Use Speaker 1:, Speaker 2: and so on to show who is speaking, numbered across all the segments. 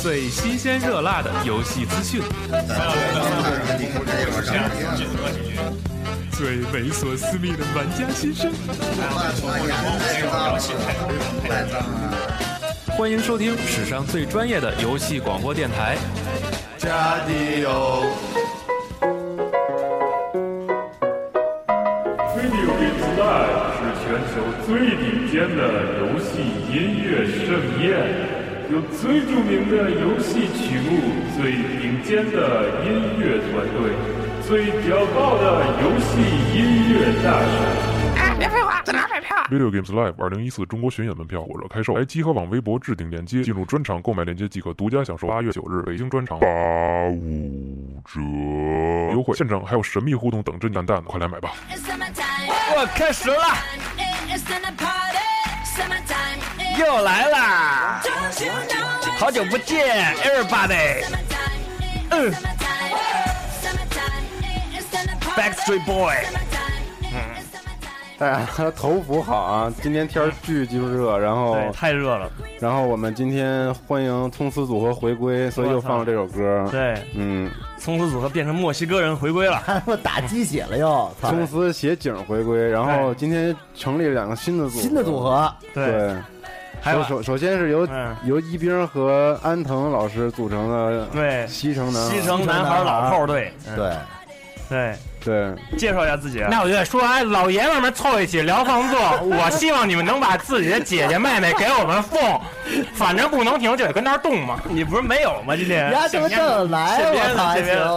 Speaker 1: 最新鲜热辣的游戏资讯，最猥琐私密的玩家心声。欢迎收听史上最专业的游戏广播电台。
Speaker 2: 加迪欧。
Speaker 3: Video Games Live 是全球最顶尖的游戏音乐盛宴，有最著名的游戏曲目、最顶尖的音乐团队、最屌爆的游戏音乐大师。
Speaker 4: 哎
Speaker 5: 别废话，在哪买票啊？
Speaker 6: Video Games Live 二零一四中国巡演门票火热开售，来哎集合网微博置顶链接，进入专场购买链接即可独家享受八月九日北京专场八五折优惠，现场还有神秘互动等着你蛋蛋，快来买吧！
Speaker 7: It's summertime.
Speaker 8: 我开始了，
Speaker 7: It's gonna party. Summertime.
Speaker 8: 又来啦！
Speaker 7: Don't you know it's
Speaker 8: 好久不见，everybody。
Speaker 7: summertime? It's
Speaker 9: 嗯
Speaker 8: Uh.
Speaker 7: summertime. Summertime. It's gonna party.
Speaker 8: Backstreet Boy
Speaker 7: Summertime. It's summertime.
Speaker 10: 大家哎头伏好啊！今天天儿巨鸡巴热，然后
Speaker 9: 对，太热了。
Speaker 10: 然后我们今天欢迎通俗组合回归，所以又放了这首歌。
Speaker 9: 对，
Speaker 10: 嗯，
Speaker 9: 从此组合变成墨西哥人回归了。
Speaker 11: 他他妈打鸡血了又，操！
Speaker 10: 通俗写景回归，然后今天成立了两个新的组合
Speaker 11: 新的组。合，
Speaker 9: 对，
Speaker 10: 对，
Speaker 9: 还
Speaker 10: 首
Speaker 9: 有
Speaker 10: 首首先是由
Speaker 9: 嗯
Speaker 10: 由一冰和安藤老师组成的
Speaker 9: 对
Speaker 10: 西城男
Speaker 9: 西城男孩老炮儿队，嗯
Speaker 11: 对，
Speaker 9: 对，
Speaker 10: 对
Speaker 9: 介绍一下自己啊。
Speaker 8: 那我就得说，哎，老爷们们凑一起聊创作， 我希望你们能把自己的姐姐妹妹给我们送，反正不能停就得跟那儿动嘛。
Speaker 9: 你不是没有吗？今天
Speaker 11: 人家他妈正来，
Speaker 9: 现编
Speaker 11: 我
Speaker 9: 的
Speaker 11: 操，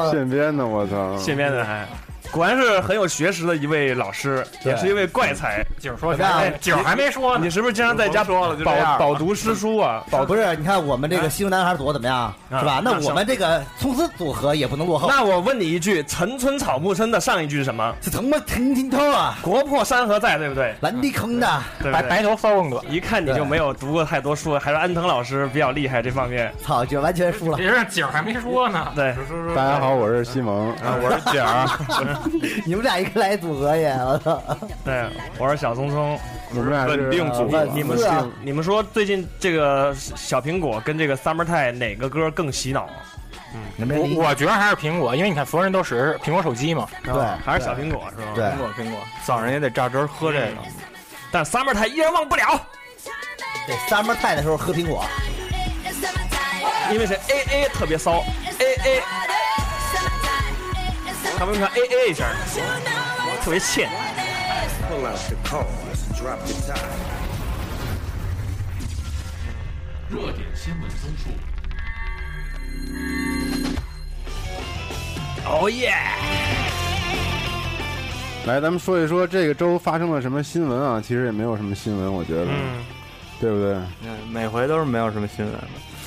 Speaker 11: 还
Speaker 9: 现
Speaker 10: 现编
Speaker 9: 编的
Speaker 11: 行。
Speaker 10: 的，我操！
Speaker 9: 现编的还。果然是很有学识的一位老师，也是一位怪才。
Speaker 8: 景儿说
Speaker 11: 怎么样
Speaker 8: 哎景儿还没说呢
Speaker 9: 你，是不是经常在 家饱饱读诗书啊？饱
Speaker 11: 不是，你看我们这个西城男孩组合怎么样，是吧？那我们这个从此组合也不能落后。
Speaker 9: 啊那我问你一句，“陈村草木深”的上一句是什么？
Speaker 11: 这他妈腾金涛啊，
Speaker 9: 国破山河在，对不对？
Speaker 11: 蓝地坑的，
Speaker 9: 对不
Speaker 8: 白
Speaker 9: 对
Speaker 8: 白头搔更短。
Speaker 9: 一看你就没有读过太多书，还是安藤老师比较厉害这方面。
Speaker 11: 操，就完全 输了。
Speaker 8: 是景儿还没说呢，
Speaker 9: 对，
Speaker 10: 大家好，我是西蒙。
Speaker 9: 啊我是景儿，啊
Speaker 11: 你们俩一个来组合也，我操！
Speaker 9: 对，我是小松松。
Speaker 10: 我们俩是呃
Speaker 9: 稳定组
Speaker 11: 合
Speaker 9: 你们
Speaker 11: 是啊
Speaker 9: 你们说最近这个小苹果跟这个 Summer Time 哪个歌更洗脑？
Speaker 11: 你们
Speaker 8: 我我觉得还是苹果，因为你看所有人都使苹果手机嘛。
Speaker 9: 对还是小苹果是吧？
Speaker 11: 对，
Speaker 4: 苹果苹果，早上也得榨汁儿喝这个。
Speaker 9: 但 Summer Time 依然忘不了，
Speaker 11: 这 summer time 的时候喝苹果，
Speaker 7: It's summertime.
Speaker 9: 因为是 A A 特别骚
Speaker 7: It's
Speaker 9: ，A
Speaker 7: gonna
Speaker 9: A
Speaker 7: party. Summertime. It's
Speaker 9: 他
Speaker 7: summertime.
Speaker 9: 们看 A A 一下，
Speaker 7: You know it's
Speaker 9: 特别欠。
Speaker 3: 热点新闻综述，
Speaker 9: 哦耶！
Speaker 10: 来，咱们说一说这个周发生了什么新闻啊？其实也没有什么新闻，我觉得，
Speaker 9: 嗯，
Speaker 10: 对不对？
Speaker 4: 嗯，每回都是没有什么新闻的。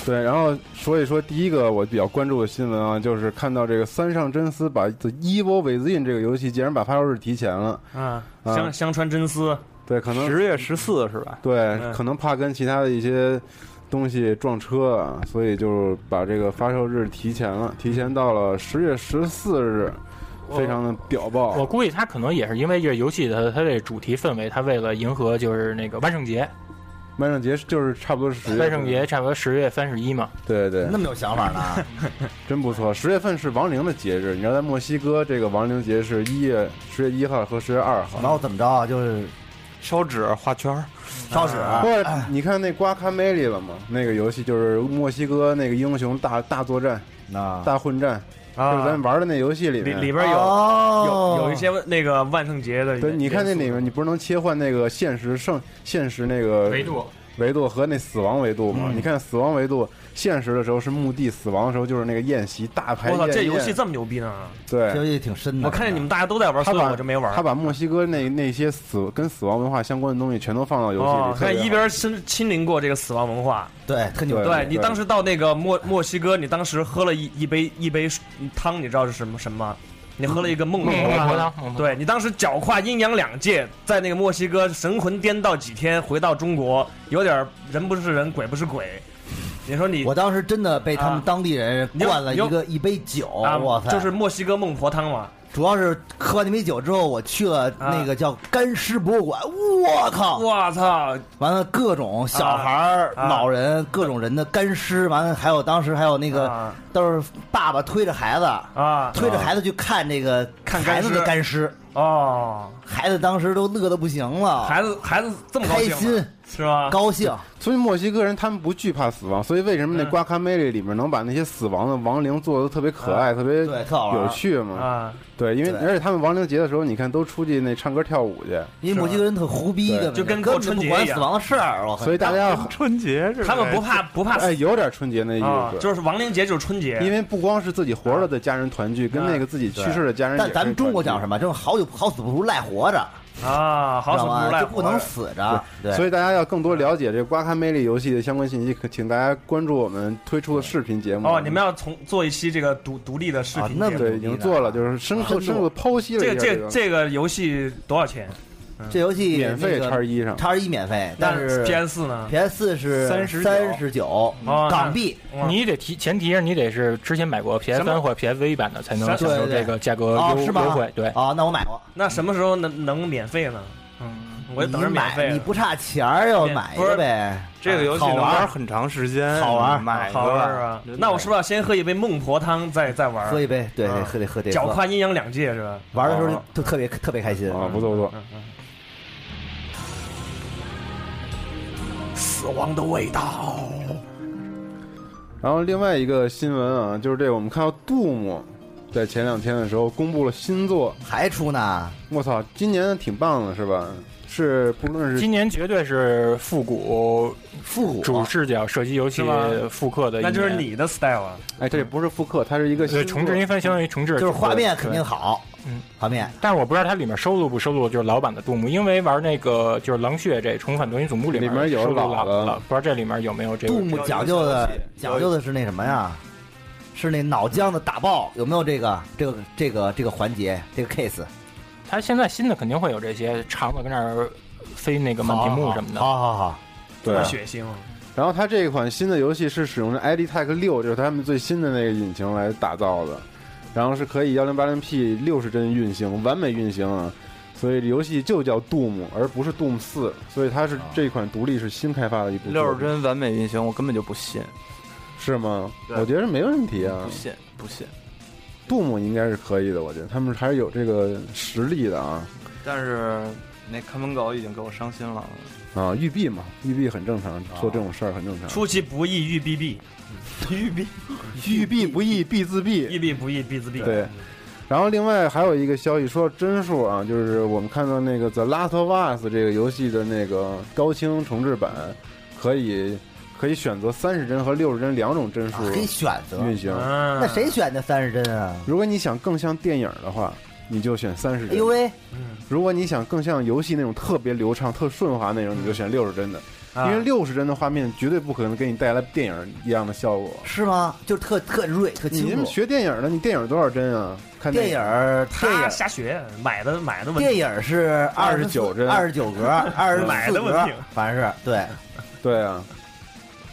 Speaker 10: 对。然后说一说第一个我比较关注的新闻啊，就是看到这个三上真司把《The Evil Within》这个游戏竟然把发售日提前了。
Speaker 9: 嗯，
Speaker 10: 啊
Speaker 9: 香香川真司，
Speaker 10: 对，可能
Speaker 4: 十月十四是吧？
Speaker 10: 对，
Speaker 8: 嗯
Speaker 10: 可能怕跟其他的一些东西撞车啊，所以就把这个发售日提前了，提前到了十月十四日，非常的屌
Speaker 8: 我
Speaker 10: 爆。
Speaker 8: 估计他可能也是因为这游戏的它这主题氛围，他为了迎合就是那个万圣节，
Speaker 10: 万圣节就是差不多是十月份，
Speaker 8: 万圣节差不多十月三十一嘛。
Speaker 10: 对对，
Speaker 11: 那么有想法呢？
Speaker 10: 真不错，十月份是亡灵的节日，你知道在墨西哥这个亡灵节是一月十月一号和十月二
Speaker 11: 然
Speaker 10: 号。
Speaker 11: 后怎么着啊？就是
Speaker 4: 烧纸画圈儿，
Speaker 11: 烧纸，
Speaker 10: 啊不过你看那瓜卡梅里了吗？那个游戏就是墨西哥那个英雄大大作战、
Speaker 11: 那
Speaker 10: 大混战，就是
Speaker 9: 啊
Speaker 10: 咱，玩的那游戏里
Speaker 9: 里
Speaker 10: 面。
Speaker 9: 里边有
Speaker 11: 有
Speaker 9: 有有一些那个万圣节的元素，
Speaker 10: 对，你看那里面，你不是能切换那个现实剩现实那个维度维度和那死亡维度吗？
Speaker 9: 嗯
Speaker 10: 你看死亡维度，现实的时候是墓地，死亡的时候就是那个宴席大排
Speaker 9: 我
Speaker 10: 宴。
Speaker 9: 操，这游戏
Speaker 10: 宴
Speaker 9: 这么牛逼呢？
Speaker 10: 对
Speaker 11: 这，游戏挺深的。
Speaker 9: 我看见你们大家都在玩，
Speaker 10: 他
Speaker 9: 所以
Speaker 10: 把
Speaker 9: 我就没玩
Speaker 10: 他。把墨西哥那那些死跟死亡文化相关的东西全都放到游戏里。
Speaker 9: 哦，
Speaker 10: 特别
Speaker 9: 看
Speaker 10: 好
Speaker 9: 一边亲亲临过这个死亡文化，
Speaker 11: 对，特牛
Speaker 10: 对
Speaker 11: 逼。
Speaker 9: 对你
Speaker 10: 对
Speaker 9: 当时到那个墨墨西哥，你当时喝了一一杯一杯汤，你知道是什么什么吗？你喝了一个孟
Speaker 8: 孟
Speaker 9: 婆
Speaker 8: 婆
Speaker 9: 汤。
Speaker 8: 汤，孟婆
Speaker 9: 对你当时脚跨阴阳两界，在那个墨西哥神魂颠倒几天，回到中国有点人不是人，鬼不是鬼，你说你，
Speaker 11: 我当时真的被他们
Speaker 9: 啊
Speaker 11: 当地人
Speaker 9: 你有
Speaker 11: 灌了
Speaker 9: 你有
Speaker 11: 一个一杯酒，
Speaker 9: 啊
Speaker 11: 我操！
Speaker 9: 就是墨西哥孟婆汤嘛。
Speaker 11: 主要是喝完那杯酒之后，我去了那个叫干尸博物馆，我
Speaker 9: 啊
Speaker 11: 靠！
Speaker 9: 我操！
Speaker 11: 完了，各种小孩儿、
Speaker 9: 啊啊
Speaker 11: 老人、各种人的干尸，完了还有当时还有那个都是爸爸推着孩子
Speaker 9: 啊
Speaker 11: 推着孩子去看这个看
Speaker 9: 干
Speaker 11: 孩子的
Speaker 9: 尸
Speaker 11: 干尸
Speaker 9: 哦，
Speaker 11: 孩子当时都乐得不行了，
Speaker 9: 孩子孩子这么高兴
Speaker 11: 开心
Speaker 9: 是吗？
Speaker 11: 高兴，
Speaker 10: 所以墨西哥人他们不惧怕死亡，所以为什
Speaker 9: 嗯
Speaker 10: 么那瓜卡梅里里面能把那些死亡的亡灵做的特别可爱、特别
Speaker 11: 对特好玩
Speaker 10: 有趣嘛？
Speaker 9: 啊，
Speaker 10: 对，因为
Speaker 11: 对
Speaker 10: 而且他们亡灵节的时候，你看都出去那唱歌跳舞去，
Speaker 11: 因为墨西哥人特胡逼
Speaker 10: 对
Speaker 11: 的，
Speaker 10: 就跟
Speaker 11: 根
Speaker 10: 过
Speaker 11: 本
Speaker 10: 春
Speaker 11: 不
Speaker 10: 节
Speaker 11: 管
Speaker 10: 一
Speaker 11: 死
Speaker 10: 样
Speaker 11: 亡的事儿，我靠
Speaker 10: 所以大家要
Speaker 4: 春节是
Speaker 9: 他们不怕不怕死
Speaker 10: 哎，有点春节那意
Speaker 9: 啊
Speaker 10: 思，，
Speaker 9: 就是亡灵节就是春节，
Speaker 10: 因为不光是自己活着的家人团
Speaker 9: 啊
Speaker 10: 聚，跟那个自己去世的家人也
Speaker 11: 但
Speaker 10: 是团聚，
Speaker 11: 咱们中国讲什么？这种好久好死不如赖活着，
Speaker 9: 啊，好死
Speaker 11: 知道吗
Speaker 9: 不如赖
Speaker 11: 就不能死着。啊对，
Speaker 10: 所以大家要更多了解这个瓜咖魅力游戏的相关信息，可请大家关注我们推出的视频节目。
Speaker 9: 哦，你们要从做一期这个独独立的视频节目，
Speaker 10: 啊
Speaker 9: 啊
Speaker 10: 对已经做了，就是深
Speaker 11: 啊
Speaker 10: 刻深入地剖析了
Speaker 9: 这
Speaker 10: 一
Speaker 9: 个
Speaker 10: 下
Speaker 9: 这
Speaker 10: 个
Speaker 9: 个这个游戏多少钱？嗯
Speaker 11: 这游戏
Speaker 10: 免费
Speaker 11: 那个
Speaker 10: 叉一上
Speaker 11: 叉一免费，但是
Speaker 9: PS 四呢
Speaker 11: ？PS 四是三十
Speaker 9: 哦
Speaker 11: 九港币，
Speaker 9: 嗯
Speaker 12: 你得提前提是你得是之前买过 PS 三或者 PSV 版的，才能
Speaker 9: 什
Speaker 12: 享
Speaker 9: 么
Speaker 12: 受这个价格优
Speaker 11: 哦是吗
Speaker 12: 优惠。对
Speaker 11: 啊，那我买过，
Speaker 9: 那什么时候能能免费呢？嗯，我就等着
Speaker 11: 你
Speaker 9: 免费
Speaker 11: 买
Speaker 9: 了。
Speaker 11: 你不差钱儿要买一
Speaker 9: 不
Speaker 11: 个
Speaker 9: 是
Speaker 11: 呗。啊
Speaker 4: 这个游戏
Speaker 11: 好
Speaker 4: 能
Speaker 11: 玩
Speaker 4: 玩
Speaker 11: 儿，
Speaker 4: 很长时间，
Speaker 11: 好玩儿
Speaker 4: 买
Speaker 9: 好玩是吧
Speaker 4: 吧？？
Speaker 9: 那我是不是要先喝一杯孟婆汤，再再玩？嗯啊
Speaker 11: 喝一杯，对对，喝得喝得
Speaker 9: 脚啊
Speaker 11: 喝
Speaker 9: 跨阴阳两界是吧？哦嗯
Speaker 11: 玩的时候就特别特别开心
Speaker 10: 啊，不错不错。
Speaker 9: 死亡的味道。
Speaker 10: 然后另外一个新闻啊，就是这个我们看到杜牧在前两天的时候公布了新作，
Speaker 11: 还出呢。
Speaker 10: 我操，今年挺棒的是吧？是不论是
Speaker 12: 今年绝对是复古
Speaker 11: 复古
Speaker 12: 主视角射击游戏
Speaker 10: 是吗
Speaker 12: 复刻的一
Speaker 9: 那
Speaker 12: 年，
Speaker 9: 就是你的 style 啊。
Speaker 10: 哎，这不是复刻，它是一个
Speaker 12: 对重置，因为它相当于重置，
Speaker 11: 就是画面
Speaker 12: 对
Speaker 11: 肯定。好， 嗯，画面
Speaker 12: 但是我不知道它里面收录不收录，就是老版的杜牧，因为玩那个就是狼血这《重返德云总部》里
Speaker 10: 里面有
Speaker 12: 收录
Speaker 10: 老
Speaker 12: 老
Speaker 10: 的
Speaker 12: 老，不知道这里面有没有这个
Speaker 11: 杜牧讲究的讲究的是那什么呀？是那脑浆的打爆有没有这个这个这个这个环节这个 case？
Speaker 12: 它现在新的肯定会有这些长的跟那儿飞那个满屏幕什么的。
Speaker 11: 好好好，
Speaker 10: 对
Speaker 9: 这么血腥啊。
Speaker 10: 然后它这款新的游戏是使用着 ID Tech 六，就是他们最新的那个引擎来打造的，然后是可以幺零八零 P 六十帧运行，完美运行啊。所以游戏就叫 Doom，而不是 Doom 四，所以它是这款独立是新开发的一部作
Speaker 4: 六
Speaker 10: 品
Speaker 4: 十帧完美运行，我根本就不信，
Speaker 10: 是吗？
Speaker 4: 对
Speaker 10: 我觉得是没问题啊
Speaker 4: 不。信，不信。
Speaker 10: Doom 应该是可以的，我觉得他们还是有这个实力的啊
Speaker 4: 但是那看门狗已经给我伤心了。
Speaker 10: 啊！育碧嘛，育碧很正常，做这种事儿很正常。
Speaker 9: 出其不意，欲必毙。
Speaker 10: 嗯
Speaker 9: 欲必
Speaker 10: 欲必不义必自毙，
Speaker 9: 欲必不义必自毙。
Speaker 10: 对，然后另外还有一个消息说到帧数啊，就是我们看到那个《The Last of Us》这个游戏的那个高清重置版，可以可以选择三十帧和六十帧两种帧数
Speaker 11: 啊可以选择
Speaker 10: 运行。
Speaker 12: 嗯
Speaker 11: 那谁选的三十帧啊？
Speaker 10: 如果你想更像电影的话，你就选三十
Speaker 11: 哎
Speaker 10: 帧
Speaker 11: 呦；喂，
Speaker 10: 如果你想更像游戏那种特别流畅、特顺滑那种，你就选六十帧的。因为六十帧的画面绝对不可能给你带来电影一样的效果。
Speaker 11: 是吗？就是特特锐特
Speaker 10: 你
Speaker 11: 清
Speaker 10: 们
Speaker 11: 楚。
Speaker 10: 学电影的，你电影多少帧啊？看那
Speaker 11: 电影儿电影
Speaker 9: 他
Speaker 11: 儿
Speaker 9: 瞎学，买的买的问题。
Speaker 11: 电影儿是
Speaker 10: 29帧
Speaker 11: 二十 九格，二十
Speaker 9: 买
Speaker 11: 四
Speaker 9: 的问
Speaker 11: 格
Speaker 9: 题，
Speaker 11: 反正是对。
Speaker 10: 对啊，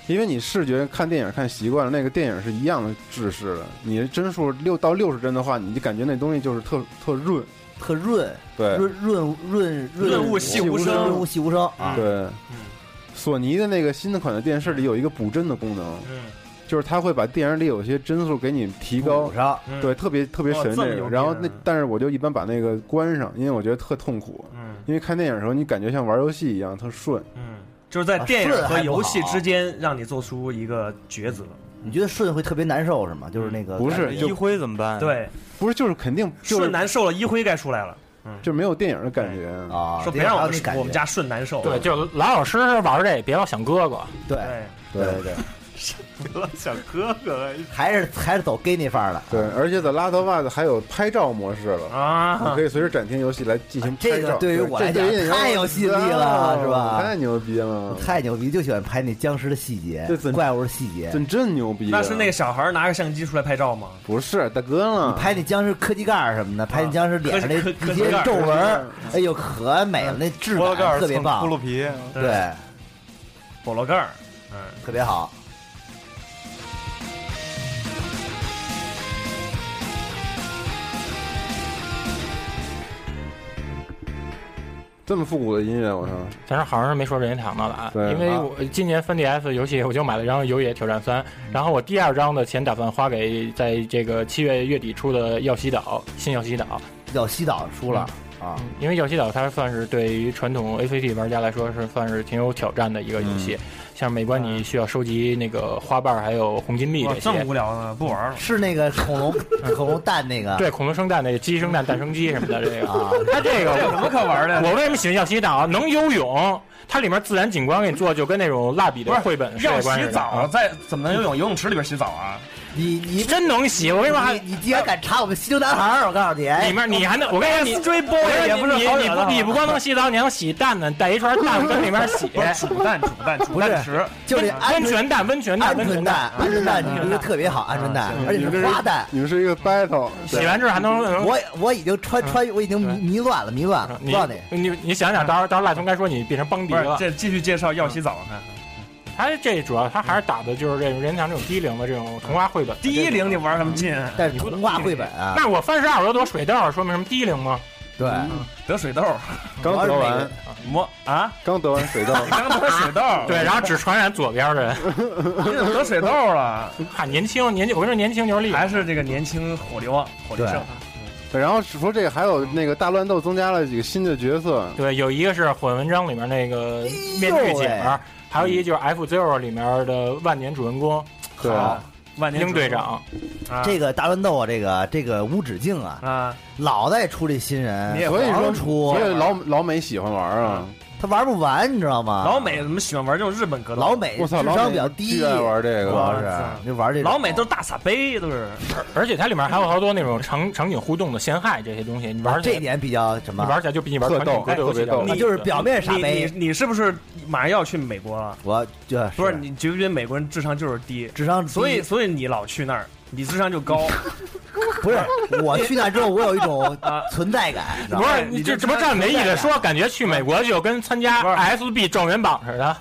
Speaker 10: 因为你视觉看电影看习惯了，那个电影是一样的制式的。你帧数六到六十帧的话，你就感觉那东西就是特特润。
Speaker 11: 特润，
Speaker 10: 对
Speaker 11: 润润润
Speaker 9: 润物细无声嗯
Speaker 11: 润物细无声啊！
Speaker 10: 对，索尼的那个新的款的电视里有一个补帧的功能，
Speaker 9: 嗯，
Speaker 10: 就是它会把电影里有些帧数给你提高
Speaker 11: 补。上，
Speaker 9: 嗯
Speaker 10: 对，特别特别
Speaker 9: 哇
Speaker 10: 神
Speaker 9: 这么
Speaker 10: 这
Speaker 9: 牛
Speaker 10: 个。
Speaker 9: 逼
Speaker 10: 然后
Speaker 9: 啊
Speaker 10: 那，但是我就一般把那个关上，因为我觉得特痛苦。
Speaker 9: 嗯
Speaker 10: 因为看电影的时候，你感觉像玩游戏一样，特顺。
Speaker 9: 嗯，就是在
Speaker 11: 啊
Speaker 9: 电影
Speaker 11: 顺
Speaker 9: 和
Speaker 11: 还不
Speaker 9: 游戏
Speaker 11: 好啊
Speaker 9: 之间让你做出一个抉择。
Speaker 11: 你觉得顺会特别难受是吗？就是那个
Speaker 10: 不是
Speaker 11: 感觉
Speaker 4: 一辉怎么办？，
Speaker 9: 对，
Speaker 10: 不是，就是肯定就
Speaker 9: 顺
Speaker 10: 是
Speaker 9: 难受了，一辉该出来了。嗯
Speaker 10: 就没有电影的感觉。
Speaker 11: 啊，
Speaker 9: 说别
Speaker 11: 对
Speaker 9: 让
Speaker 11: 还
Speaker 9: 我
Speaker 11: 有那
Speaker 9: 们
Speaker 11: 感觉
Speaker 9: 我们家顺难受。
Speaker 12: 对，就老老实实玩这，别老想哥哥。
Speaker 11: 对
Speaker 9: 对，
Speaker 10: 对
Speaker 11: 对对，
Speaker 4: 小哥哥，
Speaker 11: 还是还是走 gay 那范儿的。
Speaker 10: 对，而且在拉德袜子还有拍照模式了。你
Speaker 9: 啊
Speaker 10: 可，以随时展厅游戏来进行
Speaker 11: 啊这
Speaker 10: 拍
Speaker 11: 个
Speaker 10: 照。
Speaker 11: 对于
Speaker 10: 这
Speaker 11: 我来讲
Speaker 10: 对于你
Speaker 11: 太有吸引力了
Speaker 10: 哦
Speaker 11: 是吧
Speaker 10: 太牛逼了，
Speaker 11: 太牛逼，就喜欢拍那僵尸的细节
Speaker 10: 对怎、
Speaker 11: 怪物的细节，
Speaker 10: 真真牛逼啊。
Speaker 9: 那是那个小孩拿个相机出来拍照吗？
Speaker 10: 不是大哥了，
Speaker 11: 拍那僵尸科技盖儿什么的，拍那僵尸脸上那
Speaker 9: 科技科
Speaker 11: 一
Speaker 9: 科技盖
Speaker 11: 些
Speaker 9: 儿
Speaker 11: 皱纹儿，哎呦可美了，那质
Speaker 4: 菠萝
Speaker 11: 感
Speaker 4: 盖儿
Speaker 11: 特别
Speaker 4: 蹭
Speaker 11: 棒
Speaker 4: 骷，髅皮，
Speaker 9: 对
Speaker 11: 对，
Speaker 9: 菠萝盖儿，嗯，
Speaker 11: 特别好。
Speaker 10: 这么复古的音乐，我操！
Speaker 12: 咱这好嗯像是没说任天堂的了啊，
Speaker 10: 对
Speaker 12: 因为我今年分 DS 游戏我就买了张《游野挑战三》，
Speaker 10: 嗯
Speaker 12: 然后我第二张的钱打算花给在这个七月月底出的《耀西岛》新《耀西岛》。嗯
Speaker 11: 耀西岛出了啊，
Speaker 12: 因为《耀西岛》它算是对于传统 ACT 玩家来说是算是挺有挑战的一个游戏，
Speaker 11: 嗯
Speaker 12: 像每关你需要收集那个花瓣儿还有红金币
Speaker 9: 哇
Speaker 12: 这些。
Speaker 9: 这么无聊呢，不玩了。
Speaker 11: 是那个 恐龙恐龙蛋那个，
Speaker 12: 对，恐龙生蛋那个鸡生蛋，蛋生鸡什么的，这个
Speaker 11: 啊
Speaker 12: 它这个
Speaker 11: 这有什么可玩的
Speaker 12: 我为什么喜欢耀西岛？啊能游泳，它里面自然景观给你做，就跟那种蜡笔的绘本世界观似的啊
Speaker 9: 在怎么能游泳？游泳池里边洗澡啊？
Speaker 11: 你你
Speaker 12: 真能洗！我跟你说，还
Speaker 11: 你你竟然敢查我们西城男孩儿，我告诉你，哎
Speaker 12: 里面你还能，我跟你说，你
Speaker 9: 追波
Speaker 12: 我跟你
Speaker 9: 也
Speaker 12: 说
Speaker 9: 不是
Speaker 12: 你
Speaker 9: 好
Speaker 12: 你
Speaker 9: 惹的啊
Speaker 12: 不你不光能洗澡，你还能洗蛋呢，带一串蛋跟里面洗
Speaker 9: 不是煮蛋，煮蛋，煮
Speaker 11: 不是
Speaker 9: 蛋池，
Speaker 11: 就是
Speaker 12: 温泉蛋，温泉蛋，
Speaker 11: 鹌
Speaker 12: 温
Speaker 11: 鹑
Speaker 12: 泉
Speaker 11: 蛋，鹌鹑蛋，你
Speaker 9: 嗯
Speaker 12: 啊
Speaker 11: 这个特别好，鹌鹑蛋， 而且是花蛋。
Speaker 10: 你们是一个 battle，
Speaker 12: 洗完之后还能嗯
Speaker 11: 我我已经穿穿，我已经迷迷乱了，迷乱了，
Speaker 12: 你
Speaker 11: 乱了。
Speaker 12: 你你想想，到时候到时候赖聪该说你变成邦迪
Speaker 9: 不是
Speaker 12: 了。
Speaker 9: 这继续介绍耀西澡看。
Speaker 12: 他这主要他还是打的就是这种任天堂这种低龄的这种嗯童话绘本。
Speaker 9: 第一龄你玩什么劲？
Speaker 11: 但是童话绘本啊，
Speaker 12: 那我三十二我又得水痘，说明什么低龄吗？嗯
Speaker 11: 对，
Speaker 9: 嗯得水 痘，
Speaker 10: 刚得完，
Speaker 9: 魔啊，
Speaker 10: 刚得完
Speaker 12: ，
Speaker 10: 水痘，
Speaker 9: 刚得水痘
Speaker 12: 对，然后只传 染左边 的人。
Speaker 9: 你怎么得水痘 了？
Speaker 12: 看年轻，年轻，我跟你说，年轻就是厉害，
Speaker 9: 还是这个年轻火力旺，火力盛。
Speaker 10: 对，然后说这个还有那个大乱斗增加了几个新的角色，
Speaker 12: 对，有一个是火文章里面那个面具姐们
Speaker 11: 哎呦
Speaker 12: 儿，还有
Speaker 9: 嗯
Speaker 12: 一个就是 F Zero 里面的万年主人公，
Speaker 10: 对，
Speaker 12: 好，
Speaker 9: 万年
Speaker 12: 鹰队长，
Speaker 9: 啊
Speaker 11: 这个大乱斗啊，这个这个无止境啊，
Speaker 9: 啊，
Speaker 11: 老在出这新人，
Speaker 9: 你也
Speaker 10: 所以
Speaker 11: 老
Speaker 10: 说
Speaker 11: 出，啊
Speaker 10: 所以老老美喜欢玩啊，
Speaker 11: 他玩不完，你知道吗？
Speaker 9: 啊老美怎么喜欢玩这种日本格斗？
Speaker 11: 老美
Speaker 10: 我
Speaker 11: 智
Speaker 10: 操，老
Speaker 11: 商
Speaker 10: 美
Speaker 11: 比较低，
Speaker 10: 巨爱玩这
Speaker 11: 主
Speaker 10: 个，
Speaker 11: 要是就玩这种
Speaker 9: 老美都是大撒杯，都是
Speaker 12: 而且它里面还有好多那种场场景互动的陷害这些东西，你玩起
Speaker 11: 这
Speaker 12: 来，
Speaker 11: 点比较什
Speaker 12: 你
Speaker 11: 么？哎
Speaker 12: 玩起来就比你玩
Speaker 10: 特
Speaker 12: 传统
Speaker 10: 逗
Speaker 12: 格斗游戏
Speaker 10: 特别
Speaker 12: 要
Speaker 10: 逗
Speaker 12: 有
Speaker 11: 你
Speaker 12: 意
Speaker 11: 啊就是
Speaker 12: 思
Speaker 11: 表面傻
Speaker 9: 你你
Speaker 11: 呗。
Speaker 9: 你是不是马上要去美国了？
Speaker 11: 我就
Speaker 9: 不是，你觉不觉得美国人智商就是低？
Speaker 11: 智商低，
Speaker 9: 所以所以你老去那儿，你智商就高。
Speaker 11: 不是我去那之后，我有一 种
Speaker 9: 啊
Speaker 11: 存在感，你知道
Speaker 12: 不
Speaker 11: 吗？
Speaker 12: 是你这这不这没意思，说感觉去美国就跟参加
Speaker 9: 不是
Speaker 12: SB 状元榜似 的。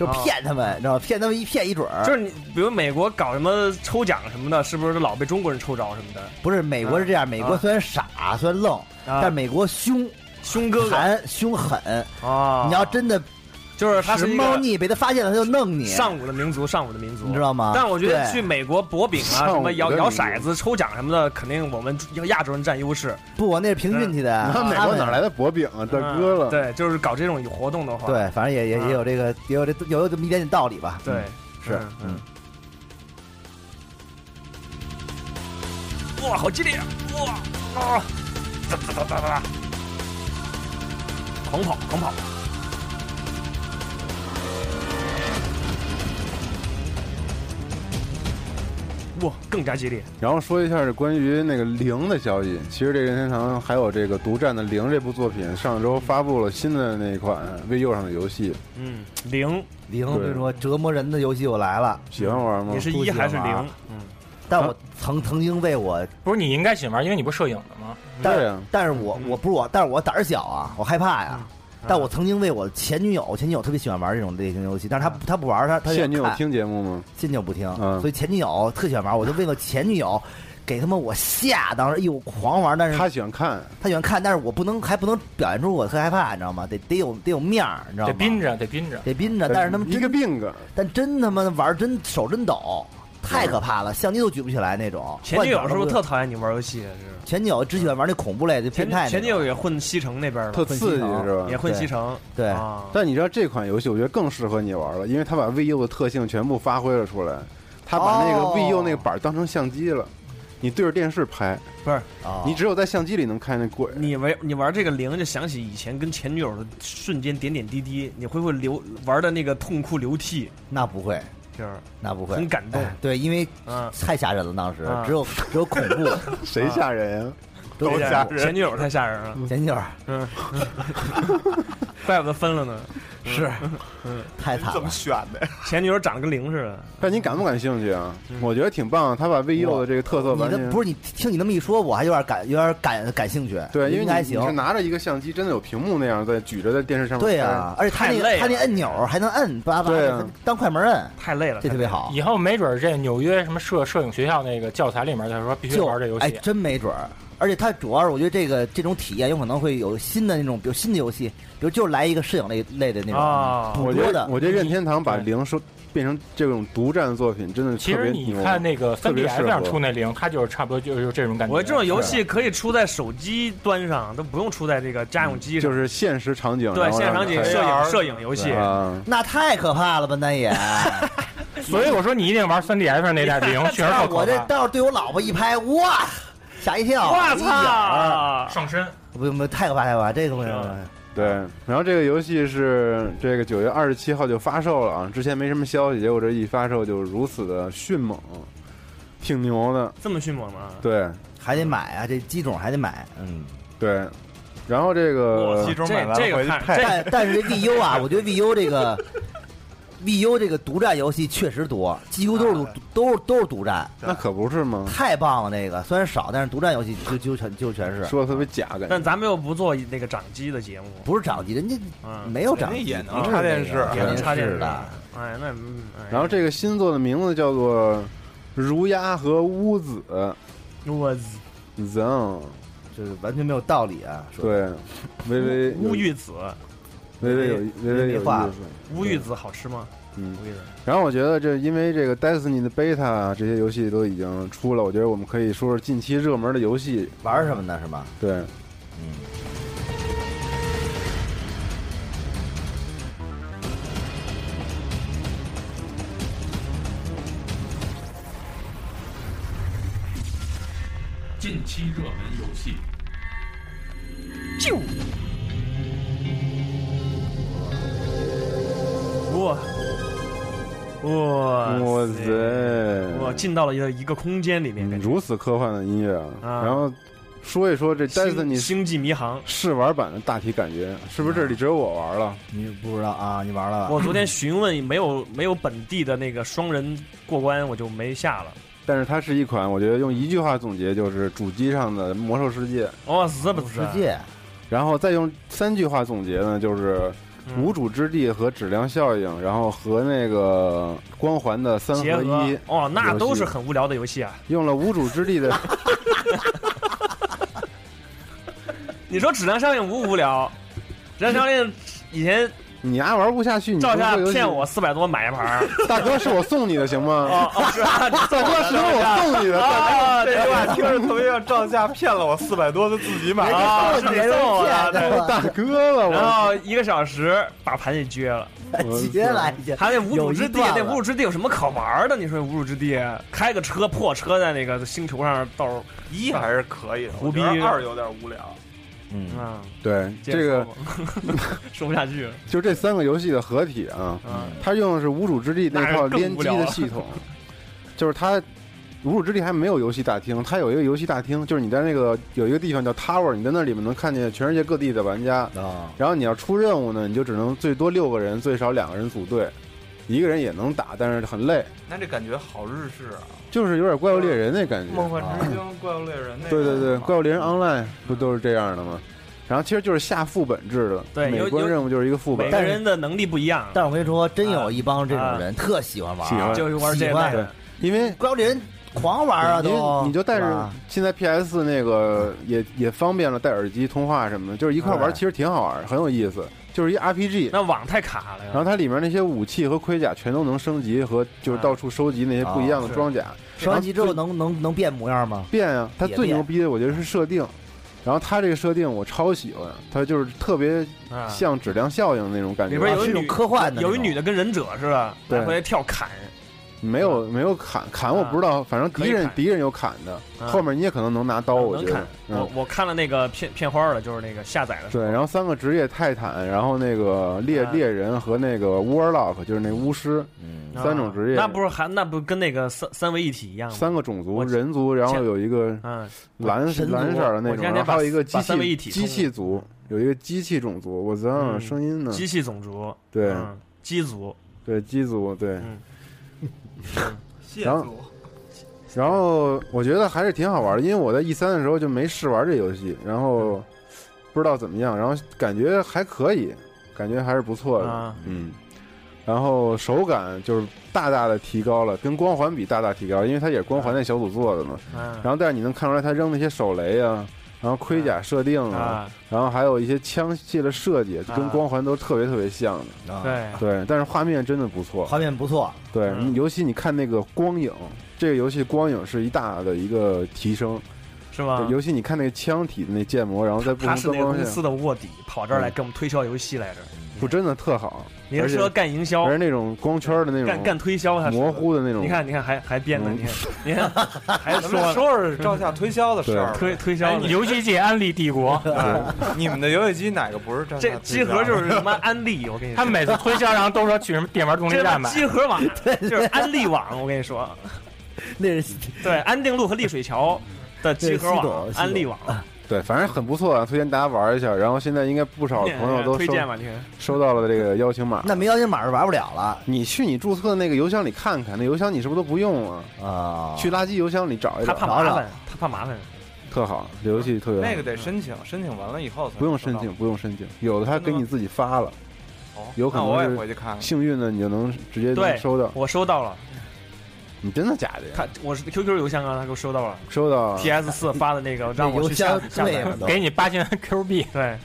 Speaker 11: 就骗他们，你知道吗？骗他们一骗一准儿。
Speaker 9: 啊就是你，比如美国搞什么抽奖什么的，是不是老被中国人抽着什么的？
Speaker 11: 不是美国是这样，美
Speaker 9: 啊
Speaker 11: 国虽然傻，虽然愣，但美国凶
Speaker 9: 凶哥哥
Speaker 11: 狠凶狠。
Speaker 9: 啊，
Speaker 11: 你要真的
Speaker 9: 就是他
Speaker 11: 使
Speaker 9: 是一
Speaker 11: 猫
Speaker 9: 个
Speaker 11: 腻，被他发现了，他就弄你。
Speaker 9: 上午的民族，上午的民族，
Speaker 11: 你知道吗
Speaker 9: 但我觉得
Speaker 11: 对
Speaker 9: 去美国博饼啊，
Speaker 10: 上
Speaker 9: 什
Speaker 10: 午的
Speaker 9: 么
Speaker 10: 民族
Speaker 9: 摇摇骰子、抽奖什么的，肯定我们亚洲人占优势。
Speaker 11: 不，我那是凭运气
Speaker 9: 啊
Speaker 11: 的。啊
Speaker 10: 那美
Speaker 11: 他
Speaker 10: 国
Speaker 11: 们
Speaker 10: 哪来的薄饼啊，大哥了，
Speaker 9: 嗯对，就是搞这种活动的话，嗯
Speaker 11: 对，反正也也也有这个，也有这有有这么一点点道理吧。
Speaker 9: 对，
Speaker 11: 是
Speaker 9: 嗯
Speaker 11: 嗯。嗯
Speaker 9: 哇，好激烈！哇啊，哒哒哒哒哒，狂跑狂跑！哇，更加激烈！
Speaker 10: 然后说一下这关于那个零的消息，其实这任天堂还有这个独占的零这部作品，上周发布了新的那款 VU 上的游戏，
Speaker 9: 嗯，零，
Speaker 11: 零，我跟你说，折磨人的游戏又来了。
Speaker 10: 喜欢玩吗
Speaker 9: 你？是一还是
Speaker 11: 不行
Speaker 9: 零嗯
Speaker 11: 啊？但我曾曾经为我，
Speaker 12: 不是你应该喜欢玩，因为你不是摄影的吗？
Speaker 10: 对啊
Speaker 11: 但
Speaker 10: 呀
Speaker 11: 但是我
Speaker 9: 嗯
Speaker 11: 我不是我，但是我胆儿小啊，我害怕呀。但我曾经为我前女友，前女友特别喜欢玩这种类型游戏，但
Speaker 9: 嗯
Speaker 11: 是她她不玩，她她
Speaker 10: 现你有
Speaker 11: 看，
Speaker 10: 听节目吗？
Speaker 11: 现女友不听
Speaker 10: 嗯，
Speaker 11: 所以前女友特喜欢玩，我就为了前女友，给他们我吓，当时哎呦狂玩，但是
Speaker 10: 他喜欢看，
Speaker 11: 她喜欢看，但是我不能还不能表现出我特害怕，你知道吗？得得有得有面儿，你知道
Speaker 12: 得
Speaker 11: 吗？
Speaker 12: 憋着，得憋着。
Speaker 11: 得憋着，但是他们
Speaker 10: 一
Speaker 11: 真
Speaker 10: 个病啊个，
Speaker 11: 但真他妈玩儿真手真抖，太可怕了，相机都举不起来那种。
Speaker 9: 前女友是不是特
Speaker 11: 换角度
Speaker 9: 讨厌你玩游戏？啊是
Speaker 11: 前女友只喜欢玩那恐怖类的
Speaker 9: 前
Speaker 11: 变态那种？啊
Speaker 9: 前女友也混西城那边了，
Speaker 10: 特刺激
Speaker 11: 很
Speaker 10: 是吧
Speaker 9: 也？混
Speaker 11: 对
Speaker 9: 西城，
Speaker 11: 对
Speaker 9: 啊
Speaker 10: 但你知道这款游戏，我觉得更适合你玩了，因为它把 VU 的特性全部发挥了出来，它把那个
Speaker 11: 哦
Speaker 10: VU 那个板儿当成相机了，你对着电视拍，
Speaker 9: 不是
Speaker 11: 啊，
Speaker 10: 你只有在相机里能看见鬼。
Speaker 9: 你玩你玩这个零，就想起以前跟前女友的瞬间点点滴滴，你会不会流玩的那个痛哭流涕，
Speaker 11: 那不会，
Speaker 9: 就是
Speaker 11: 那不会，
Speaker 9: 很感动。
Speaker 11: 哎对，因为
Speaker 9: 嗯
Speaker 11: 太吓人了，当时
Speaker 9: 啊
Speaker 11: 只有只有恐怖，
Speaker 10: 谁吓人哎呀？
Speaker 11: 只有恐
Speaker 9: 吓
Speaker 11: 怖。
Speaker 9: 人，前女友太吓人了，
Speaker 11: 前女友
Speaker 9: 嗯，怪不得分了呢。
Speaker 11: 是太惨了，
Speaker 2: 选的？
Speaker 9: 前女友长得跟零似的，
Speaker 10: 但你感不感兴趣啊？
Speaker 12: 嗯
Speaker 10: 我觉得挺棒，他把 VU 的这个特色
Speaker 11: 你
Speaker 10: 完全
Speaker 11: 的不是你听你那么一说，我还有点感有点感感兴趣，
Speaker 10: 对，因为
Speaker 11: 应该
Speaker 10: 你你
Speaker 11: 行
Speaker 10: 是。拿着一个相机，真的有屏幕那样在举着在电视上面。
Speaker 11: 对呀，，而且他那
Speaker 9: 太累了
Speaker 11: 个他那按钮还能摁，叭叭
Speaker 10: 对啊
Speaker 11: 当快门摁，
Speaker 9: 太累了，
Speaker 11: 这特别好。
Speaker 12: 以后没准儿这纽约什么摄摄影学校那个教材里面，他说必须
Speaker 11: 就
Speaker 12: 玩这游
Speaker 11: 哎，
Speaker 12: 戏。
Speaker 11: 真没准儿。而且它主要是我觉得这个这种体验有可能会有新的那种，比如新的游戏，比如就来一个摄影类类的那
Speaker 9: 啊
Speaker 12: 啊
Speaker 11: 种
Speaker 10: 我
Speaker 11: 捕
Speaker 10: 觉得
Speaker 11: 捉的。
Speaker 10: 我觉得任天堂把零说变成这种独占作品，真的
Speaker 12: 其实你看那个 3DS 上出那零，它就是差不多就是这种感觉。啊
Speaker 9: 我这种游戏可以出在手机端上，都不用出在这个家用机上。
Speaker 10: 就是现实场景，
Speaker 9: 对
Speaker 10: 然后
Speaker 9: 现实
Speaker 10: 让
Speaker 9: 场景
Speaker 10: 它
Speaker 9: 摄影摄影游戏
Speaker 10: 对啊
Speaker 11: 那太可怕了吧，单眼。
Speaker 12: 所以我说你一定玩 3DS 上那代 零，确实好可
Speaker 11: 我这
Speaker 12: 怕。
Speaker 11: 到时候对我老婆一拍，哇，吓一跳，
Speaker 9: 哇
Speaker 11: 一眼
Speaker 9: 操！
Speaker 12: 上身
Speaker 11: 不不太可怕太可怕，这个 不行。
Speaker 10: 哎对，然后这个游戏是这个九月二十七号就发售了啊，之前没什么消息，结果这一发售就如此的迅猛，挺牛的。
Speaker 9: 这么迅猛吗？
Speaker 10: 对，
Speaker 11: 还得买啊，这机种还得买。嗯，
Speaker 10: 对，然后这个
Speaker 11: 机种
Speaker 9: 买完了这这个回去看配这
Speaker 11: 但但是这 VU 啊，我觉得 VU 这个 VU 这个独占游戏确实多，几乎都是独都是都是独占，
Speaker 10: 啊那可不是吗？
Speaker 11: 太棒了！那个虽然少，但是独占游戏就就全就全是。
Speaker 10: 说的特别假感觉
Speaker 9: 但。咱们又不做那个掌机的节目，啊
Speaker 11: 不是掌机，人家
Speaker 9: 嗯
Speaker 11: 没有嗯掌机，
Speaker 9: 人家也能
Speaker 11: 不是
Speaker 9: 插
Speaker 11: 那
Speaker 9: 电
Speaker 11: 个
Speaker 9: 视也能插电视
Speaker 11: 的。
Speaker 9: 哎，那嗯哎
Speaker 10: 然后这个新作的名字叫做《如鸦和乌子
Speaker 9: 我》
Speaker 10: ，Zone，
Speaker 11: 就是完全没有道理啊！说
Speaker 10: 对，微微
Speaker 9: 乌玉子，
Speaker 10: 微微有微微有意
Speaker 9: 化
Speaker 10: 思。
Speaker 9: 乌玉子好吃吗？
Speaker 10: 嗯
Speaker 9: 乌玉子
Speaker 10: 然后我觉得这因为这个 Destiny 的 beta 这些游戏都已经出了，我觉得我们可以说说近期热门的游戏。
Speaker 11: 玩什么呢？是吧？
Speaker 10: 对，
Speaker 1: 近期热门游戏，
Speaker 9: 就哇哇
Speaker 10: 哇
Speaker 9: 我
Speaker 10: 塞，嗯
Speaker 9: 进到了一个一个空间里面，感觉
Speaker 10: 如此科幻的音乐啊！
Speaker 9: 啊
Speaker 10: 然后说一说这
Speaker 9: 星
Speaker 10: Destiny
Speaker 9: 星际迷航。
Speaker 10: 试玩版的大体感觉，是不是这里只有我玩了？
Speaker 11: 你不知道啊？你玩了吧？
Speaker 9: 我 昨天询问没有没有本地的那个双人过关，我就没下了。
Speaker 10: 但是它是一款，我觉得用一句话总结就是主机上的《魔兽世界》，
Speaker 9: 哦，是不是？
Speaker 11: 世界
Speaker 10: 然后再用三句话总结呢，就是
Speaker 9: 嗯
Speaker 10: 无主之地和质量效应，然后和那个光环的三
Speaker 9: 结
Speaker 10: 合
Speaker 9: 合
Speaker 10: 一。
Speaker 9: 哦，那都是很无聊的游戏啊！
Speaker 10: 用了无主之地 的，
Speaker 9: 你说质量效应无无聊？ 质量效应以前
Speaker 10: 你丫玩不下去，你
Speaker 9: 照
Speaker 10: 就是
Speaker 9: 下
Speaker 10: 这游戏
Speaker 9: 骗我四百多买一盘儿，
Speaker 10: 大哥是我送你的行吗？
Speaker 9: 哦，是吧
Speaker 10: 大哥是
Speaker 13: 哎
Speaker 10: 我送你的，大
Speaker 9: 啊，
Speaker 4: 这
Speaker 9: 对
Speaker 4: 句
Speaker 9: 吧？
Speaker 4: 话听着特别像赵夏骗了我四百多的自己 买的。
Speaker 11: 哎
Speaker 9: 啊，是你送我的，对。
Speaker 10: 哥大哥了
Speaker 9: 然
Speaker 10: 我。
Speaker 9: 后一个小时把盘给 撅了，
Speaker 11: 接来一下，
Speaker 9: 还有那无主之地，
Speaker 11: 有一段
Speaker 9: 那
Speaker 11: 了
Speaker 9: 无主之地有什么可玩的？你说无主之地，开个车破车在那个星球上到处
Speaker 4: 一还是可以的，
Speaker 9: 胡逼
Speaker 4: 我觉得二有点无聊。
Speaker 9: 啊，
Speaker 10: 对，
Speaker 9: 接着
Speaker 10: 这个
Speaker 9: 说吧 说不下去了，
Speaker 10: 就这三个游戏的合体啊，
Speaker 9: 啊
Speaker 10: 它用的是无主之地那套
Speaker 9: 那更
Speaker 10: 联机
Speaker 9: 无聊
Speaker 10: 的
Speaker 9: 了
Speaker 10: 系统，就是它无主之地还没有游戏大厅，它有一个游戏大厅，就是你在那个有一个地方叫 Tower，你在那里面能看见全世界各地的玩家。
Speaker 11: 啊，
Speaker 10: 然后你要出任务呢，你就只能最多六个人，最少两个人组队，一个人也能打，但是很累，
Speaker 4: 那这感觉好日式啊，
Speaker 10: 就是有点怪物猎人那感觉。
Speaker 4: 《梦幻之星》《怪物猎人》那
Speaker 10: 啊对对
Speaker 11: 啊
Speaker 10: 对，怪
Speaker 4: 物
Speaker 10: 物猎人 Online 不都是这样的吗？然后其实就是下副本制的，
Speaker 9: 对
Speaker 10: 每
Speaker 9: 有
Speaker 10: 关
Speaker 9: 有
Speaker 10: 任务就是一个副
Speaker 9: 每
Speaker 10: 本。
Speaker 9: 个人的能力不一样，啊
Speaker 11: 但是我跟你说，真有一帮这种人特喜欢
Speaker 10: 喜欢
Speaker 11: 玩，啊
Speaker 9: 就是玩这
Speaker 11: 喜
Speaker 9: 一
Speaker 11: 欢
Speaker 9: 类的，
Speaker 10: 因为
Speaker 11: 怪物猎人狂玩啊，
Speaker 10: 因
Speaker 11: 都
Speaker 10: 为你就带
Speaker 11: 是
Speaker 10: 着
Speaker 11: 吧
Speaker 10: 现在 PS 那个也也方便了，戴耳机通话什么的，就是一块玩，
Speaker 11: 对
Speaker 10: 其实挺好玩，很有意思，就是一 RPG。
Speaker 9: 那网太卡了
Speaker 10: 然后
Speaker 9: 呀，
Speaker 10: 它里面那些武器和盔甲全都能升级，和就是到处收集那些不一样的
Speaker 11: 啊
Speaker 10: 装甲。
Speaker 11: 升完级之后能能能变模样吗？
Speaker 10: 变啊，它最牛逼的我觉得是设定，然后它这个设定我超喜欢，它就是特别
Speaker 9: 啊
Speaker 10: 像质量效应那种感觉，
Speaker 9: 里边有
Speaker 11: 是
Speaker 9: 一
Speaker 11: 一种
Speaker 9: 女
Speaker 11: 科幻的那种，
Speaker 9: 啊有一女的跟忍者似的，
Speaker 10: 对
Speaker 9: 来回跳砍，
Speaker 10: 没有没有砍砍我不知道，反正敌
Speaker 9: 啊可以
Speaker 10: 人
Speaker 9: 砍
Speaker 10: 敌人有砍的，
Speaker 9: 啊
Speaker 10: 后面你也可能能拿刀，我
Speaker 9: 能
Speaker 10: 觉得
Speaker 9: 砍。我
Speaker 10: 嗯，
Speaker 9: 我看了那个片片花了，就是那个下载的时
Speaker 10: 对，
Speaker 9: 候，
Speaker 10: 然后三个职业泰坦，然后那个猎
Speaker 9: 啊
Speaker 10: 猎人和那个 warlock 就是那巫师，
Speaker 11: 嗯
Speaker 10: 三种职业
Speaker 9: 那不是还那不跟那个三三位一体一样吗？
Speaker 10: 三个种族，
Speaker 9: 啊我
Speaker 10: 人族，然后
Speaker 9: 前
Speaker 10: 有一个
Speaker 9: 嗯，
Speaker 10: 蓝
Speaker 11: 神族
Speaker 10: 蓝色的那
Speaker 9: 我
Speaker 10: 种，
Speaker 9: 前
Speaker 10: 然
Speaker 9: 两天
Speaker 10: 后还有
Speaker 9: 把
Speaker 10: 一个机
Speaker 9: 把三位
Speaker 10: 器
Speaker 9: 一体
Speaker 10: 机
Speaker 9: 通
Speaker 10: 器
Speaker 9: 了
Speaker 10: 族，有一个机器种族，我操，
Speaker 9: 嗯
Speaker 10: 声音呢？
Speaker 9: 机器种族，
Speaker 10: 对
Speaker 9: 嗯，机族，
Speaker 10: 对，机族对。
Speaker 9: 嗯
Speaker 4: 谢
Speaker 10: 然后
Speaker 4: 祖
Speaker 10: 然后我觉得还是挺好玩的，因为我在 E 三的时候就没试玩这游戏，然后不知道怎么样，然后感觉还可以，感觉还是不错的，
Speaker 9: 啊
Speaker 10: 嗯。然后手感就是大大的提高了，跟光环比大大提高，因为它也是光环那小组做的嘛。
Speaker 9: 嗯，
Speaker 10: 然后但是你能看出来，它扔那些手雷啊，然后盔甲设定啊
Speaker 8: 啊，
Speaker 10: 然后还有一些枪械的设计，就跟
Speaker 8: 啊
Speaker 10: 光环都特别特别像的。
Speaker 11: 啊
Speaker 8: 对
Speaker 10: 对，但是画面真的不错，
Speaker 11: 画面不错。
Speaker 10: 对，
Speaker 9: 嗯
Speaker 10: 尤其你看那个光影，这个游戏光影是一大的一个提升，
Speaker 9: 是吗
Speaker 10: 对尤其你看那个枪体的那嗯建模，然后在不
Speaker 9: 他是
Speaker 10: 同灯
Speaker 9: 那个
Speaker 10: 光
Speaker 9: 公
Speaker 10: 下，
Speaker 9: 司的卧底，跑这儿来给我们推销游戏来着。
Speaker 10: 不真的特好。
Speaker 9: 你是
Speaker 10: 而且
Speaker 9: 适合干营销
Speaker 10: 而是那种光圈的那种
Speaker 9: 干干推销他是
Speaker 10: 模糊的那种。
Speaker 9: 你看，你看，还还编呢，
Speaker 10: 嗯
Speaker 9: 你看，你 看，还
Speaker 4: 咱们说说照下推销的事儿吧，
Speaker 9: 推推销的
Speaker 12: 游戏界安利帝 国，
Speaker 4: 哎啊你们的游戏机哪个不是照下
Speaker 9: 这
Speaker 4: 推销？
Speaker 9: 集合就是他 妈安利，我跟你说，
Speaker 12: 他们每次 推销，然后都说去什么电玩中心
Speaker 9: 这他
Speaker 12: 站
Speaker 9: 妈
Speaker 12: 买。
Speaker 9: 集合网就是安 利网，我跟你说，
Speaker 11: 那是
Speaker 9: 对安定路和丽水桥的集合
Speaker 10: 对西朵
Speaker 9: 网
Speaker 10: 西、朵
Speaker 9: 安利网，
Speaker 10: 对，反正很不错啊，推荐大家玩一下。然后现在应该不少朋友都
Speaker 9: 推
Speaker 10: 收
Speaker 9: 荐吧，你看，
Speaker 10: 收到了这个邀请码。
Speaker 11: 那没邀请码是玩不了了
Speaker 10: 你去你注册的那个邮箱里看看，那邮箱你是不是都不用啊？
Speaker 11: 啊！
Speaker 10: 去垃圾邮箱里找一
Speaker 9: 他
Speaker 10: 哎找，
Speaker 9: 怕麻烦，他怕麻烦，
Speaker 10: 特好，这游戏特别好
Speaker 4: 那个得申请，申请完了以后才
Speaker 10: 不用申请，不用申请，有的他给你自己发了，
Speaker 4: 哦
Speaker 10: 有可
Speaker 4: 那我也
Speaker 10: 能
Speaker 4: 回去
Speaker 10: 是
Speaker 4: 看看
Speaker 10: 幸运的你就能直接能
Speaker 9: 对，
Speaker 10: 收到。
Speaker 9: 我收到了，
Speaker 10: 你真的假的呀？
Speaker 9: 他我是 QQ 邮箱啊，他给我收到了
Speaker 10: 收到啊
Speaker 9: ，PS 四发的那个让我去下下载，
Speaker 12: 给你八千 Q 币，
Speaker 9: 对，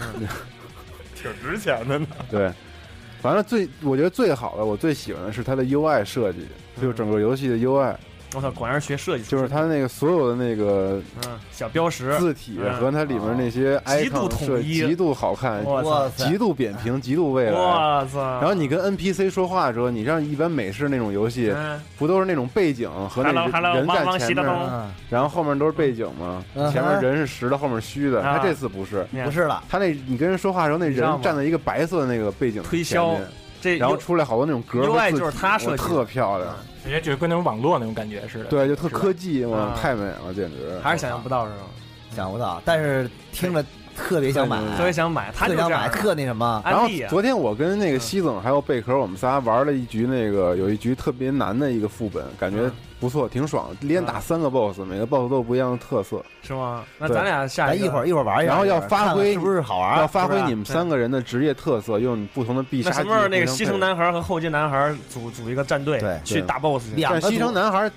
Speaker 4: 挺值钱的呢。
Speaker 10: 对，反正最我觉得最好的，我最喜欢的是它的 UI 设计，就是整个游戏的 UI，
Speaker 9: 我操，果然是学设计出
Speaker 10: 就是它那个所有的那个
Speaker 9: 嗯，小标识、
Speaker 10: 字体和它里面那些
Speaker 9: 嗯极度
Speaker 10: icon
Speaker 9: 统
Speaker 10: 设
Speaker 9: 一
Speaker 10: 计极度好看，
Speaker 11: 哇塞
Speaker 10: 极度扁平，极度未来。
Speaker 9: 哇塞！然
Speaker 10: 然后你跟 NPC 说话的时候，你像一般美式那种游戏
Speaker 9: 嗯，
Speaker 10: 不都是那种背景和那
Speaker 9: Hello, hello,
Speaker 10: 人人
Speaker 9: 汪
Speaker 10: 在
Speaker 9: 汪西
Speaker 10: 前
Speaker 9: 大
Speaker 10: 面
Speaker 9: 东
Speaker 10: 儿，然后后面都是背景嘛，
Speaker 11: 嗯
Speaker 10: 前面人是实的，后面虚
Speaker 9: 嗯
Speaker 10: 的。他这次不是，
Speaker 11: 不是了，
Speaker 10: 他那你跟人说话的时候，那
Speaker 9: 知道
Speaker 10: 人
Speaker 9: 吗
Speaker 10: 站在一个白色的那个背景
Speaker 9: 推
Speaker 10: 前
Speaker 9: 销
Speaker 10: 面
Speaker 9: 这
Speaker 10: 然后
Speaker 9: 又
Speaker 10: 出来好多那种格儿
Speaker 9: UI
Speaker 10: 和字
Speaker 9: 就是
Speaker 10: 体
Speaker 9: 他设
Speaker 10: 我
Speaker 9: 计的嗯
Speaker 10: 特漂亮，
Speaker 12: 感觉就是跟那种网络那种感觉似的。
Speaker 10: 对，就特
Speaker 12: 是吧
Speaker 10: 科技嘛，
Speaker 9: 啊
Speaker 10: 太美了，简直。
Speaker 9: 还是想象不到是吧？
Speaker 11: 想不到，但是听着特别想买，
Speaker 9: 特别想买，他
Speaker 11: 特
Speaker 9: 就
Speaker 11: 想
Speaker 9: 这样
Speaker 11: 买，特那什么，
Speaker 10: 然后
Speaker 9: 安利啊
Speaker 10: 昨天我跟那个西总还有贝壳，我们仨玩了一局那个有一局特别难的一个副本，感
Speaker 9: 嗯
Speaker 10: 觉不错，挺爽，连打三个 boss，每个 boss 都有不一样的特色，
Speaker 9: 是吗？啊那
Speaker 10: 对
Speaker 9: 咱俩下
Speaker 11: 咱一会儿一会儿玩一下，
Speaker 10: 然后要发挥
Speaker 11: 看看是不是好
Speaker 10: 要
Speaker 11: 玩？
Speaker 10: 发挥
Speaker 9: 是吧
Speaker 10: 你们三个人的职业特色，用不同的必
Speaker 9: 那
Speaker 10: 杀技
Speaker 9: 什
Speaker 10: 互
Speaker 9: 么时候
Speaker 10: 相
Speaker 9: 那
Speaker 10: 配
Speaker 9: 个
Speaker 10: 合。
Speaker 9: 牺牲男孩和后街男孩组组一个战队
Speaker 11: 对
Speaker 9: 去打 BOSS 去？
Speaker 11: 两
Speaker 10: 但
Speaker 11: 个
Speaker 10: 西城
Speaker 11: 组
Speaker 10: 男孩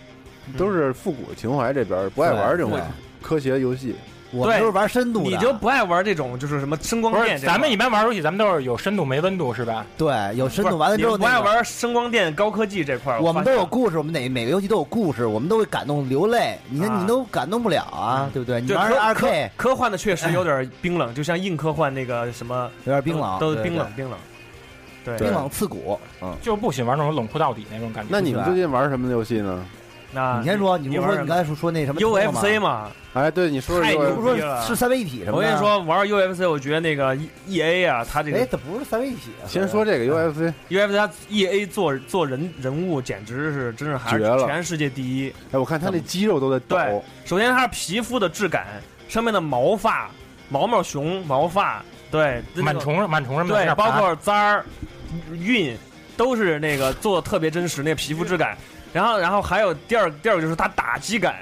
Speaker 10: 都是复古情怀这边儿不爱玩这种
Speaker 11: 对
Speaker 10: 科学游戏，
Speaker 11: 我们
Speaker 9: 嗯对
Speaker 11: 都是玩深度的，
Speaker 9: 你就不爱玩这种就是什么声光
Speaker 12: 不
Speaker 9: 电
Speaker 12: 是，
Speaker 9: 这种？
Speaker 12: 咱们一般玩游戏，咱们都是有深度没温度，是吧？
Speaker 11: 对有深
Speaker 9: 不是
Speaker 11: 度，完了之后
Speaker 9: 你们不爱
Speaker 11: 那个。
Speaker 9: 玩声光电高科技这块儿，
Speaker 11: 我
Speaker 9: 发
Speaker 11: 们
Speaker 9: 现
Speaker 11: 都有故事，我们哪每个游戏都有故事，我们都会感动流泪。你看
Speaker 9: 啊嗯
Speaker 11: 你都感动不了啊，对不对？你
Speaker 9: 对
Speaker 11: 玩
Speaker 9: 科
Speaker 11: 二
Speaker 9: 科
Speaker 11: K
Speaker 9: 科幻的确实有点冰冷，就像硬科幻那个什么
Speaker 11: 有点冰冷，
Speaker 9: 都
Speaker 11: 对
Speaker 9: 冰
Speaker 11: 对
Speaker 9: 冷冰冷。对，
Speaker 11: 冰冷刺骨。
Speaker 12: 就不喜欢玩那种冷酷到底那种感觉。
Speaker 10: 嗯那你们最近玩什么游戏呢？
Speaker 9: 那
Speaker 11: 你先说，你不是
Speaker 9: 玩
Speaker 11: 说你刚才说说那什么
Speaker 9: UFC 嘛？
Speaker 10: 哎，对，你说
Speaker 9: 太
Speaker 10: 说
Speaker 11: 你不
Speaker 9: 牛
Speaker 11: 是
Speaker 9: 逼了
Speaker 11: 说是三位一体什么
Speaker 9: 我
Speaker 11: 的？
Speaker 9: 跟你，说，玩 UFC 我觉得那个 E A 啊，他这
Speaker 11: 哎，
Speaker 9: 个
Speaker 11: 怎么不是三位一体啊？
Speaker 10: 先说这个 UFC，
Speaker 9: UFC 他 E A 做做人人物简直是真是还是
Speaker 10: 绝了
Speaker 9: 全世界第一。
Speaker 10: 哎，我看他那肌肉都在
Speaker 9: 对
Speaker 10: 抖，，
Speaker 9: 首先它是皮肤的质感，上面的毛发、毛毛熊、毛发，对，
Speaker 12: 螨虫螨虫什么的，
Speaker 9: 对，
Speaker 12: 那
Speaker 9: 包
Speaker 12: 爬
Speaker 9: 括簪儿、晕，都是那个做的特别真实，那个皮肤质感。然后，然后还有第二第二个就是它打击感，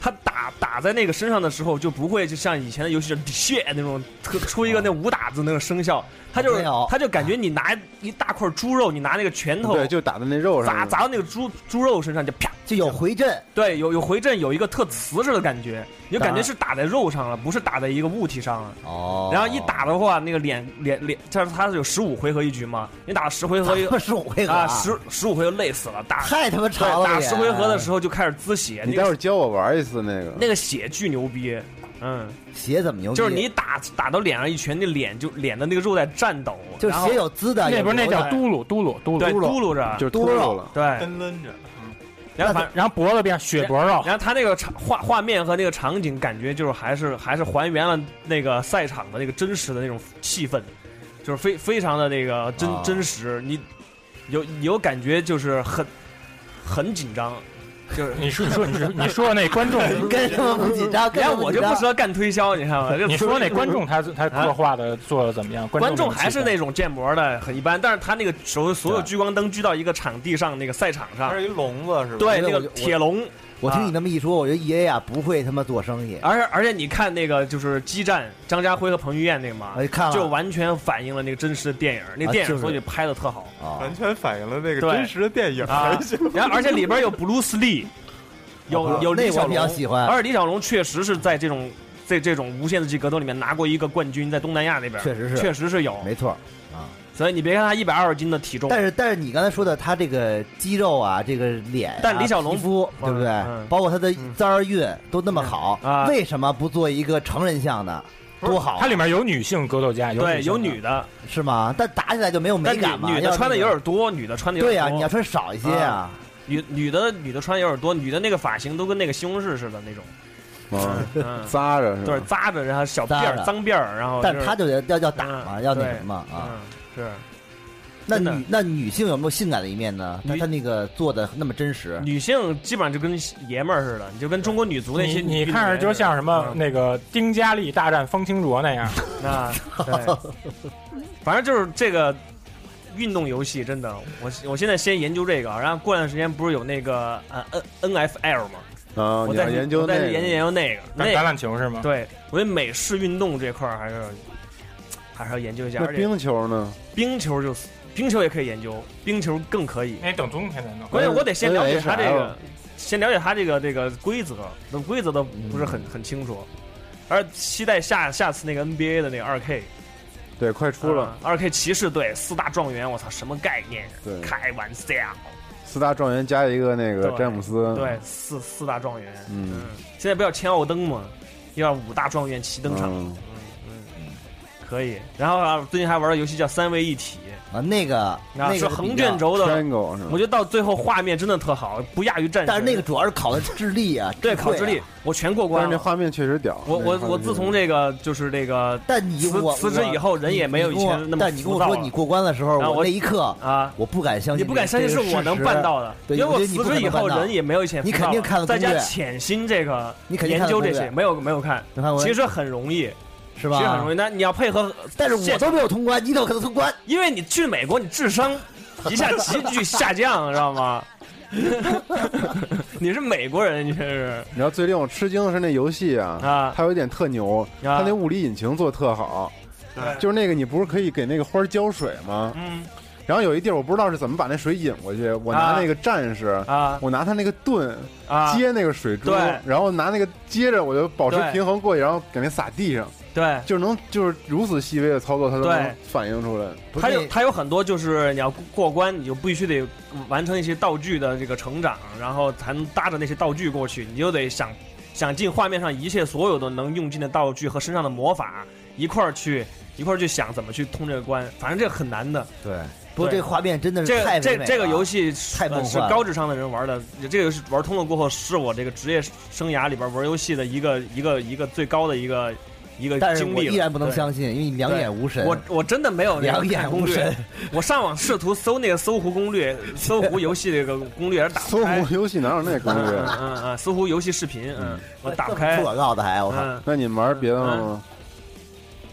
Speaker 9: 它打打在那个身上的时候就不会就像以前的游戏的血那种特出一个那武打字那个声效，它就是
Speaker 11: 没有
Speaker 9: 它就感觉你拿一大块猪肉，你拿那个拳头
Speaker 10: 对，就打在那肉上
Speaker 9: 砸
Speaker 10: 面。
Speaker 9: 砸到那个猪猪肉身上就啪
Speaker 11: 就有回震，
Speaker 9: 对，有有回震，有一个特瓷实的感觉，你就感觉是打在肉上了，不是打在一个物体上了。
Speaker 11: 哦
Speaker 9: 然后一打的话，那个脸脸脸，这它是有十五回合一局嘛？你打了十回合一
Speaker 11: 二十五回合
Speaker 9: 啊，十十五回合累死了，打
Speaker 11: 太他妈
Speaker 9: 对
Speaker 11: 长了。
Speaker 9: 打十回合的时
Speaker 11: 候，
Speaker 9: 候就开始滋血，
Speaker 10: 你
Speaker 9: 那
Speaker 10: 待会
Speaker 9: 个
Speaker 10: 儿教我玩一次那个。
Speaker 9: 那个血巨牛逼，嗯，
Speaker 11: 鞋怎么牛逼？
Speaker 9: 就是你打打到脸上一拳，那脸就脸的那个肉在颤抖，
Speaker 11: 就是
Speaker 9: 然后
Speaker 11: 鞋有滋的，
Speaker 12: 那不是那
Speaker 11: 有流
Speaker 12: 叫
Speaker 11: 的
Speaker 12: 嘟噜嘟噜嘟
Speaker 9: 对
Speaker 12: 噜，
Speaker 9: 嘟噜着，
Speaker 10: 就是
Speaker 11: 多
Speaker 10: 秃
Speaker 11: 肉
Speaker 10: 噜了，
Speaker 9: 对，
Speaker 4: 跟抡着，
Speaker 9: 然后反
Speaker 12: 然后脖子变血脖肉，
Speaker 9: 然后他那个场画画面和那个场景，感觉就是还是还是还原了那个赛场的那个真实的那种气氛，就是非非常的那个真、
Speaker 11: 啊
Speaker 9: 真实。你有有感觉就是很很紧张，就是
Speaker 12: 你说你说你说你说的那观众，
Speaker 11: 跟他妈不紧张，
Speaker 9: 你
Speaker 11: 跟
Speaker 9: 看我就不适
Speaker 11: 说
Speaker 9: 合干推销，你看吧，这
Speaker 12: 你说 那观众他他作画的做的怎么样？
Speaker 9: 啊观众
Speaker 12: 怎么
Speaker 9: 还是
Speaker 12: 气氛
Speaker 9: 那种建模的很一般，但是他那个手所有
Speaker 11: 对
Speaker 9: 聚光灯聚到一个场地上那个赛场
Speaker 4: 它
Speaker 9: 上，
Speaker 4: 是一笼子是吧？
Speaker 9: 对
Speaker 11: 我觉得
Speaker 9: 那个
Speaker 11: 我就我
Speaker 9: 铁笼，
Speaker 11: 我听
Speaker 9: 啊
Speaker 11: 你那么一说，我觉得 E A 啊不会他妈做生意。
Speaker 9: 而且而且你看那个就是激战，张家辉和彭于晏那个嘛，
Speaker 11: 哎看了
Speaker 9: 就完全反映了那个真实的电影，那电
Speaker 11: 啊就
Speaker 9: 影
Speaker 11: 是
Speaker 9: 所以拍的特好
Speaker 11: 啊，
Speaker 4: 完全反映了那个
Speaker 9: 对
Speaker 4: 真实的电影。
Speaker 9: 啊。然后而且 里边有 Bruce Lee，有
Speaker 11: 啊
Speaker 9: 有
Speaker 11: 那
Speaker 9: 李
Speaker 11: 我
Speaker 9: 小
Speaker 11: 比较
Speaker 9: 龙，
Speaker 11: 喜欢
Speaker 9: 而且李小龙确实是在这种在这种无限次级格斗里面拿过一个冠军，在东南亚那边
Speaker 11: 确实是
Speaker 9: 确实是有，
Speaker 11: 没错啊。
Speaker 9: 所以你别看他一百二十斤的体重，
Speaker 11: 但是但是你刚才说的他这个肌肉啊，这个脸啊、
Speaker 9: 但李小龙嗯
Speaker 11: 皮肤对不对？包括他的簪儿运都那么好，
Speaker 9: 啊
Speaker 11: 为什么不做一个成人项的？多好！啊
Speaker 12: 它里面有女性格斗家，有
Speaker 9: 对有
Speaker 12: 女
Speaker 9: 的，
Speaker 11: 是吗？但打起来啊就没有美
Speaker 9: 但
Speaker 11: 感嘛。
Speaker 9: 女女
Speaker 11: 要
Speaker 9: 的
Speaker 11: 是
Speaker 9: 穿的
Speaker 11: 那
Speaker 9: 有
Speaker 11: 个
Speaker 9: 点多，女的穿的有
Speaker 11: 对
Speaker 9: 点
Speaker 11: 呀、
Speaker 9: 多
Speaker 11: 你要穿少一些啊。
Speaker 9: 女女的女的穿有点多，女的那个发型都跟那个西红柿似的那种，嗯
Speaker 10: 扎着
Speaker 9: 就是扎着，然后小辫
Speaker 11: 扎着
Speaker 9: 儿脏辫儿，然后
Speaker 11: 但
Speaker 9: 就是嗯
Speaker 11: 他就要要要打嘛，要那什么啊？
Speaker 9: 是
Speaker 11: 那女那女性有没有性感的一面呢？她她那个做的那么真实，
Speaker 9: 女性基本上就跟爷们儿似的，你就跟中国女足那
Speaker 12: 你
Speaker 9: 些
Speaker 12: 你看着就像什么
Speaker 9: 嗯
Speaker 12: 那个丁嘉丽大战方清卓那 样，
Speaker 9: 啊，对，反正就是这个运动游戏，真的，我我现在先研究这个，啊然后过段时间不是有那个呃 N N F L 吗？
Speaker 10: 啊，
Speaker 9: 我
Speaker 10: 你
Speaker 9: 再
Speaker 10: 要研究
Speaker 9: 我再
Speaker 10: 那个
Speaker 9: 研究研究那个
Speaker 12: 打
Speaker 9: 那
Speaker 12: 橄榄球是吗？
Speaker 9: 对，我觉得美式运动这块儿还是还是要研究一下。
Speaker 10: 那
Speaker 9: 而且
Speaker 10: 冰球呢？
Speaker 9: 冰球就冰球也可以研究，冰球更可以。
Speaker 10: 哎
Speaker 12: 那等冬天再弄。
Speaker 9: 关键我得先了解他这
Speaker 10: NHL
Speaker 9: 个，先了解他这个这个规则，那规则都
Speaker 10: 嗯
Speaker 9: 不是很很清楚，而期待下下次那个 NBA 的那个二 K。啊
Speaker 10: 对，快出了。
Speaker 9: 二 K 骑士队四大状元，我操，什么概念？
Speaker 10: 对
Speaker 9: 开玩笑。
Speaker 10: 四大状元加一个那个
Speaker 9: 对
Speaker 10: 詹姆斯，
Speaker 9: 对，四四大状元，
Speaker 10: 嗯，
Speaker 9: 现在不要前奥登吗？要五大状元齐登场，
Speaker 10: 嗯
Speaker 9: 可以。然后啊，最近还玩的游戏叫三位一体，
Speaker 11: 啊，那个
Speaker 9: 啊
Speaker 11: 那个
Speaker 9: 是横卷轴的，
Speaker 10: ，triangle 是吧
Speaker 9: 我觉得到最后画面真的特好，不亚于战神。
Speaker 11: 但是那个主要是考的智力啊，
Speaker 9: 对
Speaker 11: 智慧啊
Speaker 9: 考智力，我全过
Speaker 10: 但
Speaker 9: 关
Speaker 10: 是那
Speaker 9: 了。
Speaker 10: 画面确实屌。
Speaker 9: 我我我自从这个就是这个，
Speaker 11: 嗯但你
Speaker 9: 辞
Speaker 11: 我
Speaker 9: 辞职
Speaker 11: 我
Speaker 9: 以后人也没有
Speaker 11: 你
Speaker 9: 以
Speaker 11: 跟我
Speaker 9: 前那么
Speaker 11: 但你跟
Speaker 9: 浮
Speaker 11: 我
Speaker 9: 躁
Speaker 11: 说
Speaker 9: 了
Speaker 11: 你过关的时候，
Speaker 9: 然后
Speaker 11: 我
Speaker 9: 我
Speaker 11: 那一刻
Speaker 9: 啊，
Speaker 11: 我不敢相
Speaker 9: 你
Speaker 11: 信这个，
Speaker 9: 不敢相信
Speaker 11: 这
Speaker 9: 是
Speaker 11: 个
Speaker 9: 我能
Speaker 11: 事实
Speaker 9: 办到的，
Speaker 11: 对，
Speaker 9: 因为我
Speaker 11: 觉得你
Speaker 9: 辞
Speaker 11: 不可
Speaker 9: 职以
Speaker 11: 能办
Speaker 9: 后
Speaker 11: 到
Speaker 9: 人也没有以前
Speaker 11: 你
Speaker 9: 浮
Speaker 11: 肯
Speaker 9: 躁
Speaker 11: 定
Speaker 9: 了
Speaker 11: 看了
Speaker 9: 再
Speaker 11: 攻
Speaker 9: 加
Speaker 11: 略
Speaker 9: 潜心这个
Speaker 11: 你肯定
Speaker 9: 研
Speaker 11: 看了
Speaker 9: 究
Speaker 11: 攻
Speaker 9: 这些
Speaker 11: 略
Speaker 9: 没有没有看
Speaker 11: 没看，过
Speaker 9: 其实很容易，
Speaker 11: 是吧
Speaker 9: 其实很容易，但你要配合，
Speaker 11: 但是我
Speaker 9: 现
Speaker 11: 都没有通关，你怎么可能通关？
Speaker 9: 因为你去美国，你智商一下急剧下降，知道吗？ 你是美国人，你这是
Speaker 10: 你知道最令我吃惊的是那游戏啊，
Speaker 9: 啊
Speaker 10: 它有一点特牛，它那物理引擎做得特好，
Speaker 9: 对
Speaker 10: 就是那个你不是可以给那个花儿浇水吗？
Speaker 9: 嗯。
Speaker 10: 然后有一地儿我不知道是怎么把那水引过去，我拿
Speaker 9: 啊
Speaker 10: 那个战士，
Speaker 9: 啊
Speaker 10: 我拿他那个盾、
Speaker 9: 啊
Speaker 10: 接那个水珠
Speaker 9: 对，
Speaker 10: 然后拿那个接着我就保持
Speaker 9: 对
Speaker 10: 平衡过去，然后给那撒地上，
Speaker 9: 对，
Speaker 10: 就是能就是如此细微的操作，它都
Speaker 9: 对
Speaker 10: 能反映出来。
Speaker 9: 它有它有很多就是你要过关，你就必须得完成一些道具的这个成长，然后才能搭着那些道具过去，你就得想想尽画面上一切所有的能用尽的道具和身上的魔法一块儿去一块儿去想怎么去通这个关，反正这个很难的。
Speaker 11: 对，不过这画面真的是
Speaker 9: 这个
Speaker 11: 太唯
Speaker 9: 这
Speaker 11: 美了
Speaker 9: 这个游戏是
Speaker 11: 太梦
Speaker 9: 呃是
Speaker 11: 幻了
Speaker 9: 高智商的人玩的，这个游戏玩通了过后，是我这个职业生涯里边玩游戏的一个一个一个最高的一个一个
Speaker 11: 但是
Speaker 9: 经
Speaker 11: 我
Speaker 9: 历了。
Speaker 11: 依然不能
Speaker 9: 对
Speaker 11: 相信，因为你两
Speaker 9: 对
Speaker 11: 眼无神。啊
Speaker 9: 我我真的没有那个
Speaker 11: 两眼
Speaker 9: 看攻略
Speaker 11: 无神。
Speaker 9: 我上网试图搜那个搜狐攻略，搜狐游戏这个攻略，而打不开。
Speaker 10: 搜狐游戏哪有那攻略
Speaker 9: 嗯？嗯嗯，搜狐游戏视频，嗯，我打不开
Speaker 11: 做。广告的还我靠，
Speaker 9: 嗯，
Speaker 10: 那你们玩别的了吗？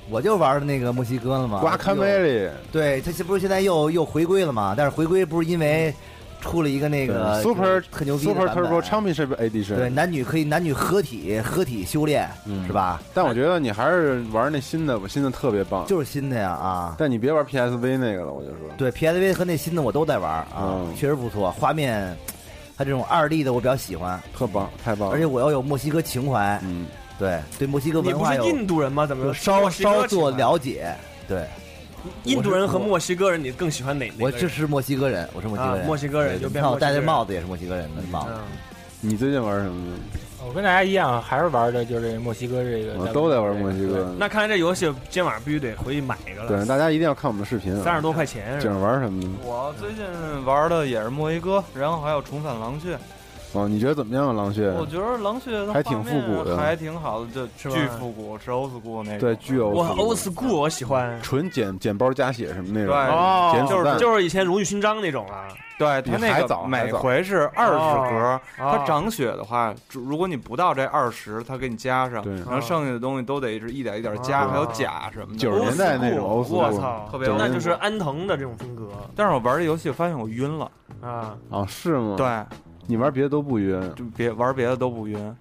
Speaker 11: 我就玩那个墨西哥了嘛。
Speaker 10: 瓜卡梅利，
Speaker 11: 对，他这不是现在又又回归了嘛？但是回归不是因为出了一个那个
Speaker 10: 对嗯 Super
Speaker 11: 特牛逼的
Speaker 10: Super
Speaker 11: 版本
Speaker 10: Turbo Championship Edition。
Speaker 11: 对，男女可以男女合体合体修炼，是吧？
Speaker 10: 嗯但我觉得你还是玩那新的吧，新的特别棒。
Speaker 11: 就是新的呀啊！
Speaker 10: 但你别玩 PSV 那个了，我就说。嗯
Speaker 11: 对 PSV 和那新的我都在玩啊，确实不错，画面它这种二 D 的我比较喜欢，
Speaker 10: 特棒，太棒了
Speaker 11: 而且我要有墨西哥情怀，
Speaker 10: 嗯，
Speaker 11: 对对，墨西哥
Speaker 9: 你
Speaker 11: 文
Speaker 9: 不
Speaker 11: 化
Speaker 9: 是
Speaker 11: 有
Speaker 9: 印度人吗？怎么
Speaker 11: 有稍
Speaker 9: 墨西哥
Speaker 11: 稍
Speaker 9: 喜
Speaker 11: 作
Speaker 9: 欢
Speaker 11: 了解，对。
Speaker 9: 印度人和墨西哥人，你更喜欢哪？哪个
Speaker 11: 我
Speaker 9: 人
Speaker 11: 这是墨西哥人，我是墨西哥人，
Speaker 9: 啊墨西哥人
Speaker 11: 对
Speaker 9: 就
Speaker 11: 你
Speaker 9: 变
Speaker 11: 看
Speaker 9: 墨
Speaker 11: 我
Speaker 9: 西
Speaker 11: 戴
Speaker 9: 哥
Speaker 11: 的
Speaker 9: 人
Speaker 11: 帽子也是墨西哥人的帽子，
Speaker 10: 你最近玩什么？
Speaker 12: 我跟大家一样，还是玩的就是墨西哥这个。
Speaker 10: 我都在玩墨西哥。
Speaker 9: 那看来这游戏今晚上必须得回去买一个
Speaker 10: 对，
Speaker 9: 了。
Speaker 10: 大家一定要看我们的视频啊。
Speaker 9: 三十多块钱
Speaker 10: 这
Speaker 9: 是吧？
Speaker 10: 玩什么呢？
Speaker 4: 我最近玩的也是墨西哥，然后还有重返狼穴。
Speaker 10: 哦，你觉得怎么样啊，狼穴？
Speaker 4: 我觉得狼穴它
Speaker 10: 还挺
Speaker 4: 画面
Speaker 10: 复古的
Speaker 4: 还挺好的，就巨复古，是 old school 那种。
Speaker 10: 对，巨
Speaker 9: 我
Speaker 10: old
Speaker 9: old school 我喜欢。哦
Speaker 10: 纯捡捡包加血什么那种，
Speaker 4: 对
Speaker 10: 捡
Speaker 9: 就
Speaker 10: 子
Speaker 9: 是
Speaker 10: 弹。
Speaker 9: 就是以前荣誉勋章那种啊，
Speaker 4: 对，它
Speaker 10: 比海
Speaker 4: 那
Speaker 10: 藻
Speaker 4: 个
Speaker 10: 还
Speaker 4: 每
Speaker 10: 早
Speaker 4: 回是二
Speaker 9: 哦
Speaker 4: 十格，
Speaker 9: 哦
Speaker 4: 它涨血的话，如如果你不到这二十，它给你加上，
Speaker 10: 对
Speaker 4: 然后剩下的东西都得是一点一点加，
Speaker 9: 哦
Speaker 4: 还有甲什么的。
Speaker 10: 90年代那种 old
Speaker 9: 我
Speaker 10: school，
Speaker 9: 操，
Speaker 4: 特别
Speaker 9: 那
Speaker 4: old
Speaker 9: 就是
Speaker 4: school
Speaker 9: 安藤的这种风格
Speaker 4: 但是我玩这游戏发现我晕了，
Speaker 9: 啊。
Speaker 10: 啊，是吗？，
Speaker 4: 对，
Speaker 10: 你玩别的都不晕。
Speaker 4: 就别玩别的都不晕。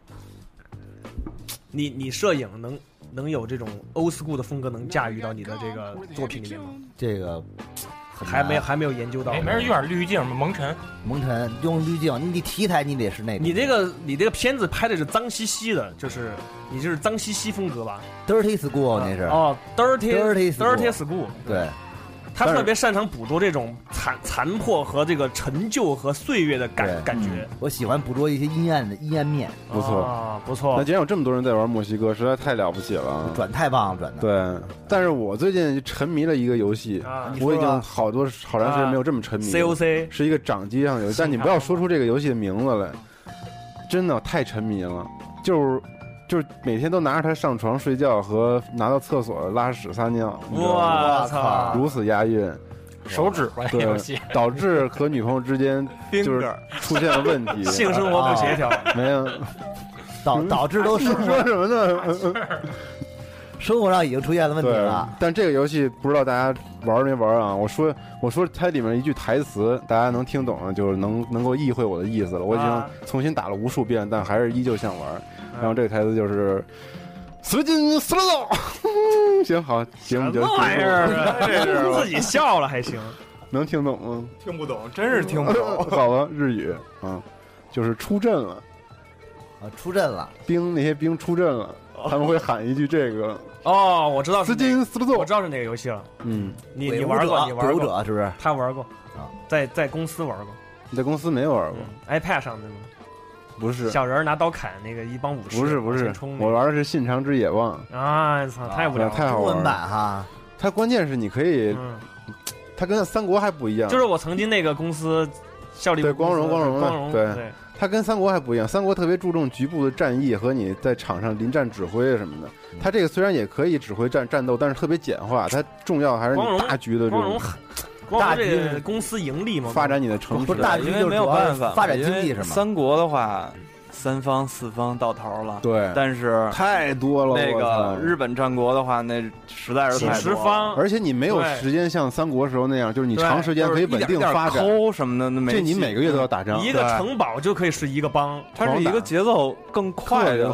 Speaker 9: 你你摄影能能有这种 old school 的风格能驾驭到你的这个作品里面吗？
Speaker 11: 这个很
Speaker 9: 还没
Speaker 11: 难
Speaker 9: 还没有研究到，
Speaker 11: 没没人用
Speaker 12: 点滤镜，蒙尘，
Speaker 11: 蒙尘用滤镜，你得题材你得是那种
Speaker 9: 你这个你这个片子拍的是脏兮兮的，就是你就是脏兮兮风格吧？
Speaker 11: dirty school 那是
Speaker 9: 哦，dirty
Speaker 11: dirty
Speaker 9: dirty school，
Speaker 11: 对，
Speaker 9: 他
Speaker 11: 但是
Speaker 9: 特别擅长捕捉这种残残破和这个陈旧和岁月的感感觉。
Speaker 11: 我喜欢捕捉一些阴暗的阴暗面，
Speaker 10: 不错
Speaker 9: 啊，不错
Speaker 10: 哦那既然有这么多人在玩墨西哥，实在太了不起了，
Speaker 11: 转太棒了，转的。
Speaker 10: 对，但是我最近沉迷了一个游戏，
Speaker 9: 啊
Speaker 10: 我已
Speaker 9: 你说吧
Speaker 10: 经好多好长时间没有这么沉迷了。
Speaker 9: 啊 COC
Speaker 10: 是一个掌机上的游戏，但你不要说出这个游戏的名字来，真的太沉迷了，就是。就是每天都拿着它上床睡觉和拿到厕所拉屎撒尿，你知道吗
Speaker 9: 我操
Speaker 10: 如此押韵，
Speaker 12: 手指玩
Speaker 10: 对
Speaker 12: 游戏，
Speaker 10: 导致和女朋友之间就是出现了问题，
Speaker 9: 性生活不协调
Speaker 10: 啊 没有
Speaker 11: 导导致都 生
Speaker 10: 说
Speaker 11: 活
Speaker 10: 什么呢？
Speaker 11: 生活上已经出现了问题
Speaker 10: 对
Speaker 11: 了，，
Speaker 10: 但这个游戏不知道大家玩没玩啊？我说我说它里面一句台词，大家能听懂了，就是能能够意会我的意思了。我已经
Speaker 2: 啊
Speaker 10: 重新打了无数遍，但还是依旧想玩。然后这个台词就是“死进死了道”， 行好，节目就
Speaker 9: 什么玩意儿啊
Speaker 10: 结束了
Speaker 9: 自己笑了还行，
Speaker 10: 能听懂吗？
Speaker 4: 听不懂，真是听不 懂。
Speaker 10: 好吧，日语啊，就是出阵了，
Speaker 11: 啊，出阵了，
Speaker 10: 兵那些兵出阵了，他们会喊一句这个，
Speaker 9: 哦，我知道是
Speaker 10: 斯金斯我
Speaker 9: 知道是哪个游戏了。
Speaker 10: 嗯，
Speaker 9: 你你玩过，你玩过
Speaker 11: 是不是？
Speaker 9: 他玩过，
Speaker 10: 啊
Speaker 9: 在在公司玩过
Speaker 10: 你在公司没有玩过？
Speaker 9: ，iPad 上那种
Speaker 10: 不是，
Speaker 9: 嗯小人儿拿刀砍那个一帮武士，
Speaker 10: 不是不
Speaker 9: 往
Speaker 10: 是
Speaker 9: 前冲，那
Speaker 10: 我
Speaker 9: 个
Speaker 10: 玩的是《信长之野望》。
Speaker 9: 啊，操，太无聊了，嗯
Speaker 10: 太好玩了
Speaker 11: 哈。
Speaker 10: 它关键是你可以，它跟三国还不一样，
Speaker 9: 就是我曾经那个公司效力
Speaker 10: 对
Speaker 9: 部公
Speaker 10: 光
Speaker 9: 司
Speaker 10: 荣光荣啊
Speaker 9: 光荣
Speaker 10: 对，它跟三国还不一样，三国特别注重局部的战役和你在场上临战指挥什么的。
Speaker 9: 嗯
Speaker 10: 它这个虽然也可以指挥战战斗，但是特别简化，它重要还是
Speaker 9: 光荣
Speaker 10: 你大局的这
Speaker 9: 光荣
Speaker 10: 种
Speaker 9: 光荣这
Speaker 10: 大
Speaker 9: 个
Speaker 10: 局
Speaker 9: 公司盈利嘛，
Speaker 10: 发展你的城市。
Speaker 4: 因为没有办法，因为
Speaker 10: 三
Speaker 4: 三国的话，三方四方到头了。
Speaker 10: 对
Speaker 4: 但是
Speaker 10: 太多了
Speaker 4: 那
Speaker 10: 我操
Speaker 4: 个日本战国的话，那实在是太多了
Speaker 10: 而且你没有时间像三国时候那样，就是你
Speaker 4: 对
Speaker 10: 长时间可以稳定发展
Speaker 4: 就是一点。点抠什么的，那没
Speaker 10: 这你每个月都要打仗，
Speaker 9: 一个城堡就可以是一个帮，
Speaker 4: 它是一个节奏更快的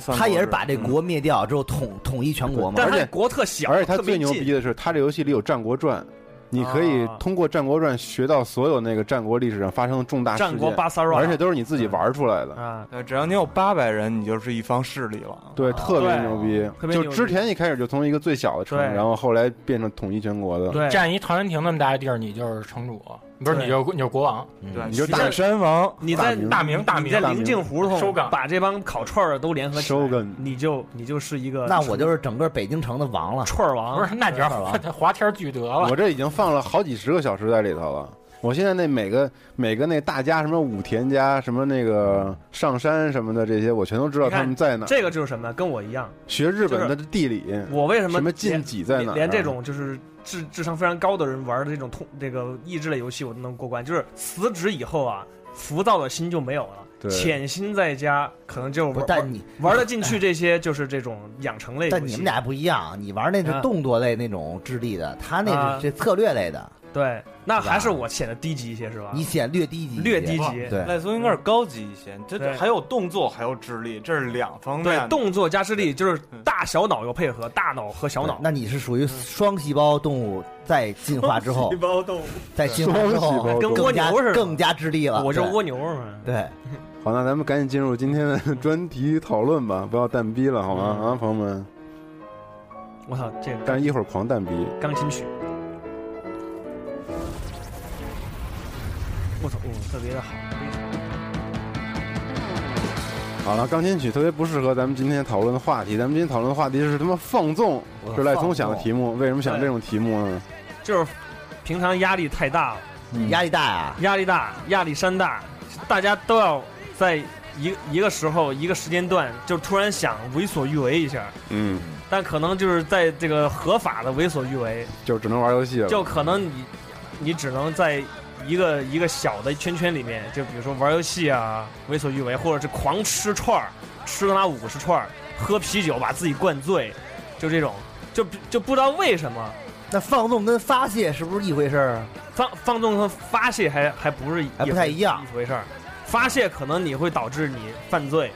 Speaker 11: 他他也是把
Speaker 9: 嗯
Speaker 11: 这国灭掉之后统统一全国嘛，
Speaker 10: 而且
Speaker 9: 国特小
Speaker 10: 而且它最牛逼的是，它这游戏里有《战国传》，你可以
Speaker 4: 啊
Speaker 10: 通过《战国传》学到所有那个战国历史上发生的重大事件，
Speaker 4: 战国巴塞罗那
Speaker 10: 而且都是你自己玩出来的，
Speaker 9: 啊，
Speaker 4: 对，只要你有八百人，你就是一方势力了。
Speaker 10: 对，特别
Speaker 4: 啊对
Speaker 10: 牛
Speaker 4: 特
Speaker 10: 逼。
Speaker 4: 别牛
Speaker 10: 就
Speaker 4: 逼
Speaker 10: 之前一开始就从一个最小的城，
Speaker 4: 对
Speaker 10: 然后后来变成统一全国的，
Speaker 12: 占一陶然亭那么大的地儿，你就是城主，不是
Speaker 10: 对
Speaker 12: 你就是你就是国王，
Speaker 9: 嗯
Speaker 10: 对你就是大山王
Speaker 9: 你在
Speaker 12: 大明大明
Speaker 9: 你在临近胡同
Speaker 12: 收港
Speaker 9: 把这帮烤串儿的都联合起来，
Speaker 10: 收梗
Speaker 9: 你就你就是一个，
Speaker 11: 呃那我 就是整个北京城的王了，
Speaker 9: 串儿王
Speaker 12: 不是那你要 华天巨德了，
Speaker 10: 我这已经放了好几十个小时在里头了。我现在那每个每个那大家什么武田家什么那个上山什么的这些，我全都知道
Speaker 9: 你看
Speaker 10: 他们在哪儿。
Speaker 9: 这个就是什么？跟我一样，
Speaker 10: 学日本的
Speaker 9: 就是
Speaker 10: 地理，
Speaker 9: 我为什么
Speaker 10: 什么
Speaker 9: 连
Speaker 10: 近几在哪儿啊？
Speaker 9: 连连这种就是智智商非常高的人玩的这种痛这个益智类游戏，我都能过关。就是辞职以后啊，浮躁的心就没有了，
Speaker 11: 对
Speaker 9: 潜心在家，可能就
Speaker 11: 不
Speaker 9: 玩
Speaker 11: 但你
Speaker 9: 玩得进去这些就是这种养成类游戏。
Speaker 11: 但你们俩不一样，你玩那是
Speaker 9: 啊
Speaker 11: 动作类那种智力的，他那
Speaker 9: 啊
Speaker 11: 是这策略类的，
Speaker 9: 对，那还是我显得低级一些是吧？
Speaker 11: 你显略低级一些，
Speaker 9: 略低级
Speaker 11: 对，
Speaker 4: 赖松应该是高级一些，这
Speaker 9: 哦对
Speaker 4: 还有动作，还有智力，这是两方面
Speaker 9: 对
Speaker 4: 的。
Speaker 9: 动作加智力，就是大小脑要配合，大脑和小脑。嗯
Speaker 11: 那你是属于双细胞动物，在 进化之后
Speaker 9: 双细，胞动物
Speaker 11: 在进化之后
Speaker 10: 双细胞动物
Speaker 11: 更
Speaker 10: 跟蜗
Speaker 11: 加
Speaker 10: 牛似的
Speaker 11: 更加智力了。
Speaker 9: 我就是
Speaker 11: 对
Speaker 9: 蜗牛嘛。
Speaker 11: 对，
Speaker 10: 好，那咱们赶紧进入今天的专题讨论吧， 不要蛋逼了，好
Speaker 9: 嗯
Speaker 10: 吗？啊，朋友们，
Speaker 9: 我操，这个
Speaker 10: 但是一会儿狂蛋逼。
Speaker 9: 钢琴曲，我操，哦，特别的好。
Speaker 10: 好了，钢琴曲特别不适合咱们今天讨论的话题。咱们今天讨论的话题是他妈放纵，这是赖聪想的题目。为什么想这种题目呢？
Speaker 9: 就是平常压力太大了，
Speaker 11: 压力大啊，
Speaker 9: 压力大，压力山大，大家都要在一一个时候、一个时间段，就突然想为所欲为一下，
Speaker 10: 嗯，
Speaker 9: 但可能就是在这个合法的为所欲为，
Speaker 10: 就只能玩游戏了。
Speaker 9: 就可能你你只能在一个一个小的圈圈里面，就比如说玩游戏啊，为所欲为，或者是狂吃串儿，吃他妈五十串儿，喝啤酒把自己灌醉，就这种，就就不知道为什么。
Speaker 11: 那放纵跟发泄是不是一回事儿？
Speaker 9: 放放纵和发泄还还不是
Speaker 11: 还不太一样
Speaker 9: 一回事儿。发泄可能你会导致你犯罪，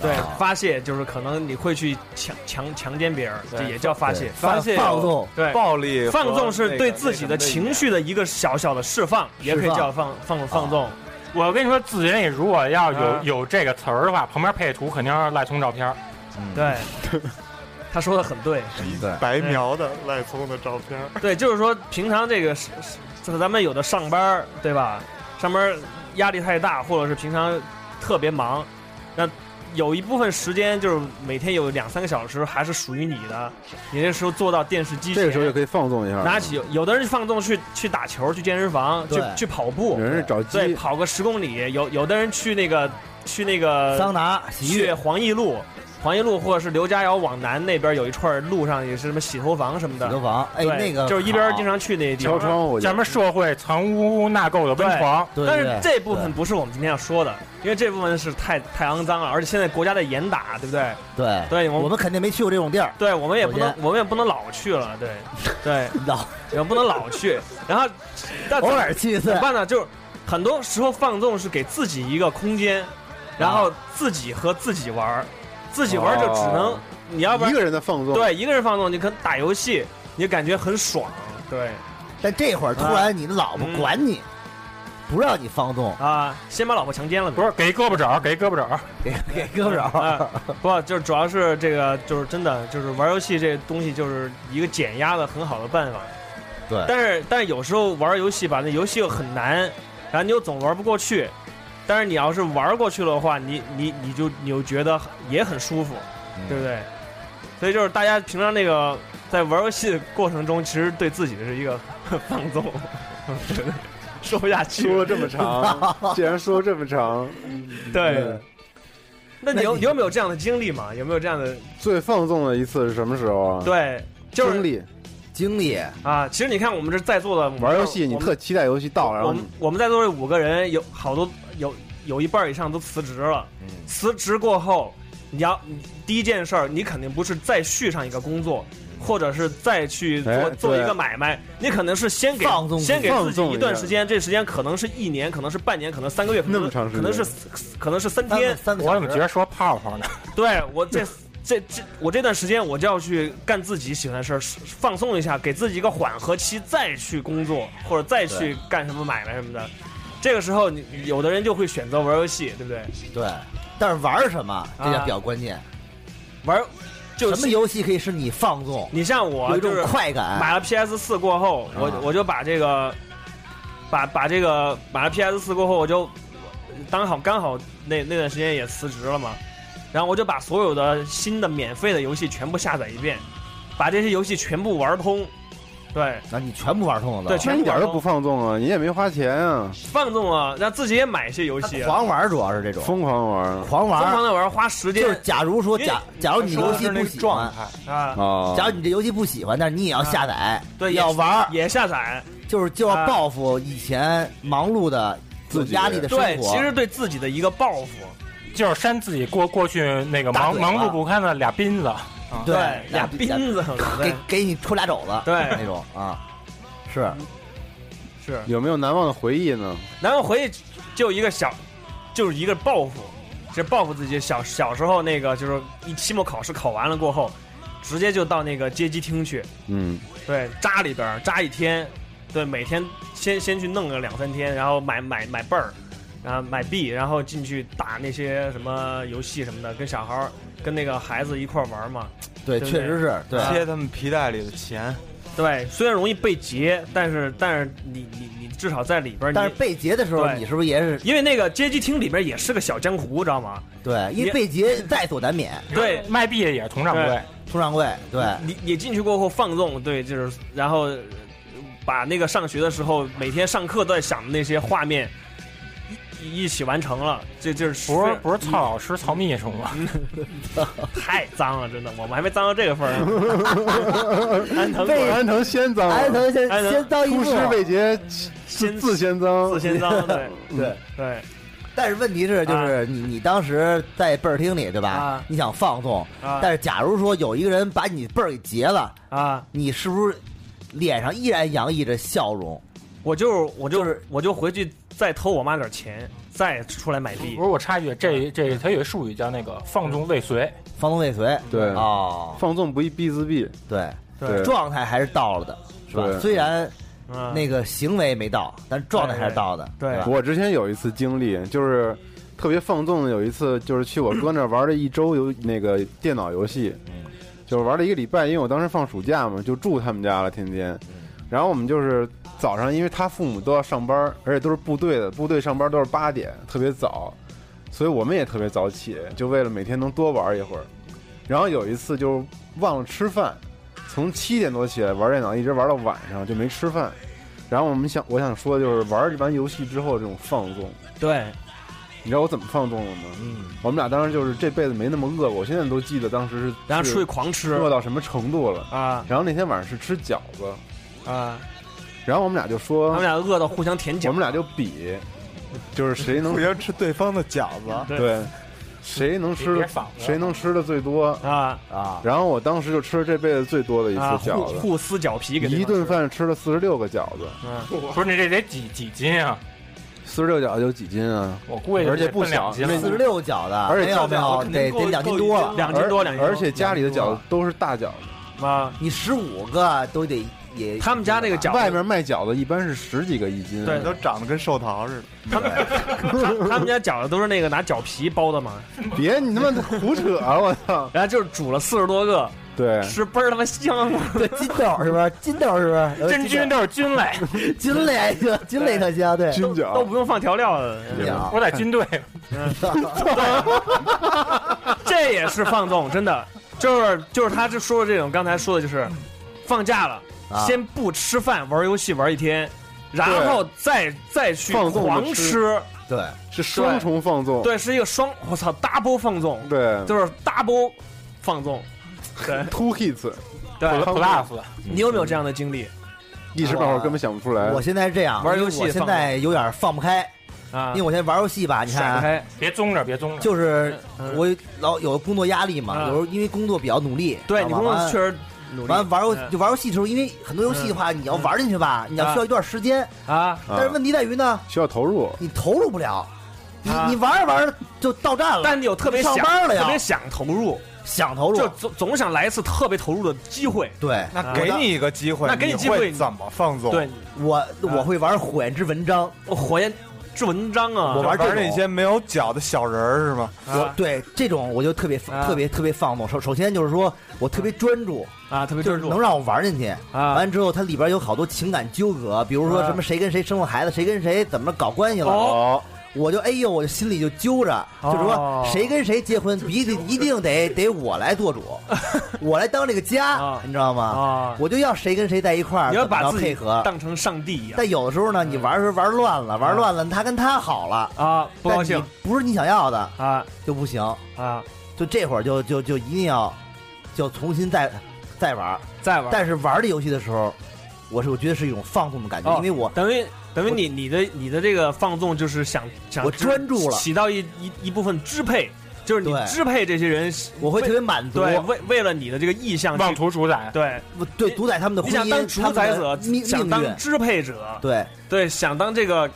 Speaker 9: 对，
Speaker 4: 啊
Speaker 9: 发泄就是可能你会去强强强奸别人，这也叫发泄。
Speaker 4: 对发
Speaker 9: 泄
Speaker 4: 放纵
Speaker 9: 对，
Speaker 4: 暴力和
Speaker 9: 放纵
Speaker 4: 那
Speaker 9: 是
Speaker 4: 个
Speaker 9: 对自己的情绪的一个小小的释放，也可以叫放
Speaker 4: 啊
Speaker 9: 放放纵。
Speaker 12: 我跟你说，字典里如果要
Speaker 9: 啊
Speaker 12: 有有这个词儿的话，旁边配图肯定是赖聪照片儿。
Speaker 9: 对，嗯 他说的很对，
Speaker 12: 嗯
Speaker 11: 对
Speaker 4: 白描的赖聪的照片，
Speaker 9: 对，就是说平常这个是是就是咱们有的上班儿对吧？上班儿压力太大，或者是平常特别忙，那有一部分时间就是每天有两三个小时还是属于你的，你那时候坐到电视机前，
Speaker 10: 这个时候就可以放纵一下，
Speaker 9: 拿起有的人放纵去去打球，去健身房，去
Speaker 10: 对
Speaker 9: 去跑步，
Speaker 10: 有人是找鸡
Speaker 9: 对跑个十公里，有有的人去那个去那个
Speaker 11: 桑拿洗浴
Speaker 9: 去黄奕路。黄奕路或者是刘家窑往南那边有一串路上也是什么洗头房什么的，
Speaker 11: 洗头房哎
Speaker 9: 对
Speaker 11: 那个
Speaker 9: 就是一边经常去那地方，
Speaker 12: 咱们社会藏污纳垢的温床。
Speaker 9: 对，但是这部分不是我们今天要说的，因为这部分是太太肮脏了，而且现在国家在严打，对不对？
Speaker 11: 对
Speaker 9: 对我
Speaker 11: 我们肯定没去过这种地儿。
Speaker 9: 对，我们也不能
Speaker 11: 首，
Speaker 9: 我们也不能老去了， 对，对，
Speaker 11: 老
Speaker 9: 也不能老 去。然后，但
Speaker 11: 偶尔去一次
Speaker 9: 怎么办呢？就是很多时候放纵是给自己一个空间，然后
Speaker 11: 啊
Speaker 9: 自己和自己玩儿，自己玩儿就只能、
Speaker 10: 哦
Speaker 9: 你要不然
Speaker 10: 一个人的放纵
Speaker 9: 对，一个人放纵，你可能打游戏，你感觉很爽，啊对。
Speaker 11: 但这会儿突然你的老婆管你，不让你放纵
Speaker 9: 啊，先把老婆强奸了，不
Speaker 12: 是给胳膊肘，给胳膊肘，
Speaker 11: 给 给胳膊肘
Speaker 9: 啊，不就是主要是这个就是真的就是玩游戏这东西就是一个减压的很好的办法，
Speaker 11: 对
Speaker 9: 但是但是有时候玩游戏吧，那游戏又很难，然后你又总玩不过去，但是你要是玩过去了的话，你你你就你又觉得也很舒服，
Speaker 11: 嗯
Speaker 9: 对不对？所以就是大家平常那个在玩游戏的过程中，其实对自己是一个放纵， 我觉得说不下 去
Speaker 10: 说了这么 长，既然说了这么长，嗯
Speaker 9: 对。那你有你有没有这样的经历吗？有没有这样的
Speaker 10: 最放纵的一次是什么时候啊？，
Speaker 9: 对，就是
Speaker 10: 经历，
Speaker 11: 经历
Speaker 9: 啊，其实你看我们这在座的
Speaker 10: 玩游戏，你
Speaker 9: 我们
Speaker 10: 特期待游戏到，然
Speaker 9: 我
Speaker 10: 后
Speaker 9: 们
Speaker 10: 你
Speaker 9: 我们在座这五个人有好多有有一半以上都辞职了，
Speaker 10: 嗯
Speaker 9: 辞职过后，你要你第一件事儿，你肯定不是再续上一个工作。或者是再去做、
Speaker 10: 嗯哎
Speaker 9: 做一
Speaker 10: 对
Speaker 9: 个买卖，你可能是先给
Speaker 10: 放纵
Speaker 9: 先给
Speaker 10: 放
Speaker 9: 自己
Speaker 10: 纵
Speaker 9: 一
Speaker 10: 一
Speaker 9: 段
Speaker 10: 下
Speaker 9: 时间，这时间可能是一年，可能是半年，可能三个月，可
Speaker 10: 那
Speaker 9: 能
Speaker 10: 么长时
Speaker 9: 可能是
Speaker 10: 间
Speaker 9: 可能是三天，
Speaker 12: 我怎么觉得说泡泡呢？
Speaker 9: 对我这这这，我这段时间我就要去干自己喜欢的事儿，放松一下，给自己一个缓和期，再去工作或者再去
Speaker 11: 对
Speaker 9: 干什么买卖什么的。这个时候，你有的人就会选择玩游戏，对不对？
Speaker 11: 对，但是玩什么这个比较关键。
Speaker 9: 玩
Speaker 11: 什么游戏可以使你放纵？
Speaker 9: 你像我
Speaker 11: 有一
Speaker 9: 就
Speaker 11: 种
Speaker 9: 是
Speaker 11: 快感
Speaker 9: 买了 PS 四过后，我
Speaker 11: 啊
Speaker 9: 我就把这个，把把这个买了 PS 四过后，我就刚好刚好那那段时间也辞职了嘛，然后我就把所有的新的免费的游戏全部下载一遍，把这些游戏全部玩通，对，
Speaker 11: 那你全部玩通了都，
Speaker 9: 对全
Speaker 10: 一
Speaker 9: 部玩
Speaker 10: 点
Speaker 9: 通
Speaker 10: 都不放纵啊，你也没花钱啊，
Speaker 9: 放纵啊，让自己也买一些游戏、啊，
Speaker 11: 狂玩主要是这种
Speaker 10: 疯狂玩，
Speaker 11: 狂玩，
Speaker 9: 疯狂的玩，花时间。
Speaker 11: 就是假如说
Speaker 9: 因为
Speaker 11: 假假如你游戏不喜欢，
Speaker 9: 啊
Speaker 10: 哦
Speaker 11: 假如你这游戏不喜欢，但是你也要下载，
Speaker 9: 对，也
Speaker 11: 要玩，
Speaker 9: 也下载，
Speaker 11: 就是就要
Speaker 9: 啊
Speaker 11: 报复以前忙碌的、有压力的生活。
Speaker 9: 对，其实对自己的一个报复，
Speaker 12: 就是扇自己过过去那个
Speaker 11: 大
Speaker 12: 忙
Speaker 11: 嘴巴啊
Speaker 12: 忙碌不堪的俩斌子。
Speaker 11: 对
Speaker 9: 俩斌子，
Speaker 11: 给给你抽俩肘子，
Speaker 9: 对
Speaker 11: 那种啊，是
Speaker 9: 是
Speaker 10: 有没有难忘的回忆呢？
Speaker 9: 然后回去就一个小，就是一个报复，是报复自己小小时候那个，就是一期末考试考完了过后，直接就到那个街机厅去，
Speaker 10: 嗯，
Speaker 9: 对，扎里边儿扎一天，对，每天先先去弄个两三天，然后买买买倍儿，然后买币，然后进去打那些什么游戏什么的，跟小孩儿跟那个孩子一块儿玩嘛。
Speaker 11: 对
Speaker 9: 对不对
Speaker 11: 确实是对。
Speaker 4: 贴他们皮带里的钱，
Speaker 9: 对，虽然容易被劫，但是但是你你你至少在里边儿你，
Speaker 11: 但是被劫的时候，
Speaker 9: 对
Speaker 11: 你是不是也是
Speaker 9: 因为那个街机厅里边也是个小江湖，知道吗？
Speaker 11: 对？因
Speaker 9: 你
Speaker 11: 为被劫在所难免。
Speaker 9: 对，
Speaker 12: 卖币也是佟掌柜，
Speaker 11: 佟掌柜对，
Speaker 9: 你你进去过后放纵，对，就是然后呃把那个上学的时候每天上课都在想的那些画面一一起完成了，这就是
Speaker 12: 不是不是操老师操秘书 吗？
Speaker 9: 太脏了，真的，我们还没脏到这个份 儿呢。 安藤果然
Speaker 10: 安藤先脏了，
Speaker 11: 安藤先
Speaker 9: 安藤
Speaker 11: 先脏一
Speaker 10: 出
Speaker 11: 步，
Speaker 10: 师未捷，自自先脏，
Speaker 9: 自先脏，对
Speaker 11: 对。
Speaker 9: 对，
Speaker 11: 但是问题是，就是你你当时在倍儿厅里对吧
Speaker 9: 啊？
Speaker 11: 你想放纵
Speaker 9: 啊，
Speaker 11: 但是假如说有一个人把你倍儿给劫了
Speaker 9: 啊，
Speaker 11: 你是不是脸上依然洋溢着笑容？
Speaker 9: 我就是我就是我就回去再偷我妈点钱，再出来买币
Speaker 12: 不。是我插一句，这这它有一术语叫那个放纵未遂，
Speaker 11: 嗯放纵未遂，
Speaker 10: 对
Speaker 11: 哦，
Speaker 10: 放纵不亦必自毙，
Speaker 11: 对，
Speaker 10: 对
Speaker 11: 状态还是到了的，是吧
Speaker 10: 对？
Speaker 11: 虽然
Speaker 9: 啊
Speaker 10: 嗯
Speaker 11: 那个行为没到，但是状态还是到的，吧？
Speaker 10: 我之前有一次经历，就是特别放纵的，有一次就是去我哥那儿玩了一周游那个电脑游戏，就是玩了一个礼拜，因为我当时放暑假嘛，就住他们家了，天天。然后我们就是早上，因为他父母都要上班，而且都是部队的，部队上班都是八点，特别早，所以我们也特别早起，就为了每天能多玩一会儿。然后有一次就忘了吃饭，从七点多起来玩电脑，一直玩到晚上就没吃饭。然后我们想，我想说的就是玩完游戏之后这种放纵。
Speaker 9: 对，
Speaker 10: 你知道我怎么放纵了吗？嗯，我们俩当时就是这辈子没那么饿过，我现在都记得当时是
Speaker 9: 然后出去狂吃
Speaker 10: 饿到什么程度了
Speaker 9: 啊！
Speaker 10: 然后那天晚上是吃饺子
Speaker 9: 啊，
Speaker 10: 然后我们俩就说，
Speaker 9: 他们俩饿到互相舔脚，
Speaker 10: 我们俩就比，就是谁能
Speaker 14: 互相吃对方的饺子，
Speaker 10: 对，谁能吃
Speaker 14: 别
Speaker 10: 的
Speaker 14: 仿着
Speaker 10: 谁能吃的最多
Speaker 9: 啊
Speaker 11: 啊！
Speaker 10: 然后我当时就吃了这辈子最多的一次
Speaker 9: 啊，互
Speaker 10: 饺子，
Speaker 9: 互撕脚皮给对
Speaker 10: 一
Speaker 9: 方
Speaker 10: 顿饭吃了四十六个饺子，
Speaker 12: 嗯不是你这得几几斤啊？
Speaker 10: 四十六饺子有几斤啊？
Speaker 12: 我估计
Speaker 10: 而且不小，因为
Speaker 11: 四十六饺子，啊
Speaker 10: 而且
Speaker 11: 没有没有，得得两斤多了，
Speaker 10: 而而且家里的饺子都是大饺子
Speaker 9: 啊，
Speaker 11: 你十五个都得也。
Speaker 9: 他们家那个饺子
Speaker 10: 外面卖饺子一般是十几个一斤，
Speaker 9: 对都
Speaker 10: 长得跟寿桃似的。
Speaker 9: 他他们家饺子都是那个拿脚皮包的嘛。
Speaker 10: 别你他妈的胡扯啊！我操！
Speaker 9: 然后就是煮了四十多个，
Speaker 10: 对
Speaker 9: 吃倍儿他妈香。啊
Speaker 11: 对，金豆是不是？金豆是不是？
Speaker 9: 真菌豆 菌类，
Speaker 11: 菌类特菌类特香，对，
Speaker 10: 菌饺
Speaker 9: 都不用放调料的。
Speaker 12: 我在军队，
Speaker 10: 嗯
Speaker 9: 这也是放纵，真的，就是就是他就说的这种，刚才说的就是，
Speaker 10: 嗯
Speaker 9: 放假了、
Speaker 11: 啊
Speaker 9: 先不吃饭，玩游戏玩一天，然后再再去
Speaker 10: 放纵着
Speaker 9: 狂吃，
Speaker 11: 对，
Speaker 10: 是双重放纵，
Speaker 9: 对，是一个双，我操，double 放纵，
Speaker 10: 对，
Speaker 9: 就是 double 放纵，对
Speaker 10: two hits，
Speaker 9: 对
Speaker 12: plus
Speaker 9: 你有没有这样的经历？
Speaker 10: 一时半会儿根本想不出来。
Speaker 11: 我现在是这样，
Speaker 9: 玩游戏
Speaker 11: 因为我现在有点放不开，
Speaker 9: 啊
Speaker 11: 因为我现在玩游戏吧，你看啊，
Speaker 12: 别宗着，别宗着，
Speaker 11: 就是
Speaker 9: 嗯
Speaker 11: 我老有工作压力嘛，有时候因为工作比较努力，
Speaker 9: 对
Speaker 11: 知
Speaker 9: 你
Speaker 11: 道
Speaker 9: 工
Speaker 11: 吗
Speaker 9: 作
Speaker 11: 完
Speaker 9: 确实努力，
Speaker 11: 完玩游
Speaker 9: 嗯
Speaker 11: 就玩游戏的时候，因为很多游戏的话，你要玩进去吧，你要需要一段时间，
Speaker 9: 啊，
Speaker 11: 但是问题在于呢，
Speaker 10: 需要投入，
Speaker 11: 你投入不了，你
Speaker 9: 啊
Speaker 11: 你玩着玩着就到站了，
Speaker 9: 但你有特别
Speaker 11: 上
Speaker 9: 想
Speaker 11: 班了呀，
Speaker 9: 特别想投入，
Speaker 11: 想投入，
Speaker 9: 就总总想来一次特别投入的机会。
Speaker 11: 对，啊
Speaker 14: 那给你一个机会，
Speaker 9: 那给你机
Speaker 14: 会
Speaker 9: 会
Speaker 14: 怎么放纵？
Speaker 9: 对，啊
Speaker 11: 我我会玩火焰之文章，
Speaker 9: 哦火焰之文章啊，
Speaker 14: 我玩
Speaker 11: 这种
Speaker 14: 那些没有脚的小人儿是吗？
Speaker 10: 啊
Speaker 11: 我对这种我就特别
Speaker 14: 啊
Speaker 11: 特别特别放纵。首首先就是说我特别专注
Speaker 9: 啊，特别
Speaker 11: 专注，能让我玩进去啊。完之后，它里边有好多情感纠葛，比如说
Speaker 9: 啊
Speaker 11: 什么谁跟谁生过孩子，谁跟谁怎么搞关系了。
Speaker 9: 哦
Speaker 11: 我就哎呦，我就心里就揪着，
Speaker 9: 哦
Speaker 11: 就是说谁跟谁结婚，一定一定得得我来 做主，我来当这个家，你知道吗？我就要谁跟谁在一块儿，
Speaker 9: 啊你要
Speaker 11: 怎么
Speaker 9: 把
Speaker 11: 着
Speaker 9: 自己
Speaker 11: 配合。
Speaker 9: 当成上帝一样。
Speaker 11: 但有的时候呢，你玩的时候玩乱了，玩乱了，他跟他好了
Speaker 9: 嗯啊，不高兴，
Speaker 11: 不是你想要的
Speaker 9: 啊，
Speaker 11: 就不行
Speaker 9: 啊，
Speaker 11: 就这会儿就就就一定要，就重新再再玩
Speaker 9: 再玩
Speaker 11: 但是玩这游戏的时候，我是我觉得是一种放纵的感觉，
Speaker 9: 哦
Speaker 11: 因为我
Speaker 9: 等于等于你你的你的这个放纵就是想想
Speaker 11: 我专注了
Speaker 9: 起到一一一部分支配，就是你
Speaker 11: 对
Speaker 9: 支配这些人，
Speaker 11: 我会特别满足
Speaker 9: 对，为为了你的这个意向去
Speaker 12: 妄图主宰，
Speaker 9: 对
Speaker 11: 我对主宰他们的
Speaker 9: 你
Speaker 11: 婚
Speaker 9: 想当
Speaker 11: 姻，
Speaker 9: 主宰者
Speaker 11: 他们的，命
Speaker 9: 想
Speaker 11: 命
Speaker 9: 当
Speaker 11: 运，
Speaker 9: 支配者，
Speaker 11: 对
Speaker 9: 对，想当这个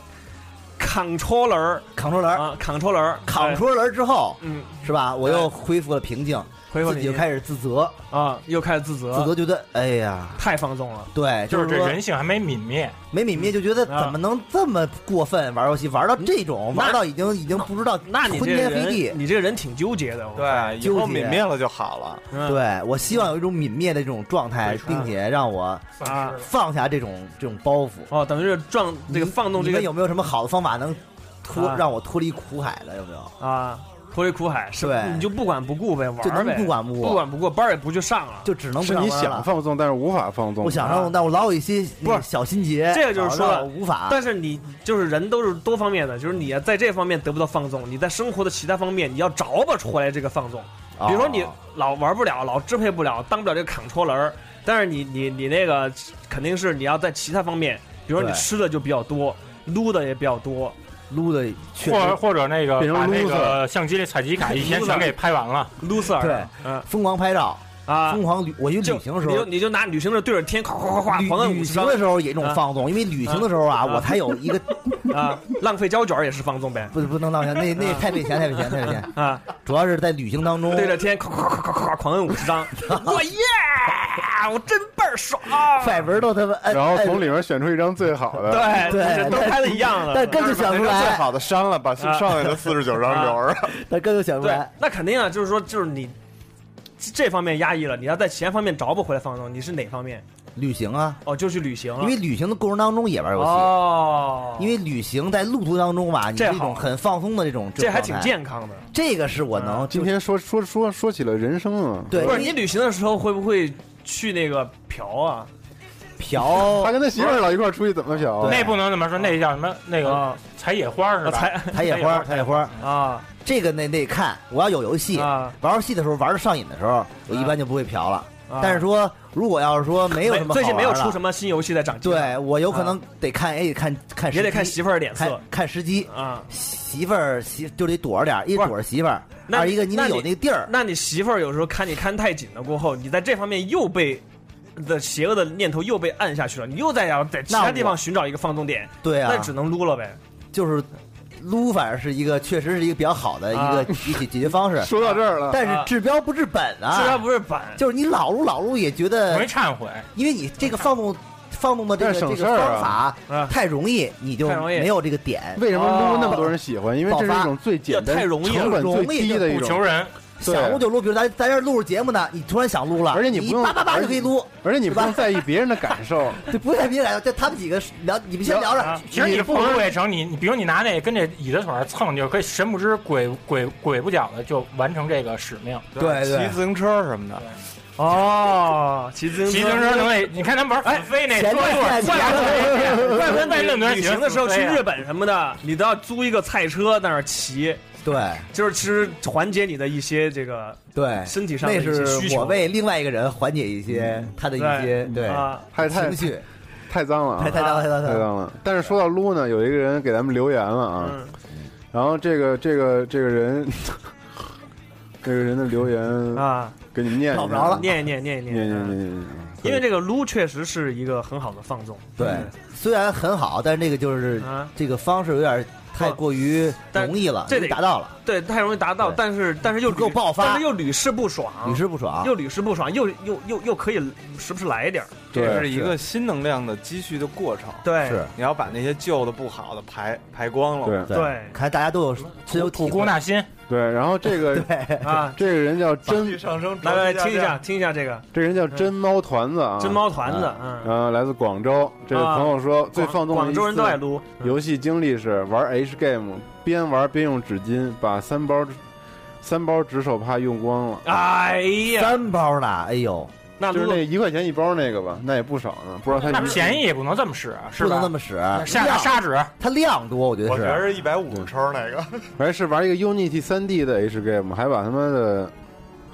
Speaker 9: controller
Speaker 11: controller
Speaker 9: 啊 controller
Speaker 11: 扛出来之后，
Speaker 9: 嗯，
Speaker 11: 是吧？我又恢复了平静，
Speaker 9: 恢复
Speaker 11: 自己
Speaker 9: 平
Speaker 11: 就
Speaker 9: 静
Speaker 11: 开始自责，
Speaker 9: 啊，又开始自责，
Speaker 11: 自责觉得哎呀，
Speaker 9: 太放纵了，
Speaker 11: 对，
Speaker 12: 就是是
Speaker 11: 说
Speaker 12: 这人性还没泯灭，
Speaker 11: 没泯灭，就觉得
Speaker 10: 嗯
Speaker 9: 啊
Speaker 11: 怎么能这么过分玩游戏，玩到这种，
Speaker 9: 那
Speaker 11: 玩到已经已经不知道
Speaker 9: 那你
Speaker 11: 昏
Speaker 9: 这
Speaker 11: 天黑地
Speaker 9: 人，。你这个人挺纠结的，我
Speaker 14: 对，以
Speaker 11: 纠
Speaker 14: 后
Speaker 11: 结
Speaker 14: 泯灭了就好了。
Speaker 11: 对我希望有一种泯灭的这种状态，并且让我
Speaker 9: 啊
Speaker 11: 放下这种这种包袱。
Speaker 9: 哦，等于是撞这个放纵
Speaker 11: 你
Speaker 9: 这个
Speaker 11: 们有没有什么好的方法能脱
Speaker 9: 啊
Speaker 11: 让我脱离苦海的？有没有？
Speaker 9: 啊，脱离苦海，是吧
Speaker 11: 对
Speaker 9: 你就不管不顾呗，玩
Speaker 11: 就
Speaker 9: 儿
Speaker 11: 能
Speaker 9: 呗，
Speaker 11: 不管不顾
Speaker 9: 不管不顾，班儿也不去上了，
Speaker 11: 就只能不
Speaker 10: 是
Speaker 11: 让
Speaker 10: 你
Speaker 11: 玩
Speaker 10: 想
Speaker 11: 了。
Speaker 10: 放纵，但是无法放纵。
Speaker 11: 我想让我，但我老有一些那个
Speaker 9: 不是
Speaker 11: 小心结，
Speaker 9: 这个就是说
Speaker 11: 老
Speaker 9: 了
Speaker 11: 让我无法。
Speaker 9: 但是你就是人都是多方面的，就是你在这方面得不到放纵，你在生活的其他方面你要找吧出来这个放纵。
Speaker 11: 哦
Speaker 9: 比如说你老玩不了，老支配不了，当不了这个 controller，儿但是你你你那个肯定是你要在其他方面，比如说你
Speaker 11: 对
Speaker 9: 吃的就比较多，撸的也比较多，
Speaker 11: 撸的确
Speaker 12: 或
Speaker 11: 实
Speaker 12: 或者那个
Speaker 11: 变成
Speaker 12: 把那
Speaker 11: loser
Speaker 12: 个相机的采集卡一天全给拍完了，
Speaker 9: loser
Speaker 11: 对
Speaker 9: 嗯，
Speaker 11: 疯狂拍照，
Speaker 9: 啊，
Speaker 11: 疯狂旅，我去旅行的时
Speaker 9: 你就，
Speaker 11: 候
Speaker 9: 你就拿旅行社对着天，咵咵咵咵狂按五
Speaker 11: 旅旅
Speaker 9: 十
Speaker 11: 行
Speaker 9: 张
Speaker 11: 的时候也一种放纵，因为旅行的时候啊，
Speaker 9: 啊
Speaker 11: 我才有一个
Speaker 9: 啊， 浪费胶卷也是放纵呗，
Speaker 11: 不不能浪费，那那太费钱，太费钱，太费钱。
Speaker 9: 啊，
Speaker 11: 主要是在旅行当中，
Speaker 9: 对着天咵咵咵咵咵狂按五十 张，哎
Speaker 11: 哎
Speaker 9: 我耶，
Speaker 13: 啊
Speaker 9: 我真倍儿爽，
Speaker 11: 快门都他妈，
Speaker 10: 然后从里面选出一张最好的，
Speaker 9: 对
Speaker 11: 对，
Speaker 9: 都拍的一样了啊
Speaker 11: 但根本想不出
Speaker 14: 最
Speaker 11: 来，
Speaker 14: 好的删了，把剩下的四十九张留着。
Speaker 11: 但根本想不出
Speaker 9: 对
Speaker 11: 来。，
Speaker 9: 那肯定啊，就是说，就是你这这方面压抑了，你要在前方面找补回来放纵，你是哪方面？
Speaker 11: 旅行啊，
Speaker 9: 哦，就去旅行了，
Speaker 11: 因为旅行的过程当中也玩游戏，
Speaker 9: 哦，
Speaker 11: 因为旅行在路途当中吧，你是
Speaker 9: 这
Speaker 11: 一种
Speaker 9: 好
Speaker 11: 很放松的这种，
Speaker 9: 这还挺
Speaker 11: 种状态
Speaker 9: 健。康的。啊
Speaker 11: 这个是我能
Speaker 10: 今天说说说说起了人生啊，
Speaker 11: 对
Speaker 9: 不是你旅行的时候会不会去那个嫖啊？
Speaker 11: 嫖，
Speaker 10: 他跟他媳妇儿老一块儿出去怎么
Speaker 11: 哦
Speaker 10: 嫖？啊
Speaker 12: 那不能这么说，那叫什么？那个
Speaker 9: 啊
Speaker 12: 采野花是吧？
Speaker 9: 采
Speaker 11: 采野花，采野花，
Speaker 9: 啊，
Speaker 11: 这个那得看。我要有游戏，
Speaker 9: 啊
Speaker 11: 玩游戏的时候玩的上瘾的时候，我一般就不会嫖了。
Speaker 9: 啊
Speaker 11: 但是说，如果要是说没有什么
Speaker 9: 最近没有出
Speaker 11: 么，
Speaker 9: 什么新游戏在掌机上，
Speaker 11: 对我有可能
Speaker 9: 啊
Speaker 11: 得看，也得看看时
Speaker 9: 也得
Speaker 11: 机
Speaker 9: 看媳妇儿脸色
Speaker 11: 看看时机。
Speaker 9: 啊。
Speaker 11: 媳妇儿媳就得躲着点儿，一
Speaker 9: 不是
Speaker 11: 躲着媳妇儿，
Speaker 9: 那
Speaker 11: 二一个你得有那个地儿。
Speaker 9: 那你媳妇儿有时候看你看太紧了，过后你在这方面又被的邪恶的念头又被按下去了，你又在要在其
Speaker 11: 那
Speaker 9: 他
Speaker 11: 我
Speaker 9: 地方寻找一个放纵点，
Speaker 11: 对啊
Speaker 9: 那只能撸了呗。
Speaker 11: 就是撸，反正是一个确实是一个比较好的一个
Speaker 9: 啊
Speaker 11: 一解解决方式。
Speaker 10: 说到这儿了，
Speaker 11: 但是治标不治本啊，
Speaker 9: 虽然不是板，
Speaker 11: 就是你老撸老撸也觉得
Speaker 12: 没忏悔。
Speaker 11: 因为你这个放纵放纵的这个
Speaker 10: 但
Speaker 11: 这
Speaker 10: 省
Speaker 11: 个
Speaker 10: 事儿
Speaker 11: 方
Speaker 10: 啊
Speaker 11: 法太容易，你就
Speaker 9: 太容易
Speaker 11: 没有这个点。哦
Speaker 10: 为什么撸那么多人喜欢？因为这是一种最简单、
Speaker 9: 太容易了
Speaker 10: 成本最低的一
Speaker 12: 不求
Speaker 10: 种，
Speaker 12: 人，
Speaker 10: 对
Speaker 11: 想撸就撸，比如咱咱这儿录着节目呢，你突然想撸了，
Speaker 10: 而且你不用
Speaker 11: 叭叭叭
Speaker 10: 而
Speaker 11: 就可以撸，
Speaker 10: 而且你不
Speaker 11: 对吧
Speaker 10: 用在意别人的感受。
Speaker 11: 对，不太敏感。就他们几个聊，你们先聊着
Speaker 12: 啊。其实你不如也成，你你比如你拿那跟这椅子腿儿蹭，就可以神不知鬼鬼鬼不觉的就完成这个使命。
Speaker 11: 对对
Speaker 14: 骑自行车什么的，
Speaker 9: 哦，骑自
Speaker 12: 骑自行车能力，你看咱们玩反飞那
Speaker 11: 哎前
Speaker 12: 坐
Speaker 11: 段
Speaker 12: 坐，
Speaker 11: 时间
Speaker 12: 怪不得怪不得那么多人
Speaker 9: 旅
Speaker 12: 喜欢
Speaker 9: 行的时候
Speaker 12: 反
Speaker 9: 去
Speaker 12: 飞啊
Speaker 9: 日本什么的，你都要租一个菜车在那儿骑，
Speaker 11: 对
Speaker 9: 就是其实缓解你的一些这个
Speaker 11: 对，
Speaker 9: 身体上的
Speaker 11: 那
Speaker 9: 一些需
Speaker 11: 是
Speaker 9: 求。嗯
Speaker 11: 我为另外一个人缓解一些他的一些对
Speaker 9: 啊，
Speaker 10: 太太
Speaker 11: 情绪，
Speaker 10: 太脏了啊
Speaker 11: 太！太脏太脏
Speaker 10: 太
Speaker 11: 太脏。
Speaker 10: 脏了。但是说到撸呢，有一个人给咱们留言了啊，
Speaker 9: 嗯，
Speaker 10: 然后这个这个这个人， 这个人的留言，
Speaker 9: 啊，
Speaker 10: 给你们念一下啊
Speaker 11: 找不着了
Speaker 9: 念一念念一
Speaker 10: 念念念
Speaker 9: 念，
Speaker 10: 念念，
Speaker 9: 因为这个撸确实是一个很好的放纵，
Speaker 11: 对，虽然很好，但是那个就是
Speaker 9: 嗯啊哦
Speaker 11: 这个方式有点太过于
Speaker 9: 但
Speaker 11: 容易了，
Speaker 9: 这
Speaker 11: 容易
Speaker 9: 得
Speaker 11: 达到了，
Speaker 9: 对，太容易达到，
Speaker 11: 对
Speaker 9: 但是但是又
Speaker 11: 又爆发
Speaker 9: 但是又屡试不爽，
Speaker 11: 屡试不爽。
Speaker 9: 又屡试不爽，又又又又可以时不时来一点儿，
Speaker 10: 对
Speaker 14: 这是一个新能量的积蓄的过程。
Speaker 9: 对
Speaker 11: 是
Speaker 14: 你要把那些旧的不好的排排光了。
Speaker 10: 对
Speaker 9: 哦对
Speaker 11: 看大家都有深有
Speaker 12: 吐
Speaker 11: 体
Speaker 12: 故
Speaker 11: 会。
Speaker 12: 纳新，
Speaker 10: 对。然后这个
Speaker 11: 对，
Speaker 9: 啊，
Speaker 10: 这个人叫真，
Speaker 14: 上升
Speaker 9: 来来听一下听一下这个
Speaker 10: 这个人叫真猫团子啊，
Speaker 9: 真猫团子，嗯，啊
Speaker 10: 呃，来自广州。这位朋友说，最放纵的
Speaker 9: 广
Speaker 10: 一
Speaker 9: 州人都爱
Speaker 10: 次
Speaker 9: 撸，嗯
Speaker 10: 游戏经历是玩 H game，边玩边用纸巾把三包三包纸手帕用光了，
Speaker 9: 哎呀，
Speaker 11: 三包呢，哎呦，
Speaker 9: 那
Speaker 10: 就是
Speaker 9: 撸
Speaker 10: 那一块钱一包那个吧，那也不少呢，不知道他
Speaker 12: 那便宜也不能这么使啊，是
Speaker 11: 不能
Speaker 12: 吧
Speaker 11: 那？么使，
Speaker 12: 下
Speaker 11: 量
Speaker 12: 砂纸，
Speaker 11: 它量多，我觉得
Speaker 14: 我觉得
Speaker 11: 是。
Speaker 14: 是一百五抽那 个，
Speaker 10: 还是玩一个 Unity 3 D 的 H game，还把他妈的，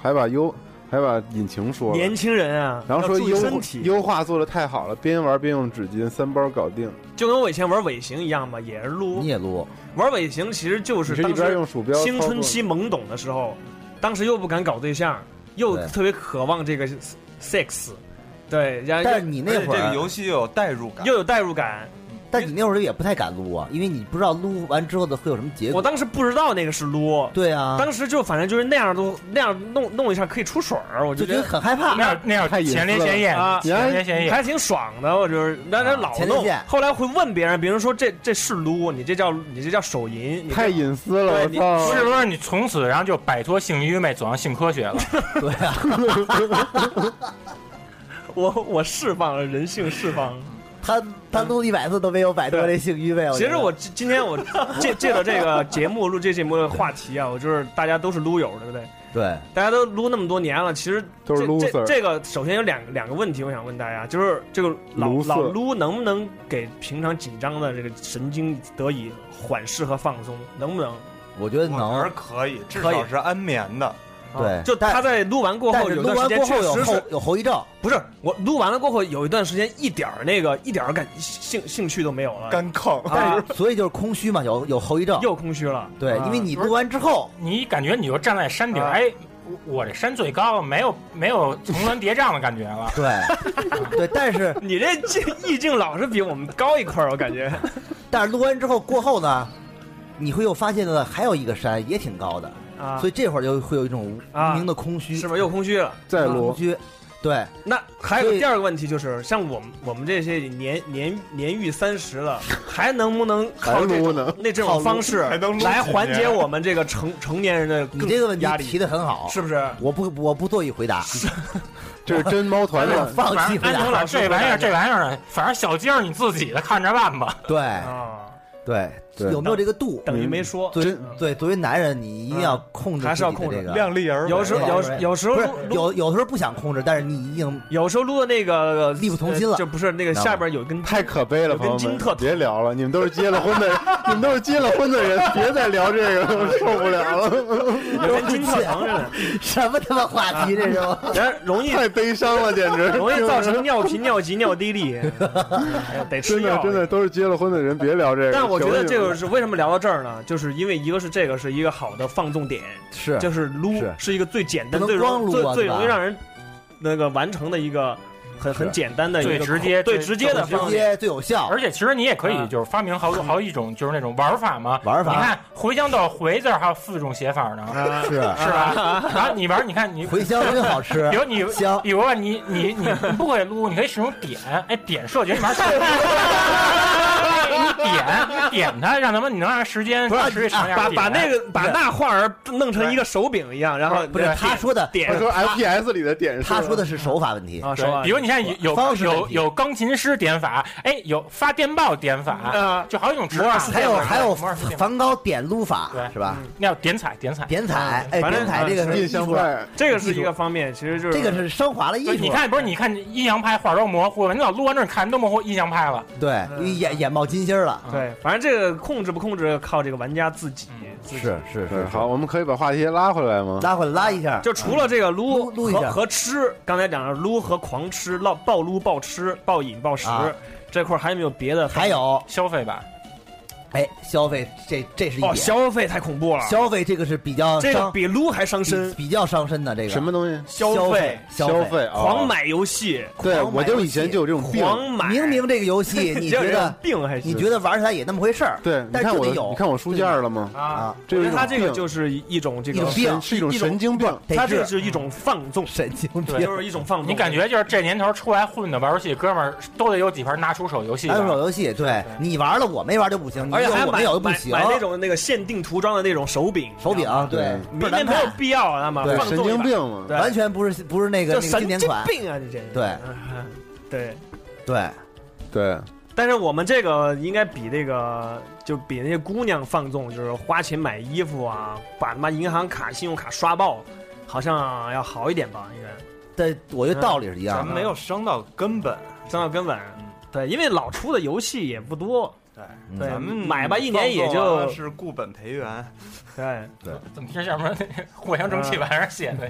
Speaker 10: 还把优，还把引擎说了
Speaker 9: 年，轻人啊，
Speaker 10: 然后说
Speaker 9: 要注意
Speaker 10: 优
Speaker 9: 身体，
Speaker 10: 优化做的太好了，边玩边用纸巾，三包搞定。
Speaker 9: 就跟我以前玩尾行一样嘛，也是撸
Speaker 11: 你，也撸，
Speaker 9: 玩尾行其实就
Speaker 10: 你
Speaker 9: 是
Speaker 10: 是一
Speaker 9: 当
Speaker 10: 边
Speaker 9: 时
Speaker 10: 用鼠标，
Speaker 9: 青春，期懵懂的时候，当时又不敢搞对象，又
Speaker 11: 对
Speaker 9: 特别渴望这个 sex，对，然后
Speaker 11: 但是你那会
Speaker 14: 这个
Speaker 11: 儿，
Speaker 14: 游戏又有代入感。
Speaker 9: 又有代入感，
Speaker 11: 但你那会儿也不太敢撸啊，因为你不知道撸完之后的会有什么结
Speaker 9: 我
Speaker 11: 果。
Speaker 9: 当时不知道那个是撸，
Speaker 11: 对啊，
Speaker 9: 当时就反正就是那样都那样弄弄一下可以出水儿，我
Speaker 11: 就
Speaker 9: 就
Speaker 11: 觉
Speaker 9: 觉
Speaker 11: 得
Speaker 9: 得
Speaker 11: 很害怕。
Speaker 12: 那那
Speaker 10: 太
Speaker 12: 叫
Speaker 10: 隐私
Speaker 12: 前列腺液
Speaker 9: 了啊，
Speaker 12: 前列腺液
Speaker 9: 还挺爽的，我就是那
Speaker 11: 啊
Speaker 9: 那老
Speaker 11: 前列
Speaker 9: 弄
Speaker 11: 腺。
Speaker 9: 后来会问别人，别人说这这是撸，你这叫你这叫手淫，你这
Speaker 10: 太隐私了，我
Speaker 9: 对你
Speaker 10: 操！
Speaker 12: 是不是你从此然后就摆脱性愚昧，走向性科学了？
Speaker 11: 对啊，
Speaker 9: 我我释放了人性释放。
Speaker 11: 他他撸一百次都没有摆脱这性欲
Speaker 10: 啊
Speaker 11: 呗。
Speaker 9: 其
Speaker 11: 觉
Speaker 9: 实
Speaker 11: 得
Speaker 9: 我今今天我借借着这个节目录这节目的话题啊，我就是大家都是撸友，对不对？
Speaker 11: 对
Speaker 9: 大家都撸那么多年了，其实
Speaker 10: 都是
Speaker 9: 这这
Speaker 10: loser
Speaker 9: 这个首先有两个两个问题，我想问大家，就是这个老
Speaker 10: loser
Speaker 9: 老撸能不能给平常紧张的这个神经得以缓释和放松，能不能？
Speaker 11: 我觉得
Speaker 14: 我觉得
Speaker 11: 能，
Speaker 14: 可以，至
Speaker 9: 可以
Speaker 14: 少是安眠的。
Speaker 9: 啊
Speaker 11: 对
Speaker 9: 就
Speaker 11: 但
Speaker 9: 他在撸完过
Speaker 11: 但
Speaker 9: 后
Speaker 11: 是
Speaker 9: 有
Speaker 11: 撸
Speaker 9: 段时
Speaker 11: 完
Speaker 9: 间
Speaker 11: 过
Speaker 9: 确
Speaker 11: 后有
Speaker 9: 实
Speaker 11: 后
Speaker 9: 是
Speaker 11: 有后遗症。
Speaker 9: 不是我撸完了过后有一段时间一点儿那个一点儿感兴兴趣都没有了，
Speaker 14: 干坑，
Speaker 9: 啊，
Speaker 11: 所以就是空虚嘛，有有后遗症。
Speaker 9: 又空虚了。
Speaker 11: 对，
Speaker 9: 啊
Speaker 11: 因为你录完之后，
Speaker 12: 你感觉你就站在山顶，
Speaker 9: 啊
Speaker 12: 哎，我这山最高，没有没有层峦叠嶂的感觉了。
Speaker 11: 对，对，但是
Speaker 9: 你这这意境老 是比我们高一块儿，我感觉。
Speaker 11: 但是录完之后过后呢，你会又发现呢，还有一个山也挺高的，
Speaker 9: 啊
Speaker 11: 所以这会儿就会有一种无
Speaker 9: 啊
Speaker 11: 名的空虚，
Speaker 9: 是吧？又空虚了，
Speaker 11: 再录空虚，对，
Speaker 9: 那还有第二个问题就是，像我们我们这些年年年逾三十了，还能不能靠这
Speaker 11: 还撸
Speaker 9: 种
Speaker 11: 呢
Speaker 9: 那这种方式
Speaker 11: 还能撸几年
Speaker 9: 来缓解我们这个成成年人的
Speaker 11: 你这个问题
Speaker 9: 压力？
Speaker 11: 提的很好，
Speaker 9: 是不是？
Speaker 11: 我不我不做一回答，
Speaker 10: 这是真猫团
Speaker 11: 我
Speaker 10: 的，
Speaker 11: 放弃回
Speaker 12: 安藤老
Speaker 11: 答。
Speaker 12: 师，这玩意儿这玩意儿，反正小静儿你自己的看着办吧。啊
Speaker 11: 对
Speaker 9: 啊
Speaker 11: 对
Speaker 10: 对
Speaker 11: 有没有这个度？
Speaker 9: 等于没说嗯
Speaker 11: 作为对，作为男人，你一定要控制
Speaker 9: 还是要
Speaker 11: 自己的
Speaker 9: 控制
Speaker 11: 这个
Speaker 9: 量力而为有时候
Speaker 11: 量力而为
Speaker 9: 有有时候
Speaker 11: 不是
Speaker 9: 录
Speaker 11: 有有时候不想控制，但是你已经
Speaker 9: 有时候撸的那个
Speaker 11: 力不从心了
Speaker 9: 呃就不是那个
Speaker 11: 知道吗
Speaker 9: 下边有一根
Speaker 10: 太可悲了，
Speaker 9: 有根
Speaker 10: 朋友
Speaker 9: 筋
Speaker 10: 们
Speaker 9: 特，
Speaker 10: 别聊了，你们都是结了婚的， 你们都是结了婚的人，别再聊这个了，我受不了了，
Speaker 9: 有根筋特疼着呢，
Speaker 11: 什么他妈话题这是吗？
Speaker 9: 然后容易
Speaker 10: 太悲伤了，简直
Speaker 9: 容易造成尿频、尿急、尿 低力，哎呀得吃
Speaker 10: 真的
Speaker 9: 药。
Speaker 10: 真的都是结了婚的人，别聊这个。
Speaker 9: 但我觉得
Speaker 10: 求你
Speaker 9: 这
Speaker 10: 们
Speaker 9: 个是为什么聊到这儿呢？就是因为一个是这个是一个好的放纵点，
Speaker 11: 是
Speaker 9: 就是撸
Speaker 11: 是
Speaker 9: 是一个最简单、
Speaker 11: 不能
Speaker 9: 最容
Speaker 11: 光撸
Speaker 9: 最
Speaker 11: 啊
Speaker 9: 最
Speaker 11: 对吧
Speaker 9: 容易让人那个完成的一个很很简单的一
Speaker 12: 最
Speaker 9: 个
Speaker 12: 直接
Speaker 9: 最
Speaker 12: 最
Speaker 9: 直接的
Speaker 12: 最
Speaker 9: 方啊
Speaker 11: 直
Speaker 9: 式。
Speaker 11: 接最有效，
Speaker 12: 而且其实你也可以就是发明好多好几种就是那种玩法嘛，
Speaker 11: 玩法
Speaker 12: 你看茴香豆回字儿还有四种写法呢，
Speaker 11: 是啊
Speaker 12: 是 吧？
Speaker 9: 啊
Speaker 12: 然后你玩，你看你
Speaker 11: 茴香真好吃
Speaker 12: 比如你
Speaker 11: 香
Speaker 12: 比如啊你你你你不会撸，你可以使用点，哎点射觉，你玩射 觉。你点点它，让他们你能让时间持续长一点。
Speaker 9: 把
Speaker 12: 点哎
Speaker 9: 把那个把那画儿弄成一个手柄一样，然后
Speaker 11: 不是
Speaker 9: 那
Speaker 11: 他说的
Speaker 9: 点
Speaker 10: 他说 FPS 里的点是吧，
Speaker 11: 他说的是手法问题
Speaker 9: 啊，手
Speaker 12: 对，
Speaker 9: 腕
Speaker 12: 比如你看有有
Speaker 11: 方式问
Speaker 12: 有
Speaker 11: 题
Speaker 12: 有钢琴师点法，哎，有发电报点法
Speaker 9: 啊，
Speaker 12: 就好几种指
Speaker 9: 摩
Speaker 12: 法
Speaker 9: 尔。斯
Speaker 11: 还有还有
Speaker 12: 摩尔斯电法
Speaker 11: 梵高点撸法
Speaker 12: 对
Speaker 11: 是吧？
Speaker 12: 嗯那要点彩点彩。
Speaker 11: 点彩，哎，
Speaker 9: 嗯反正
Speaker 11: 点彩这个是
Speaker 10: 印
Speaker 11: 艺
Speaker 10: 象
Speaker 11: 术，
Speaker 10: 派，
Speaker 9: 这个是一个方面，其实就是
Speaker 11: 这个是升华了嗯艺
Speaker 12: 对，
Speaker 11: 术。
Speaker 12: 你看不是你看印象派画都模糊了，你老录完这儿你看人都模糊印象派了。
Speaker 11: 对，眼眼冒金星儿了，
Speaker 9: 对，反正这个控制不控制靠这个玩家自己。
Speaker 12: 嗯
Speaker 9: 自己
Speaker 11: 是是
Speaker 10: 对
Speaker 11: 是，
Speaker 10: 好，我们可以把话题拉回来吗？
Speaker 11: 拉回来拉一
Speaker 10: 啊
Speaker 11: 下，
Speaker 9: 就除了这个撸
Speaker 11: 撸撸一
Speaker 9: 和
Speaker 11: 下
Speaker 9: 和吃，刚才讲了撸和狂吃、暴暴撸、暴吃、暴饮暴食、
Speaker 11: 啊
Speaker 9: 这块儿还有没有别的？
Speaker 11: 还有
Speaker 12: 消费吧，
Speaker 11: 哎，消费这这是一
Speaker 9: 哦，
Speaker 11: 点，
Speaker 9: 消费太恐怖了，
Speaker 11: 消费这个是比较
Speaker 9: 这个
Speaker 11: 伤
Speaker 9: 比撸还伤
Speaker 11: 比
Speaker 9: 身，
Speaker 11: 比较伤身的这个
Speaker 10: 什么东西？
Speaker 11: 消
Speaker 9: 费
Speaker 11: 消
Speaker 10: 消
Speaker 11: 费，
Speaker 10: 费啊！
Speaker 9: 狂买游戏，
Speaker 10: 对
Speaker 11: 狂买
Speaker 10: 我就以前就有这种病。
Speaker 9: 狂买，
Speaker 11: 明明这个游戏你
Speaker 9: 这
Speaker 11: 觉
Speaker 9: 人有
Speaker 11: 得
Speaker 9: 病还行？
Speaker 11: 你觉得玩起来也那么回事儿，
Speaker 10: 对，你
Speaker 11: 但
Speaker 10: 看
Speaker 11: 就
Speaker 10: 我
Speaker 11: 得
Speaker 10: 的，
Speaker 11: 有，
Speaker 10: 你看我书架了吗？
Speaker 11: 啊，
Speaker 10: 这
Speaker 9: 我
Speaker 10: 是一
Speaker 9: 觉得
Speaker 10: 种
Speaker 9: 他这个
Speaker 10: 病
Speaker 9: 就是一种这
Speaker 11: 一
Speaker 9: 个
Speaker 11: 种病
Speaker 10: 神是一种
Speaker 9: 一种
Speaker 10: 神经病。
Speaker 11: 得
Speaker 9: 他这个
Speaker 11: 治
Speaker 9: 是一种放纵，
Speaker 11: 神经
Speaker 12: 对
Speaker 11: 病
Speaker 9: 就。是一种放纵。
Speaker 12: 你感觉就是这年头出来混的玩游戏哥们儿都得有几盘拿出手游戏吧
Speaker 11: 单手游戏，对你玩了我没玩就不行，你
Speaker 9: 而且还
Speaker 11: 有我
Speaker 9: 买
Speaker 11: 没有就不
Speaker 9: 买
Speaker 11: 行。
Speaker 9: 买那种那个限定涂装的那种手柄，
Speaker 11: 手柄，对
Speaker 10: 对，
Speaker 11: 倍
Speaker 9: 明明
Speaker 11: 儿难
Speaker 9: 没有
Speaker 11: 看，
Speaker 9: 必要啊，他妈
Speaker 10: 对
Speaker 9: 放
Speaker 10: 神
Speaker 9: 纵一
Speaker 10: 经
Speaker 9: 把，
Speaker 10: 病嘛，
Speaker 9: 对
Speaker 11: 完全不是不是那个
Speaker 9: 就
Speaker 11: 那个
Speaker 9: 神
Speaker 11: 经典
Speaker 9: 经
Speaker 11: 款，
Speaker 9: 病啊！你这人
Speaker 11: 对
Speaker 9: 对。
Speaker 11: 对，
Speaker 10: 对，
Speaker 9: 但是我们这个应该比那个，就比那些姑娘放纵，就是花钱买衣服啊，把他妈银行卡、信用卡刷爆，好像要好一点吧？应该
Speaker 11: 但我觉得道理是一
Speaker 4: 咱
Speaker 11: 样
Speaker 4: 们
Speaker 11: 的。
Speaker 4: 没有伤到根本。嗯
Speaker 9: 伤到根本。对，因为老出的游戏也不多，
Speaker 4: 对，
Speaker 9: 对，
Speaker 4: 咱们
Speaker 9: 买吧，一年也
Speaker 4: 创作
Speaker 9: 就
Speaker 4: 啊是固本培元，
Speaker 9: 对 嗯
Speaker 12: 怎么听着像什么那藿香正气丸上写的？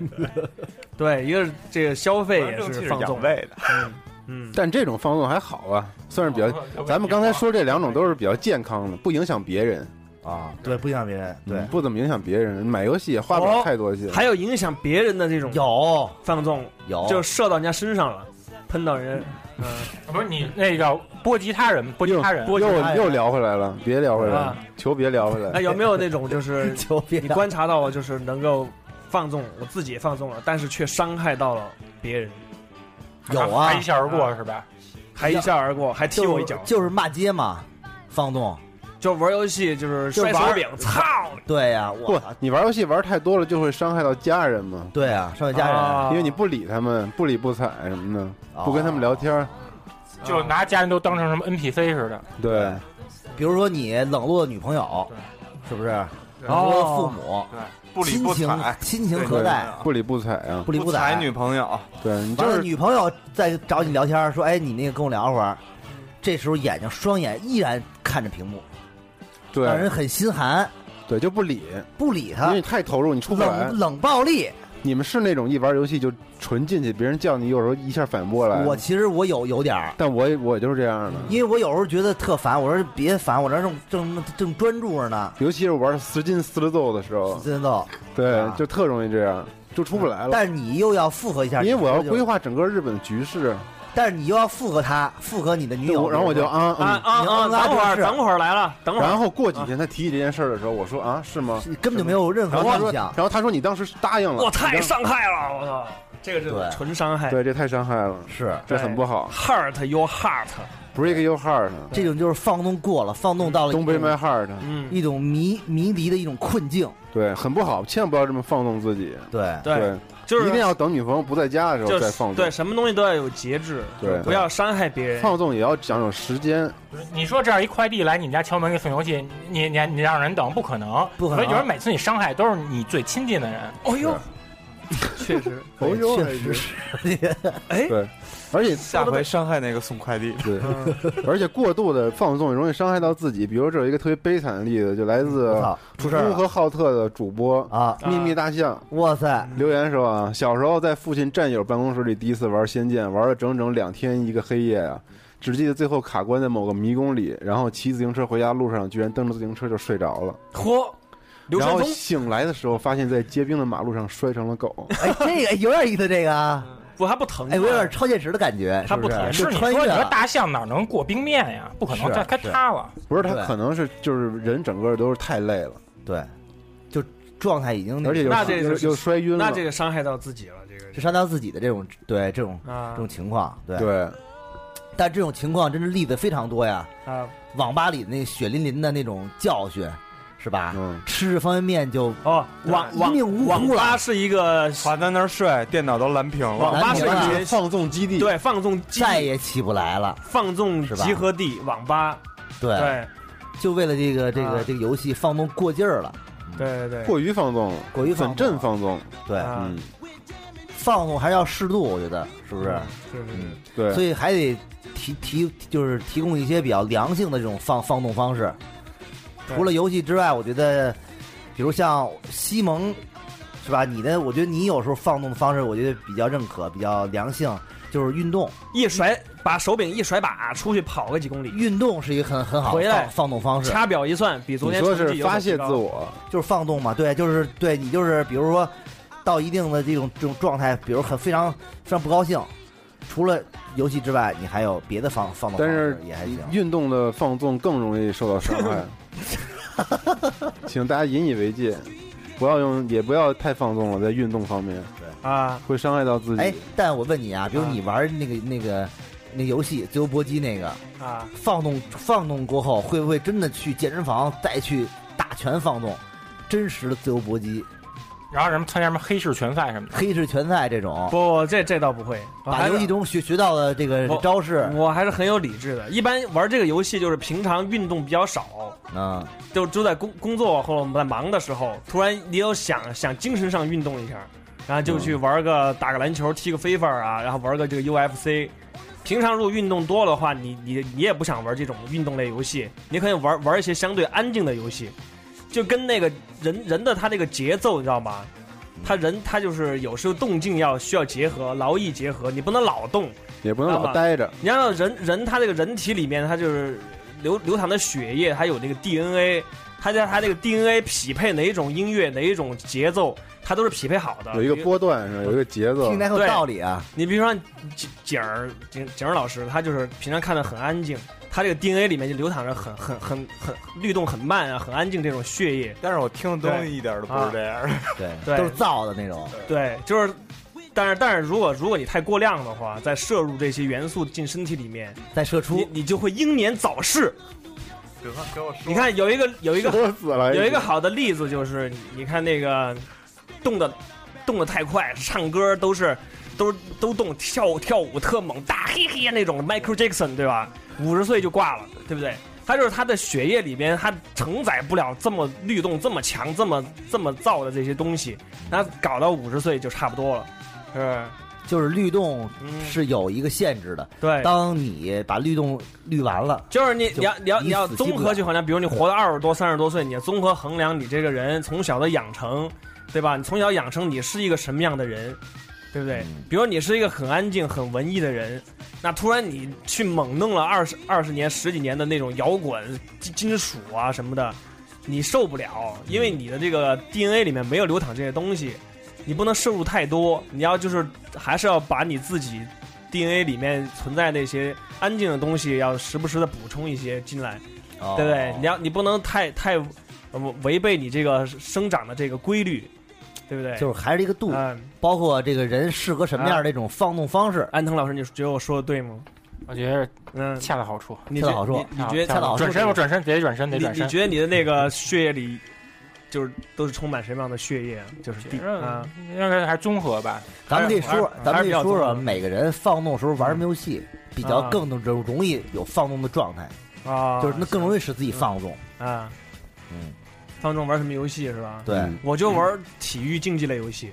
Speaker 9: 对，一个是这个消费也
Speaker 4: 正气
Speaker 9: 是
Speaker 4: 是
Speaker 9: 放
Speaker 4: 养
Speaker 9: 纵，
Speaker 4: 胃的。
Speaker 9: 嗯嗯，
Speaker 10: 但这种放纵还好啊，算是比较。咱们刚才说这两种都是比较健康的，不影响别人，
Speaker 11: 啊，对，不像别人，对
Speaker 10: 嗯，不怎么影响别人。买游戏也花不了太多心。
Speaker 9: 还有影响别人的这种
Speaker 11: 有
Speaker 9: 放纵，
Speaker 11: 有，
Speaker 9: 就射到人家身上了，喷到人，嗯，
Speaker 12: 啊不是你那个波及他人，波及他人，
Speaker 10: 又又又聊回来了，别聊回来了
Speaker 9: 啊，
Speaker 10: 求别聊回来
Speaker 9: 那。有没有那种就是
Speaker 11: 就别
Speaker 9: 你观察到了，就是能够放纵，我自己也放纵了，但是却伤害到了别人，
Speaker 11: 有啊
Speaker 12: 还一笑而过是吧？
Speaker 9: 还一笑而过，还踢我一脚，
Speaker 11: 就是骂街嘛，放纵，
Speaker 9: 就玩游戏就是摔
Speaker 11: 就玩
Speaker 9: 手柄，操！
Speaker 11: 对呀，我
Speaker 10: 不，你玩游戏玩太多了，就会伤害到家人嘛，
Speaker 11: 对啊，上有家人
Speaker 9: 啊
Speaker 10: 因为你不理他们，不理不睬什么的，
Speaker 11: 哦
Speaker 10: 不跟他们聊天儿。
Speaker 12: 就拿家人都当成什么 NPC 似的。
Speaker 10: 对，
Speaker 11: 比如说你冷落了女朋友，是不是？冷落了父
Speaker 9: 哦
Speaker 11: 母，
Speaker 4: 对，
Speaker 12: 哦
Speaker 4: 不理
Speaker 11: 亲
Speaker 4: 不
Speaker 11: 情
Speaker 4: 睬，
Speaker 11: 啊亲情
Speaker 4: 对
Speaker 11: 何
Speaker 10: 对
Speaker 11: 在？
Speaker 10: 不理不睬啊
Speaker 11: 不，理
Speaker 4: 不
Speaker 11: 睬
Speaker 4: 睬女朋友，
Speaker 10: 对你
Speaker 11: 完
Speaker 10: 就
Speaker 11: 了，
Speaker 10: 是
Speaker 11: 女朋友再找你聊天，说：“哎，你那个跟我聊会儿。”这时候眼睛双眼依然看着屏幕，让人
Speaker 10: 对
Speaker 11: 很心寒，
Speaker 10: 对就不理，
Speaker 11: 不理
Speaker 10: 因
Speaker 11: 他
Speaker 10: 为你，太投入，你出不来
Speaker 11: 冷。冷暴力。
Speaker 10: 你们是那种一玩游戏就纯进去，别人叫你有时候一下反驳来。
Speaker 11: 我其实我有有点儿，
Speaker 10: 但我也我就是这样的，
Speaker 11: 因为我有时候觉得特烦，我说别烦，我这正正正专注着呢，
Speaker 10: 尤其是玩十斤四了奏的时候，
Speaker 11: 真的。
Speaker 10: 对
Speaker 11: 啊，
Speaker 10: 就特容易这样。就出不来了。
Speaker 11: 但你又要复合一下，
Speaker 10: 因为我要
Speaker 11: 就是
Speaker 10: 规划整个日本局势。
Speaker 11: 但是你又要复合他，复合你的女友，
Speaker 10: 然后我就啊
Speaker 11: 嗯你要拉
Speaker 9: 等会儿
Speaker 11: 就是
Speaker 9: 等会儿来了，等会儿
Speaker 10: 然后过几天他提起这件事儿的时候，我说啊，是吗？
Speaker 11: 根本就没有任何
Speaker 10: 然后他说
Speaker 11: 印象
Speaker 10: 然后他说你当时是答应了，
Speaker 9: 我太
Speaker 10: 你当
Speaker 9: 伤害了，我操，这个是纯伤害，
Speaker 10: 对，这太伤害了，
Speaker 11: 是
Speaker 10: 这很不好。
Speaker 9: ，heart your heart，
Speaker 10: Break your heart，啊
Speaker 11: 这种就是放纵过了，放纵到了
Speaker 10: Don't break my heart 啊
Speaker 9: 嗯
Speaker 11: 一种迷迷离的一种困境。
Speaker 10: 对，很不好，千万不要这么放纵自己。
Speaker 11: 对
Speaker 9: 对就是
Speaker 10: 一定要等女朋友不在家的时
Speaker 9: 就
Speaker 10: 候
Speaker 9: 是
Speaker 10: 再放纵
Speaker 9: 对，什么东西都要有节制，
Speaker 10: 对
Speaker 9: 不要伤害别人。
Speaker 10: 放纵也要讲究时间。
Speaker 12: 你说这样一快递来你们家敲门给送邮寄，你你你让人等，不可能。
Speaker 11: 不可能
Speaker 12: 所以就是每次你伤害都是你最亲近的人。
Speaker 9: 哦呦，确实，
Speaker 10: 哦呦
Speaker 11: 确实是。
Speaker 9: 哎，嗯
Speaker 10: 对，而且
Speaker 14: 下回伤害那个送快递的。
Speaker 10: 对， 而且过度的放纵容易伤害到自己。比如这有一个特别悲惨的例子，就来自
Speaker 11: 嗯我操出事儿了
Speaker 10: 呼和浩特的主播
Speaker 11: 啊
Speaker 10: 秘密大象。
Speaker 11: 哇塞，
Speaker 10: 留言说啊，小时候在父亲战友办公室里第一次玩《仙剑》，玩了整整两天一个黑夜啊，只记得最后卡关在某个迷宫里，然后骑自行车回家路上，居然蹬着自行车就睡着了。
Speaker 9: 嚯，刘
Speaker 10: 然
Speaker 9: 传
Speaker 10: 后
Speaker 9: 峰，
Speaker 10: 醒来的时候，发现在结冰的马路上摔成了 狗。
Speaker 11: 哎，这个有点意思，这个啊，
Speaker 9: 我还不疼
Speaker 11: 哎，我有点超现实的感觉，
Speaker 12: 他
Speaker 11: 不
Speaker 12: 疼，
Speaker 11: 是？就是
Speaker 12: 你
Speaker 11: 穿越
Speaker 12: 说你说
Speaker 11: 了
Speaker 12: 大象哪能过冰面呀？不可能，
Speaker 10: 是
Speaker 12: 这该
Speaker 10: 是
Speaker 12: 塌了。
Speaker 10: 不是他
Speaker 11: 对
Speaker 10: 可能是就是人整个都是太累了，
Speaker 11: 对，就状态已经
Speaker 10: 而
Speaker 11: 那个
Speaker 10: 且有
Speaker 9: 那这
Speaker 10: 又
Speaker 9: 就是
Speaker 10: 又摔晕了
Speaker 9: 那这个伤害到自己了，这个
Speaker 11: 是伤到自己的这种对这种
Speaker 9: 啊
Speaker 11: 这种情况，对。
Speaker 10: 对，
Speaker 11: 但这种情况真是例子非常多呀，
Speaker 9: 啊，
Speaker 11: 网吧里那血淋淋的那种教训，是吧？
Speaker 10: 嗯，
Speaker 11: 吃着方便面就
Speaker 9: 哦，
Speaker 11: 一
Speaker 9: 网网
Speaker 11: 命呜
Speaker 9: 网
Speaker 11: 呼
Speaker 9: 吧
Speaker 11: 了，
Speaker 9: 是一个
Speaker 14: 滑在那儿睡，电脑都蓝屏
Speaker 9: 网
Speaker 14: 了。
Speaker 9: 吧是
Speaker 11: 蓝屏
Speaker 9: 一
Speaker 11: 了
Speaker 9: 个
Speaker 10: 放纵基地，
Speaker 9: 对放纵基
Speaker 11: 再
Speaker 9: 地、
Speaker 11: 也起不来了。
Speaker 9: 放纵
Speaker 11: 是吧
Speaker 9: 集合地、网吧，
Speaker 11: 对，嗯
Speaker 9: 对
Speaker 11: 就为了这个这个
Speaker 9: 啊
Speaker 11: 这个游戏放纵过劲儿了，
Speaker 9: 对对对，
Speaker 10: 过于放纵了，
Speaker 11: 过于放
Speaker 10: 粉
Speaker 11: 纵
Speaker 10: 阵放纵，
Speaker 11: 对，
Speaker 9: 啊
Speaker 10: 嗯，
Speaker 11: 放纵还是要适度，我觉得是不是？
Speaker 9: 是是
Speaker 1: 嗯
Speaker 9: 是，
Speaker 10: 对，
Speaker 11: 所以还得提提，就是提供一些比较良性的这种放放纵方式。
Speaker 9: 对
Speaker 11: 除了游戏之外，我觉得，比如像西蒙，是吧？你的，我觉得你有时候放纵的方式，我觉得比较认可，比较良性，就是运动。
Speaker 9: 一甩把手柄一甩把出去跑个几公里，
Speaker 11: 运动是一个很很好的
Speaker 9: 回来
Speaker 11: 放放纵方式，
Speaker 9: 掐表一算，比昨
Speaker 10: 你
Speaker 9: 天
Speaker 10: 说
Speaker 9: 成
Speaker 10: 是
Speaker 9: 绩有所
Speaker 10: 发泄
Speaker 9: 提高
Speaker 10: 自我，
Speaker 11: 就是放纵嘛。对，就是对你就是，比如说到一定的这种这种状态，比如很非常非常不高兴，除了游戏之外，你还有别的放放纵
Speaker 10: 但
Speaker 11: 方式
Speaker 10: 是
Speaker 11: 也还行。
Speaker 10: 运动的放纵更容易受到伤 害，请大家引以为戒，不要用，也不要太放纵了，在运动方面
Speaker 9: 啊，
Speaker 10: 会伤害到自
Speaker 11: 哎
Speaker 12: 嗯
Speaker 10: 己。，
Speaker 11: 但我问你啊，比如你玩那个、那个那游戏《自由搏击》那个
Speaker 9: 啊，
Speaker 11: 放纵放纵过后，会不会真的去健身房再去打拳放纵？真实的自由搏击、
Speaker 12: 然后什么参加什么黑市拳赛什么的，
Speaker 11: 黑市拳赛这种，
Speaker 9: 不，这这倒不会，我
Speaker 11: 把
Speaker 9: 还是
Speaker 11: 游戏中学学到的这个
Speaker 12: 哦
Speaker 9: 我
Speaker 11: 招式，
Speaker 9: 我还是很有理智的。一般玩这个游戏就是平常运动比较少，
Speaker 11: 嗯，
Speaker 9: 就就在工工作或者我们在忙的时候，突然也有想想精神上运动一下，然后就去玩个打个篮球、踢个飞粉啊，然后玩个这个 UFC。平常如果运动多了的话，你你你也不想玩这种运动类游戏，你可以玩玩一些相对安静的游戏，就跟那个人人的他那个节奏，你知道吗？他人他就是有时候动静要需要结合，劳逸结合，你不能老动，
Speaker 10: 也不能
Speaker 9: 那么
Speaker 10: 老待着，
Speaker 9: 啊你要人人他这个人体里面，他就是流流淌的血液，还有那个 DNA，他在他那个 DNA 匹配哪一种音乐，哪一种节奏，他都是匹配好的。
Speaker 10: 有一个波段是吧？有一个节奏
Speaker 11: 听起，来很有
Speaker 9: 对
Speaker 11: 道理啊。
Speaker 9: 你比如说景景儿景景儿老师，他就是平常看的很安静，他这个 DNA 里面就流淌着很很很很律动很慢啊，很安静这种血液。
Speaker 14: 但是我听的东西一点都不是这样。
Speaker 11: 对，
Speaker 9: 对
Speaker 11: 都是造的那种。
Speaker 9: 对，就是，但是但是如果如果你太过量的话，再摄入这些元素进身体里面，
Speaker 11: 再射
Speaker 9: 你
Speaker 11: 出，
Speaker 9: 你就会英年早逝。
Speaker 14: 给我给我说
Speaker 9: 你，看有一个有一个
Speaker 10: 我死了。
Speaker 9: 有一个好的例子就是，你你看那个动的动的太快，唱歌都是都都动，跳跳舞特猛，大嘿嘿那种 Michael Jackson 对吧？五十岁就挂了，对不对？他就是他的血液里边，他承载不了这么律动、这么强、这么这么燥的这些东西，他搞到五十岁就差不多了，是，
Speaker 11: 就是律动
Speaker 9: 嗯
Speaker 11: 是有一个限制的。
Speaker 9: 对，
Speaker 11: 当你把律动律完了，
Speaker 9: 就是你
Speaker 11: 就
Speaker 9: 你要你要
Speaker 11: 你
Speaker 9: 你要
Speaker 11: 死记
Speaker 9: 综
Speaker 11: 不
Speaker 9: 合
Speaker 11: 了
Speaker 9: 去衡量，比如你活到二十多、三十多岁，你要综合衡量你这个人从小的养成，对吧？你从小养成你是一个什么样的人，对不对？比如你是一个很安静、很文艺的人，那突然你去猛弄了二十二十年、十几年的那种摇滚、金金属啊什么的，你受不了，因为你的这个 DNA 里面没有流淌这些东西。你不能摄入太多，你要就是还是要把你自己 DNA 里面存在那些安静的东西，要时不时的补充一些进来，
Speaker 11: 哦
Speaker 9: 对不对？你要你不能太太呃违背你这个生长的这个规律，对不对？
Speaker 11: 就是还是一个度
Speaker 9: 嗯，
Speaker 11: 包括这个人适合什么样的这种放纵方式。
Speaker 9: 安藤老师，你觉得我说的对吗？
Speaker 12: 我觉得
Speaker 9: 嗯，
Speaker 12: 恰到好处，
Speaker 9: 你觉
Speaker 12: 恰到好处
Speaker 9: 你
Speaker 11: 啊
Speaker 9: 你觉得
Speaker 12: 恰到好处转身我转身得转身得转身
Speaker 9: 你你觉得你的那个血液里，就是都是充满什么样的血液啊？就是地啊，
Speaker 12: 应该还是综合吧。
Speaker 11: 咱们得
Speaker 9: 还是
Speaker 11: 说，咱们
Speaker 9: 还是比
Speaker 11: 得
Speaker 9: 较
Speaker 11: 说
Speaker 9: 综
Speaker 11: 说
Speaker 9: 合
Speaker 11: 每个人放纵时候玩什么游戏，比较
Speaker 9: 啊
Speaker 11: 更容容易有放纵的状态，
Speaker 9: 啊，
Speaker 11: 就是那更容易使自己放纵。
Speaker 9: 啊，
Speaker 11: 嗯，
Speaker 9: 放纵玩什么游戏是吧？
Speaker 11: 对
Speaker 9: 我就玩体育竞技类游戏，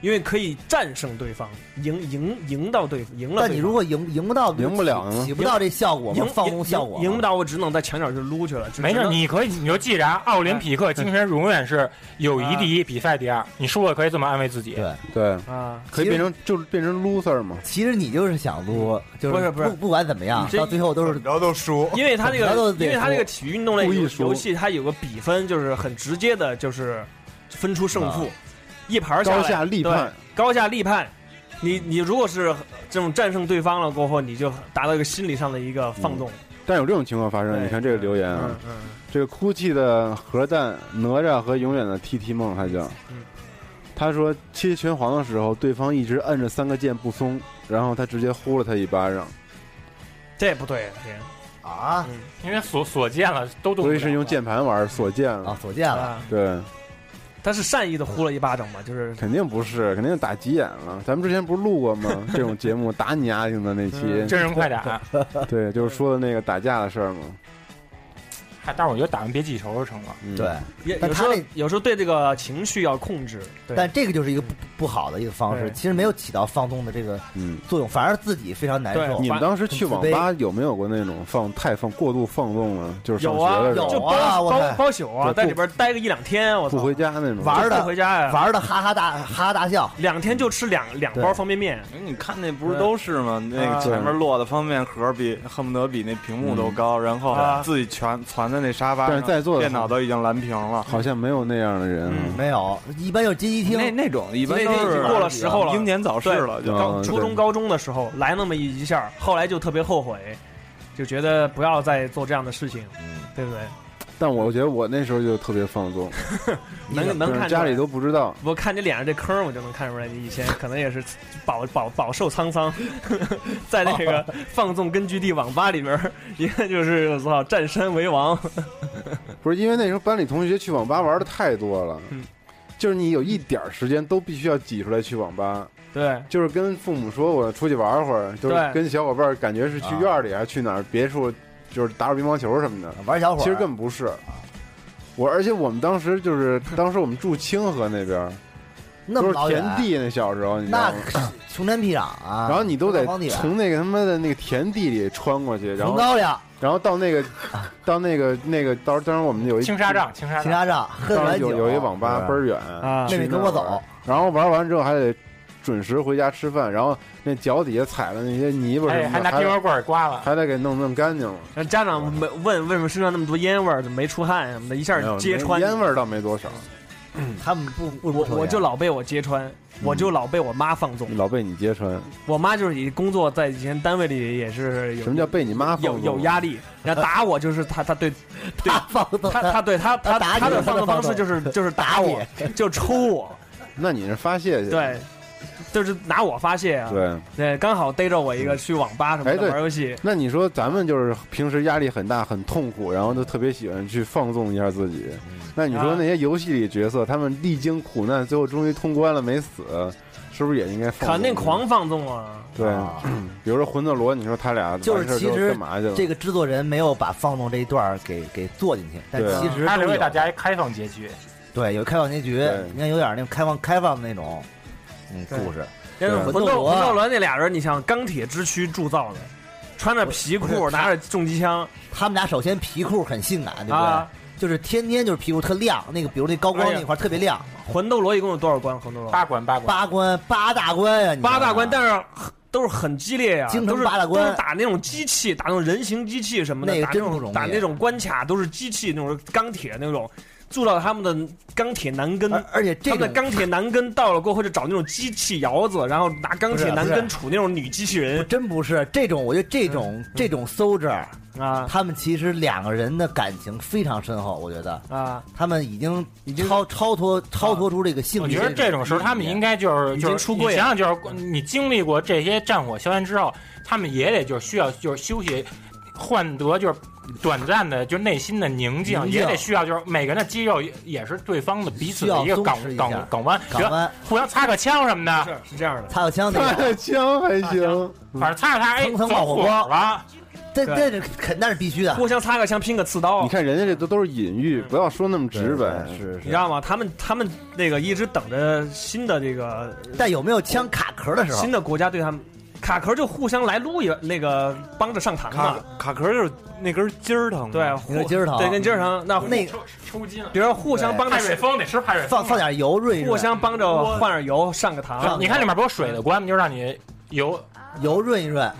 Speaker 9: 因为可以战胜对方，赢赢赢到对嗯赢了对方。
Speaker 11: 但你如果赢赢不到，
Speaker 9: 赢不了呢
Speaker 11: 起不到这效果嘛
Speaker 9: 赢，
Speaker 11: 放纵效果嘛
Speaker 9: 赢赢不到，我只能在墙角就撸去了。只
Speaker 12: 没事，
Speaker 9: 能
Speaker 12: 你可以，你就记着啊，奥林匹
Speaker 11: 嗯
Speaker 12: 克精神永远是友谊第一，比赛第二。你输了可以这么安慰自己。
Speaker 11: 对
Speaker 10: 对
Speaker 12: 嗯
Speaker 9: 啊，
Speaker 10: 可以变成就是变成 loser 嘛。
Speaker 11: 其实你就是想撸，就是
Speaker 9: 不是不是
Speaker 11: 不管怎么样，
Speaker 9: 这
Speaker 11: 到最后都是
Speaker 14: 后都输
Speaker 9: 因为他这
Speaker 11: 怎么着
Speaker 9: 个
Speaker 11: 都，得
Speaker 9: 因为他这个
Speaker 11: 输
Speaker 9: 体育运动类
Speaker 11: 故意
Speaker 9: 游
Speaker 11: 输
Speaker 9: 游戏，它有个比分，就是很直接的，就是分出胜负
Speaker 11: 啊，
Speaker 9: 一盘儿下来
Speaker 10: 高下立判，
Speaker 9: 对高下立判。你你如果是这种战胜对方了过后，你就达到一个心理上的一个放纵。
Speaker 11: 嗯
Speaker 10: 但有这种情况发生，你看这个留言啊，
Speaker 12: 嗯
Speaker 10: 这个哭泣的核弹哪吒和永远的 TT 梦，他叫，
Speaker 12: 嗯
Speaker 10: 他说切拳皇的时候，对方一直摁着三个键不松，然后他直接呼了他一巴掌，
Speaker 9: 这嗯不对，
Speaker 11: 啊，
Speaker 12: 因为锁锁键了， 都动不
Speaker 10: 所
Speaker 12: 了
Speaker 10: 以是用键盘玩锁键了
Speaker 11: 啊，锁键
Speaker 9: 了，
Speaker 10: 对，
Speaker 9: 他是善意的呼了一巴掌嘛，就是
Speaker 10: 肯定不是，肯定打急眼了。咱们之前不是录过吗？这种节目打你丫的那期
Speaker 12: 嗯真人快打，
Speaker 10: 对，就是说的那个打架的事儿嘛。
Speaker 12: 嗨，但是我觉得打完别记仇就成了。
Speaker 11: 嗯
Speaker 10: 嗯
Speaker 9: 也
Speaker 11: 但
Speaker 9: 有时
Speaker 11: 他
Speaker 9: 候
Speaker 11: 那
Speaker 9: 有时候对这个情绪要控制。对
Speaker 11: 但这个就是一个不不好的一个方式，
Speaker 9: 对
Speaker 11: 其实没有起到放纵的这个
Speaker 10: 嗯
Speaker 11: 作用，反而自己非常难受。
Speaker 10: 哎你们当时去
Speaker 11: 很自
Speaker 10: 网
Speaker 11: 卑
Speaker 10: 吧有没有过那种放太放过度放纵了？就是上
Speaker 9: 有
Speaker 10: 学
Speaker 9: 啊
Speaker 10: 的时，候
Speaker 9: 就包
Speaker 11: 我
Speaker 9: 包
Speaker 11: 看
Speaker 9: 包宿啊，
Speaker 10: 对
Speaker 9: 在
Speaker 10: 不
Speaker 9: 里边待个一两天，我操
Speaker 10: 不回家那种
Speaker 11: 玩
Speaker 9: 就
Speaker 11: 的
Speaker 9: 不回家呀，
Speaker 11: 玩的哈哈大哈哈大笑，
Speaker 9: 两天就吃两两包方便面。
Speaker 14: 哎你看那不是都是吗？那个前面落的方便面盒比恨不得比那屏幕都高，然后
Speaker 9: 啊
Speaker 14: 自己全攒在那沙发上，
Speaker 10: 但是在座的
Speaker 14: 电脑都已经蓝屏了。
Speaker 10: 好像没有那样的人啊，
Speaker 11: 没有，一般就是街机厅
Speaker 14: 那那种一般
Speaker 9: 嗯
Speaker 14: 都
Speaker 9: 那那已
Speaker 14: 是
Speaker 9: 经过了时候了，
Speaker 14: 英年早逝了，
Speaker 9: 对
Speaker 14: 就
Speaker 9: 刚
Speaker 10: 嗯
Speaker 9: 初中
Speaker 10: 对
Speaker 9: 高中的时候来那么一一下，后来就特别后悔，就觉得不要再做这样的事情，
Speaker 14: 嗯
Speaker 9: 对不对？
Speaker 10: 但我觉得我那时候就特别放 纵，
Speaker 9: 能能
Speaker 10: 就是
Speaker 9: 看出
Speaker 10: 家
Speaker 9: 来
Speaker 10: 里都不知道。
Speaker 9: 我看你脸上这坑，我就能看出来你以前可能也是饱饱饱受沧桑， 在那 个放纵根据地网吧里边儿，一看就是我操，占山为王。
Speaker 10: 不是因为那时候班里同学去网吧玩的太多了，
Speaker 9: 嗯
Speaker 10: 就是你有一点儿时间都必须要挤出来去网吧。
Speaker 9: 对，
Speaker 10: 就是跟父母说我出去玩会儿，就是
Speaker 9: 对
Speaker 10: 跟小伙伴儿感觉是去院儿里还是去哪儿别处，就是打会儿乒乓球什么的，
Speaker 11: 啊玩小会儿
Speaker 10: 其实根本不是。我而且我们当时就是当时我们住清河那边儿，
Speaker 11: 那
Speaker 10: 都
Speaker 11: 么
Speaker 10: 是
Speaker 11: 老
Speaker 10: 田
Speaker 11: 远
Speaker 10: 地，那小时候你知道
Speaker 11: 那
Speaker 10: 吗？
Speaker 11: 穷山僻壤啊。
Speaker 10: 然后你都得
Speaker 11: 荒地啊
Speaker 10: 从那个他妈的那个田地里穿过去，然后
Speaker 11: 从高粱，
Speaker 10: 然后到那 个到那个那个到当时我们有一
Speaker 12: 青纱帐，青纱
Speaker 11: 青纱帐，喝
Speaker 10: 当
Speaker 11: 完
Speaker 10: 时
Speaker 11: 酒
Speaker 10: 有有一网吧倍儿远
Speaker 9: 啊
Speaker 10: 去
Speaker 11: 妹妹
Speaker 10: 那
Speaker 11: 跟
Speaker 10: 儿
Speaker 11: 我
Speaker 10: 玩
Speaker 11: 走，
Speaker 10: 然后玩完之后还得准时回家吃饭，然后那脚底下踩了那些泥巴什么
Speaker 12: 哎，
Speaker 10: 的，
Speaker 12: 还拿
Speaker 10: 还
Speaker 12: 冰
Speaker 10: 得
Speaker 12: 棍棍儿刮了。
Speaker 10: 还得给弄弄干净了。
Speaker 9: 然后家长没问为什么身上那么多烟味儿，怎么没出汗什么的，一下
Speaker 10: 哦没有
Speaker 9: 揭
Speaker 10: 没
Speaker 9: 穿你
Speaker 10: 烟味儿倒 没多少，
Speaker 11: 他们不不
Speaker 9: 我
Speaker 11: 抽
Speaker 9: 我
Speaker 11: 烟
Speaker 9: 就老被我揭
Speaker 10: 嗯
Speaker 9: 穿，我就老被我妈放纵。
Speaker 10: 老被你揭穿。
Speaker 9: 我妈就是以工作在以前单位里也是有
Speaker 10: 什么叫被你妈放
Speaker 9: 有
Speaker 10: 纵啊
Speaker 9: 有压力，然后打我就是她 她对对
Speaker 11: 放纵
Speaker 9: 她她对她她
Speaker 11: 打你
Speaker 9: 她的
Speaker 11: 她
Speaker 9: 放
Speaker 11: 的
Speaker 9: 纵
Speaker 11: 放
Speaker 9: 方式
Speaker 11: 纵
Speaker 9: 就是就是打我， 就抽我，
Speaker 10: 那你是发泄去？
Speaker 9: 对，就是拿我发泄啊。
Speaker 10: 对。
Speaker 9: 对，刚好逮着我一个去网吧什么
Speaker 10: 哎，
Speaker 9: 的
Speaker 10: 对，
Speaker 9: 玩游戏，
Speaker 10: 那你说咱们就是平时压力很大、很痛苦，然后就特别喜欢去放纵一下自己。
Speaker 9: 嗯
Speaker 10: 那你说那些游戏里角色，他们历经苦难，最后终于通关了，没死，是不是也应该放纵？
Speaker 9: 肯定狂放纵啊。
Speaker 10: 对， 比如说魂斗罗，你说他俩
Speaker 11: 就
Speaker 10: 完事
Speaker 11: 是
Speaker 10: 儿
Speaker 11: 其
Speaker 10: 之后
Speaker 11: 实
Speaker 10: 干嘛去了？
Speaker 11: 这个制作人没有把放纵这一段儿给给做进去，但
Speaker 10: 对
Speaker 11: 其
Speaker 9: 啊
Speaker 11: 实
Speaker 12: 他
Speaker 11: 都
Speaker 12: 留给
Speaker 11: 有
Speaker 12: 大家一开放结局。
Speaker 11: 对有开放结局
Speaker 10: 对，
Speaker 11: 你看有点儿那种开放开放的那种嗯故事。
Speaker 9: 但是
Speaker 11: 对
Speaker 9: 魂
Speaker 11: 魂斗
Speaker 9: 斗
Speaker 11: 罗
Speaker 9: 魂斗罗那俩人，你想钢铁之躯铸造的，穿着皮裤，拿着重机枪，
Speaker 11: 他们俩首先皮裤很性感，对不对？
Speaker 9: 啊
Speaker 11: 就是天天就是皮裤特亮，那个比如那高光
Speaker 9: 哎呀
Speaker 11: 那块儿特别亮，
Speaker 9: 魂斗罗一共有多少关？魂斗罗
Speaker 12: 八关八关，
Speaker 11: 八关八大关呀、你
Speaker 9: 八大关，但
Speaker 11: 想想
Speaker 9: 是很都是很激烈呀、
Speaker 11: 京城
Speaker 9: 都是
Speaker 11: 八大关
Speaker 9: 都是打那种机器，打那种人形机器什么的，
Speaker 11: 那个
Speaker 9: 打
Speaker 11: 真
Speaker 9: 那
Speaker 11: 不容
Speaker 9: 种
Speaker 11: 易啊
Speaker 9: 打那种关卡都是机器那种钢铁那种，做到他们的钢铁男根，
Speaker 11: 而且这
Speaker 9: 他们的
Speaker 11: 种
Speaker 9: 钢铁男根到了过后就找那种机器窑子，然后拿钢铁男根杵那种女机器人，嗯
Speaker 11: 真啊不是这种，我觉得这种这种 soldier
Speaker 9: 啊，
Speaker 11: 他们其实两个人的感情非常深厚，我觉得
Speaker 9: 啊，
Speaker 11: 他们已经已经超超脱超脱出这个性
Speaker 12: 我
Speaker 11: 别
Speaker 12: 觉
Speaker 11: 种理
Speaker 12: 得
Speaker 11: 念。
Speaker 12: 这种时候，他们应该就是
Speaker 11: 已
Speaker 12: 就
Speaker 11: 经
Speaker 12: 是
Speaker 11: 出柜了嗯
Speaker 12: 你想想，就是你经历过这些战火硝烟之后，他们也得就是需要就是休息，换得就是短暂的就内心的宁静，
Speaker 11: 宁静
Speaker 12: 也得需要就是每个人的肌肉也也是对方的彼此
Speaker 11: 需
Speaker 12: 的
Speaker 11: 要
Speaker 12: 一个
Speaker 11: 松
Speaker 12: 港
Speaker 11: 弛一下
Speaker 12: 港港湾，
Speaker 11: 港湾
Speaker 12: 比如互相擦个枪什么的，
Speaker 9: 是这样的，
Speaker 11: 擦个枪那
Speaker 10: 擦
Speaker 11: 个
Speaker 10: 个枪还行，
Speaker 12: 反正擦着擦着，哎，
Speaker 11: 蹭蹭
Speaker 12: 走
Speaker 11: 冒火
Speaker 12: 火
Speaker 11: 光
Speaker 12: 了，
Speaker 11: 这
Speaker 9: 对
Speaker 11: 这是肯那是必须的。
Speaker 9: 互相擦个枪，拼个刺刀，
Speaker 10: 你看人家这都都是隐喻，
Speaker 12: 嗯
Speaker 10: 不要说那么直白。
Speaker 11: 是
Speaker 9: 你知道吗？他们他们那个一直等着新的这个，
Speaker 11: 但有没有枪卡壳的时候
Speaker 9: 新的国家对他们卡壳就互相来撸一那个帮着上膛嘛。
Speaker 14: 卡壳就是那根筋儿疼，
Speaker 9: 对，
Speaker 11: 那个筋儿疼啊嗯
Speaker 9: 对，跟筋儿疼。那
Speaker 11: 那
Speaker 9: 个，
Speaker 12: 抽筋了。
Speaker 9: 比如说互相帮着
Speaker 12: 派瑞丰得吃派瑞丰
Speaker 11: 放放点油润一润，
Speaker 9: 互相帮着换点油，上个
Speaker 12: 对
Speaker 9: 膛。
Speaker 12: 你看里面不有水的关吗？就让你油嗯
Speaker 11: 油润一润，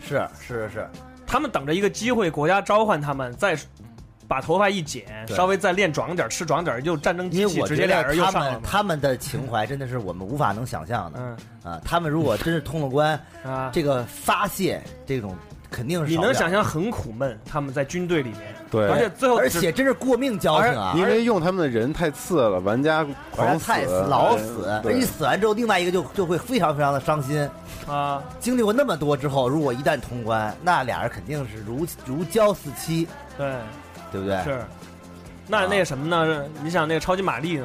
Speaker 11: 是是是，
Speaker 9: 他们等着一个机会，国家召唤他们，再把头发一剪，
Speaker 11: 对
Speaker 9: 稍微再练壮点儿，吃壮点儿，就战争机
Speaker 11: 因
Speaker 9: 器
Speaker 11: 为我
Speaker 9: 直接
Speaker 11: 觉
Speaker 9: 俩
Speaker 11: 得
Speaker 9: 人又
Speaker 11: 他
Speaker 9: 上了
Speaker 11: 们
Speaker 9: 嘛。
Speaker 11: 他们的情怀真的是我们无法能想象的。
Speaker 9: 嗯
Speaker 11: 啊，他们如果真是通了关，
Speaker 9: 啊，
Speaker 11: 这个发泄这种肯定是
Speaker 9: 你
Speaker 11: 少不
Speaker 9: 能
Speaker 11: 了
Speaker 9: 想象很苦闷，他们在军队里面，
Speaker 10: 对
Speaker 9: 而且最后
Speaker 11: 而
Speaker 9: 只
Speaker 11: 且真是过命交情啊，
Speaker 10: 因为用他们的人太次了，玩家狂
Speaker 11: 玩
Speaker 10: 死，啊
Speaker 11: 太死老死，而
Speaker 10: 对
Speaker 11: 且死完之后，另外一个就就会非常非常的伤心。
Speaker 9: 啊，
Speaker 11: 经历过那么多之后，如果一旦通关，那俩人肯定是如如胶似漆，
Speaker 9: 对，
Speaker 11: 对不对？
Speaker 9: 是。那那个什么呢？你想那个超级玛丽呢？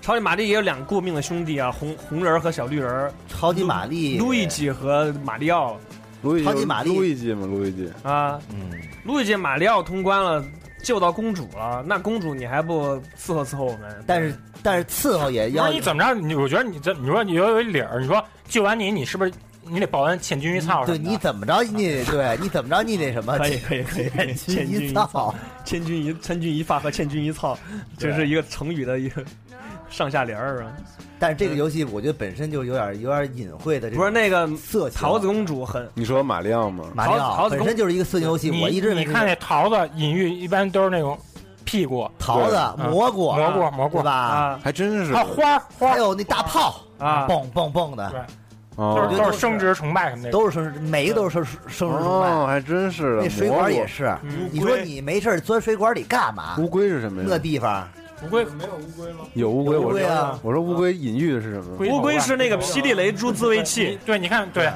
Speaker 9: 超级玛丽也有两个过命的兄弟啊，红红人儿和小绿人儿，
Speaker 11: 超级玛丽，
Speaker 9: 路易吉和马里奥
Speaker 10: 路易
Speaker 11: 超级玛丽
Speaker 10: 路易吉嘛，路易吉，
Speaker 9: 啊，
Speaker 11: 嗯，
Speaker 9: 路易吉、马里奥通关了，救到公主了，那公主你还不伺候伺候我们？
Speaker 11: 但是但是伺候也
Speaker 12: 不
Speaker 11: 要
Speaker 12: 是你怎么着？你我觉得你这，你说你有有一理儿，你说救完你，你是不是你得报恩欠君一操什
Speaker 11: 嗯对
Speaker 12: 么的？
Speaker 11: 你怎么着你得对你怎么着你得什么？
Speaker 9: 可以可以可以， 可以
Speaker 11: 千
Speaker 9: 千钧
Speaker 11: 一
Speaker 9: 一
Speaker 11: 造
Speaker 9: 发，，千钧一千钧一发和千钧一操，这是一个成语的一个上下联儿啊。
Speaker 11: 但是这个游戏我觉得本身就有点有点隐晦的这
Speaker 9: 不
Speaker 11: 种
Speaker 9: 是那个
Speaker 11: 色情。啊
Speaker 9: 桃子公主很
Speaker 10: 你说马里奥吗？
Speaker 11: 马里
Speaker 9: 桃
Speaker 11: 奥
Speaker 9: 子公
Speaker 11: 本身就是一个色情游戏，
Speaker 12: 你
Speaker 11: 我一直认为
Speaker 12: 你
Speaker 11: 是
Speaker 12: 看那桃子隐喻一般都是那种屁股、
Speaker 11: 桃子、
Speaker 12: 嗯
Speaker 11: 蘑菇、啊
Speaker 12: 蘑菇、蘑菇
Speaker 11: 对吧？
Speaker 9: 啊
Speaker 10: 还真是
Speaker 12: 还有花儿花
Speaker 11: 还
Speaker 12: 儿，
Speaker 11: 有那大炮，
Speaker 9: 啊，
Speaker 11: 蹦蹦蹦的，
Speaker 12: 对，
Speaker 11: 我
Speaker 10: 哦
Speaker 12: 都
Speaker 11: 觉得
Speaker 12: 是
Speaker 11: 都
Speaker 12: 都
Speaker 11: 是
Speaker 12: 是生殖崇拜什么的。
Speaker 11: 都是生日，每个都是生生日崇拜。
Speaker 10: 哦，还真是的。
Speaker 11: 那水
Speaker 10: 蘑
Speaker 11: 管
Speaker 10: 菇
Speaker 11: 也，是，
Speaker 12: 嗯
Speaker 11: 你说你没事儿钻水管里干嘛？
Speaker 10: 乌龟是什么
Speaker 11: 那
Speaker 10: 呀？
Speaker 11: 地方
Speaker 12: 不会
Speaker 10: 有乌龟，
Speaker 11: 有乌
Speaker 10: 我
Speaker 11: 龟
Speaker 10: 说
Speaker 11: 啊
Speaker 10: 我说乌龟隐喻的是什么？
Speaker 12: 啊
Speaker 9: 乌龟是那个霹雳雷珠自卫器
Speaker 12: 你，对，你看对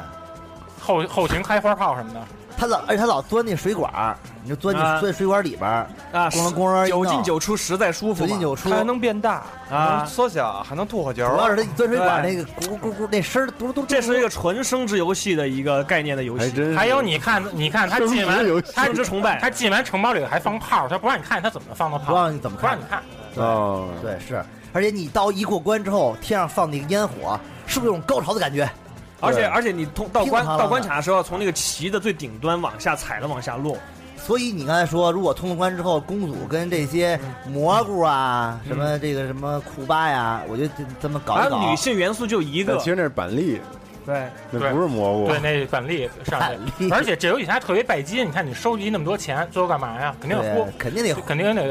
Speaker 12: 后后勤开花炮什么的，
Speaker 11: 他老而且他老钻那水管儿，你就钻进
Speaker 9: 啊
Speaker 11: 钻水管里边儿，
Speaker 9: 啊，
Speaker 11: 咣啷咣啷一
Speaker 9: 九进
Speaker 11: 弄
Speaker 9: 九出实在舒服
Speaker 11: 九
Speaker 9: 嘛，
Speaker 11: 进九出。
Speaker 14: 它还能变大，
Speaker 9: 啊
Speaker 14: 还
Speaker 11: 嗯
Speaker 14: 能缩小，还能吐火球
Speaker 11: 主。要是他一钻水管
Speaker 9: 对
Speaker 11: 那个咕咕咕那声儿嘟嘟嘟，
Speaker 9: 这是一个纯生殖游戏的一个概念的游
Speaker 10: 还
Speaker 9: 戏，
Speaker 10: 真是
Speaker 12: 还有你看你看他进完
Speaker 10: 生殖游戏
Speaker 12: 他
Speaker 9: 生殖崇拜
Speaker 12: 他进完城堡里还放炮，他不让你看他怎么放的
Speaker 11: 不
Speaker 12: 炮，
Speaker 11: 让你怎么
Speaker 12: 不让
Speaker 11: 看
Speaker 12: 你。看。
Speaker 10: 哦，
Speaker 11: 对，是，而且你刀一过关之后，天上放那个烟火，是不是有种高潮的感觉？
Speaker 9: 而且而且你通到关
Speaker 11: 乒乓乓
Speaker 9: 到关卡的时候，从那个旗的最顶端往下踩了往下落，
Speaker 11: 所以你刚才说，如果通了关之后，公主跟这些蘑菇啊，什么这个什么库巴呀，我觉得这这么搞
Speaker 9: 然
Speaker 11: 一
Speaker 9: 后
Speaker 11: 搞，
Speaker 9: 女性元素就一
Speaker 10: 但
Speaker 9: 个
Speaker 10: 其，实那是板栗，
Speaker 9: 对，
Speaker 10: 那
Speaker 12: 对
Speaker 10: 不是蘑菇
Speaker 12: 对，。那板栗上
Speaker 11: 板栗
Speaker 12: 去，而且这游戏它特别拜金。你看你收集那么多钱，最后干嘛呀？肯定
Speaker 11: 对
Speaker 12: 要，
Speaker 11: 哎肯定得
Speaker 12: 挥，肯定得